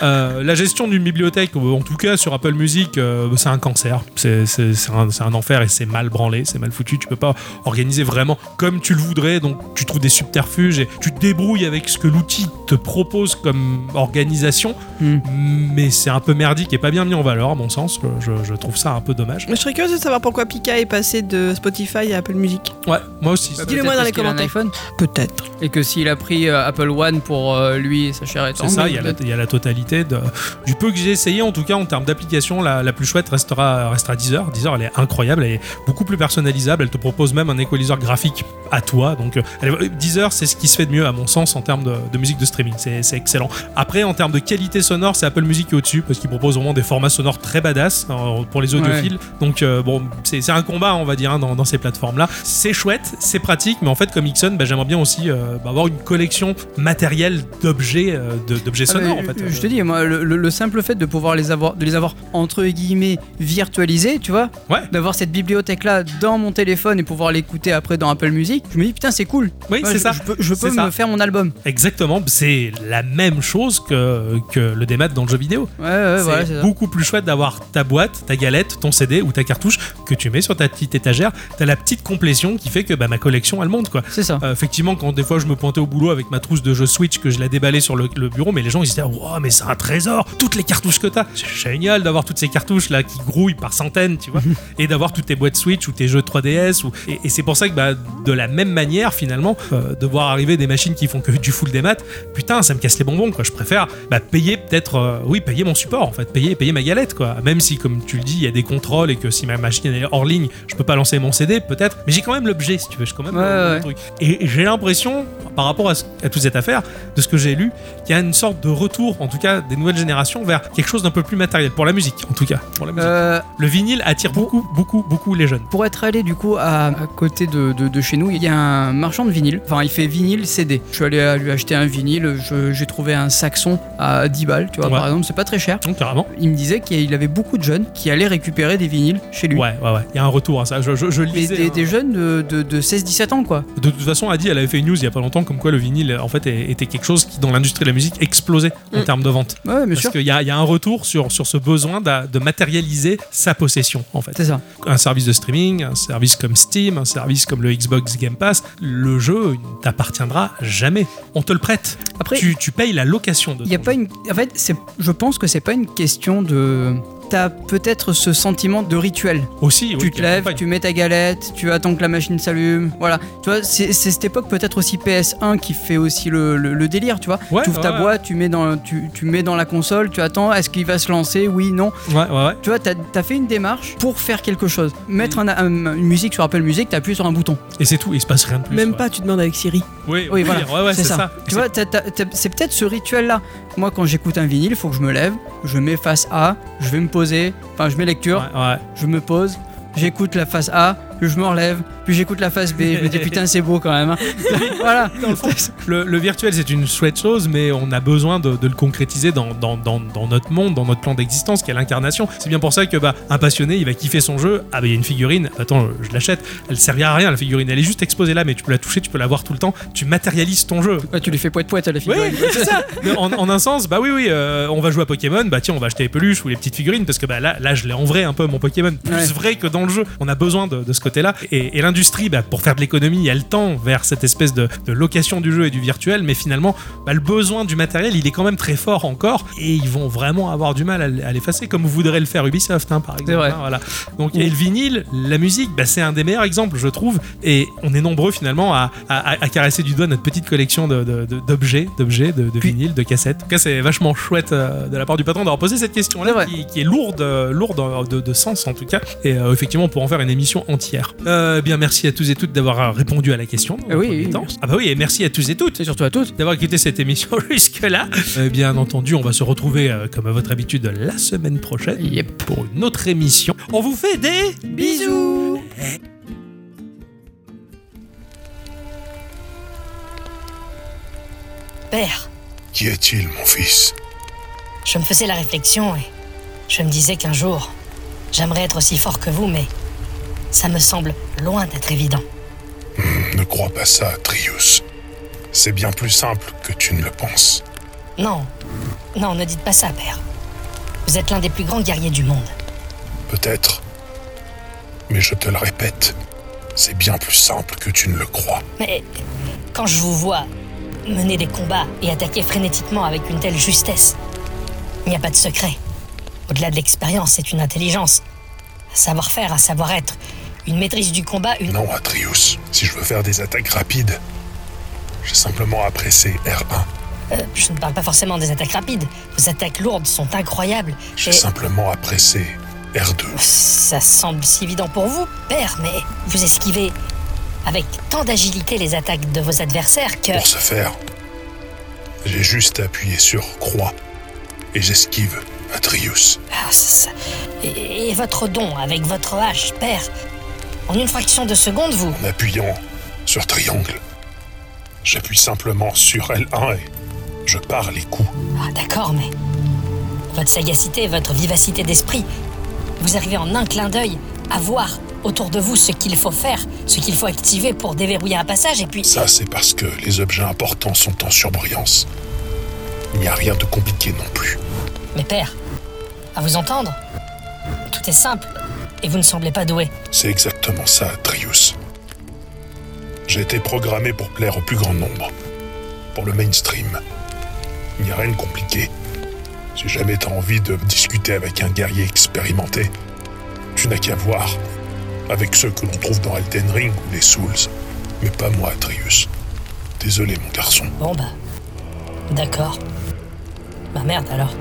Euh, la gestion d'une bibliothèque, euh, en tout cas sur Apple Music, euh, c'est un cancer. C'est c'est- c'est un, c'est un enfer et c'est mal branlé, c'est mal foutu. Tu peux pas organiser vraiment comme tu le voudrais, donc tu trouves des subterfuges et tu te débrouilles avec ce que l'outil te propose comme organisation,
Hmm.
mais c'est un peu merdique et pas bien mis en valeur, à mon sens. Euh, Je, je trouve ça un peu dommage.
Mais je serais curieuse de savoir pourquoi Pika est passé de Spotify à Apple Music.
Ouais, moi aussi. ça-
Bah, Dis-le-moi
Peut-être
dans les
parce qu'il a un
commentaires.
iPhone.
Peut-être.
Et que s'il a pris euh, Apple One pour euh, lui et sa chère étendre.
C'est ça, il y, a la, il y a la totalité de- du peu que j'ai essayé, en tout cas en termes d'application, la, la plus chouette restera, restera Deezer. Deezer, elle est incroyable, elle est beaucoup plus personnalisable, elle te propose même un equalizer graphique à toi. Donc euh, elle est- Deezer, c'est ce qui se fait de mieux à mon sens en termes de, de musique de streaming, c'est c'est excellent. Après, en termes de qualité sonore, c'est Apple Music qui est au-dessus, parce qu'ils proposent vraiment des formats sonores très badass euh, pour les audiophiles. Donc euh, bon, c'est c'est un combat, on va dire, hein, dans, dans ces plateformes-là. C'est chouette, c'est pratique, mais en fait, comme Ixon, bah, j'aimerais bien aussi euh, bah, avoir une collection matérielle d'objets, euh, de- d'objets
Ah,
sonores, en
mais,
fait.
Je te dis, moi, le, le- le simple fait de pouvoir les avoir, de les avoir entre guillemets virtualisés, tu vois,
Ouais.
d'avoir cette bibliothèque là dans mon téléphone et pouvoir l'écouter après dans Apple Music, je me dis putain c'est cool.
Oui,
Moi,
c'est
je,
ça.
Je peux, je
C'est
peux me
ça.
faire mon album.
Exactement, c'est la même chose que, que le démat dans le jeu vidéo.
Ouais, ouais,
c'est
voilà, c'est ça.
beaucoup plus chouette d'avoir ta boîte, ta galette, ton CD ou ta cartouche que tu mets sur ta petite étagère. T'as la petite complétion qui fait que bah, ma collection, elle monte, quoi.
C'est ça.
Euh, effectivement, quand des fois je me pointais au boulot avec ma trousse de jeux Switch que je la déballais sur le, le bureau, mais les gens ils se disaient Wow, mais c'est un trésor Toutes les cartouches que t'as C'est génial d'avoir toutes ces cartouches là qui grouillent par centaines,
[LAUGHS]
tu vois, et d'avoir toutes tes boîtes Switch ou tes jeux 3DS. Ou... Et, et c'est pour ça que bah, de la même manière, finalement, euh, de voir arriver des machines qui font que du full des maths, putain, ça me casse les bonbons quoi. Je préfère bah, payer peut-être, euh, oui, payer mon support en fait, payer, payer ma galette quoi. Même si, comme tu le dis, il y a des contrôles et que si ma machine elle est hors ligne, je peux pas lancer mon CD peut-être, mais j'ai quand même l'objet si tu veux, j'ai quand même
Ouais,
le- le
ouais.
truc. Et j'ai l'impression, par rapport à, ce- à toute cette affaire, de ce que j'ai lu, qu'il y a une sorte de retour, en tout cas des nouvelles générations, vers quelque chose d'un peu plus matériel, pour la musique en tout cas. Pour la musique.
Euh,
le vinyle attire beaucoup, beaucoup, beaucoup les jeunes.
pour être allé du coup à, à côté de, de- de chez nous, il y a un marchand de vinyle. Enfin, il fait vinyle CD. Je suis allé à lui acheter un vinyle. je- J'ai trouvé un Saxon à 10 balles, tu vois,
Ouais.
par exemple. C'est pas très cher.
Donc carrément.
Il me disait qu'il avait beaucoup de jeunes qui allaient récupérer des vinyles chez lui.
Ouais, ouais, ouais. Il y a un retour à ça. Je, je, je
Mais
lisais.
des,
hein.
des jeunes de, de- de 16-17 ans, quoi.
De toute façon, Adi, elle avait fait une news il y a pas longtemps comme quoi le vinyle, en fait, est- était quelque chose qui, dans l'industrie de la musique, explosait en
Mm.
termes de vente.
Ouais, bien
Parce
sûr.
qu'il y, a- il y a un retour sur, sur ce besoin d'a- de matérialiser sa possession, en fait.
C'est ça.
un service de streaming, un service comme Steam, un service comme le Xbox Game Pass, le jeu ne t'appartiendra jamais. On te le prête.
Après,
tu, tu payes la location de
il y a
ton
pas
jeu.
une. En fait, c'est- je pense que c'est pas une question de. T'as peut-être ce sentiment de rituel.
Aussi, oui,
tu te
qui
lèves,
accompagne.
tu mets ta galette, tu attends que la machine s'allume. Voilà. Tu vois, c'est c'est cette époque peut-être aussi PS1 qui fait aussi le, le- le délire, tu vois.
Ouais,
tu ouvres
ouais,
ta boîte, tu mets, dans, tu, tu mets dans la console, tu attends, est-ce qu'il va se lancer Oui, non.
Ouais, ouais, ouais.
Tu vois, t'as as fait une démarche pour faire quelque chose. Mettre un- un- une musique sur Apple Music, t'appuies sur un bouton.
Et c'est tout, il se passe rien de plus.
Même
ouais.
pas, tu demandes avec Siri.
Oui,
Oui, voilà.
ouais, ouais, c'est ça.
Tu vois, t'as- t'as- t'as- c'est peut-être ce rituel-là. Moi, quand j'écoute un vinyle, faut que je me lève, je mets face A, je vais me poser, enfin, je mets lecture,
Ouais, ouais.
je me pose, j'écoute la face A, puis je me relève, puis j'écoute la face B. Je me dis putain, c'est beau quand même. hein. [LAUGHS] voilà.
Le, le virtuel, c'est une chouette chose, mais on a besoin de, de le concrétiser dans, dans- dans- dans notre monde, dans notre plan d'existence, qui est l'incarnation. C'est bien pour ça que bah, un passionné, il va kiffer son jeu. Ah, bah, il y a une figurine, attends, je l'achète. Elle servira à rien, la figurine. Elle est juste exposée là, mais tu peux la toucher, tu peux la voir tout le temps. Tu matérialises ton jeu.
Ouais, tu lui fais poète poète à la
Oui,
figurine.
c'est ça. [LAUGHS] Mais en, en un sens, bah oui, oui, euh, on va jouer à Pokémon, bah tiens, on va acheter les peluches ou les petites figurines, parce que bah là, là je l'ai en vrai un peu, mon Pokémon. Plus
Ouais.
vrai que dans le jeu. On a besoin de, de ce côté-là. Et, et l'industrie, bah, pour faire de l'économie, elle tend vers cette espèce de, de location du jeu et du virtuel, mais finalement, bah, le besoin du matériel, il est quand même très fort encore, et ils vont vraiment avoir du mal à, l- à l'effacer, comme voudrait le faire Ubisoft, hein, par exemple.
vrai.
hein, voilà. Donc, et le vinyle, la musique, bah, c'est un des meilleurs exemples, je trouve, et on est nombreux finalement à, à- à- à caresser du doigt notre petite collection de- de- de- d'objets, d'objets, de, de
Puis-
vinyles, de cassettes. En tout cas, c'est vachement chouette euh, de la part du patron d'avoir posé cette
C'est
question-là,
vrai.
qui, qui est lourde, euh, lourde euh, de, de sens en tout cas, et euh, effectivement, pour en faire une émission entière. Euh, bien, merci à tous et toutes d'avoir euh, répondu à la question. dans
Ah
le
oui,
premier
oui,
temps. Ah bah oui, et merci à tous et toutes
C'est surtout à toutes.
d'avoir écouté cette émission [LAUGHS] jusque-là. Euh, bien entendu, on va se retrouver, euh, comme à votre habitude, la semaine prochaine
Yep.
pour une autre émission. On vous fait des...
Bisous
Père,
Qu'y a-t-il, mon fils
je me faisais la réflexion et je me disais qu'un jour, j'aimerais être aussi fort que vous, mais ça me semble loin d'être évident.
Ne crois pas ça, Trius. C'est bien plus simple que tu ne le penses.
Non, non, ne dites pas ça, père. Vous êtes l'un des plus grands guerriers du monde.
Peut-être. Mais je te le répète, c'est bien plus simple que tu ne le crois.
Mais quand je vous vois mener des combats et attaquer frénétiquement avec une telle justesse, il n'y a pas de secret. Au-delà de l'expérience, c'est une intelligence, un savoir-faire, un savoir-être, une maîtrise du combat, une...
Non, Atreus, si je veux faire des attaques rapides, j'ai simplement à presser R1.
Euh, je ne parle pas forcément des attaques rapides. Vos attaques lourdes sont incroyables.
J'ai
et-
simplement à presser R2.
Ça semble si évident pour vous, père, mais vous esquivez avec tant d'agilité les attaques de vos adversaires que...
Pour ce faire, j'ai juste à appuyer sur croix et j'esquive Atreus.
Ah, ça- ça- Et, et votre don avec votre hache, père. En une fraction de seconde, vous...
En appuyant sur triangle, j'appuie simplement sur L1 et je pars les coups.
Ah, d'accord, mais... Votre sagacité, votre vivacité d'esprit, vous arrivez en un clin d'œil à voir autour de vous ce qu'il faut faire, ce qu'il faut activer pour déverrouiller un passage, et puis...
Ça, c'est parce que les objets importants sont en surbrillance. Il n'y a rien de compliqué non plus.
Mais père, à vous entendre, tout est simple, et vous ne semblez pas doué.
C'est exactement ça, Trius. J'ai été programmé pour plaire au plus grand nombre. Pour le mainstream. Il n'y a rien de compliqué. Si jamais t'as envie de discuter avec un guerrier expérimenté, tu n'as qu'à voir avec ceux que l'on trouve dans Elden Ring ou les Souls. Mais pas moi, Trius. Désolé, mon garçon.
Bon bah. D'accord. Bah merde alors.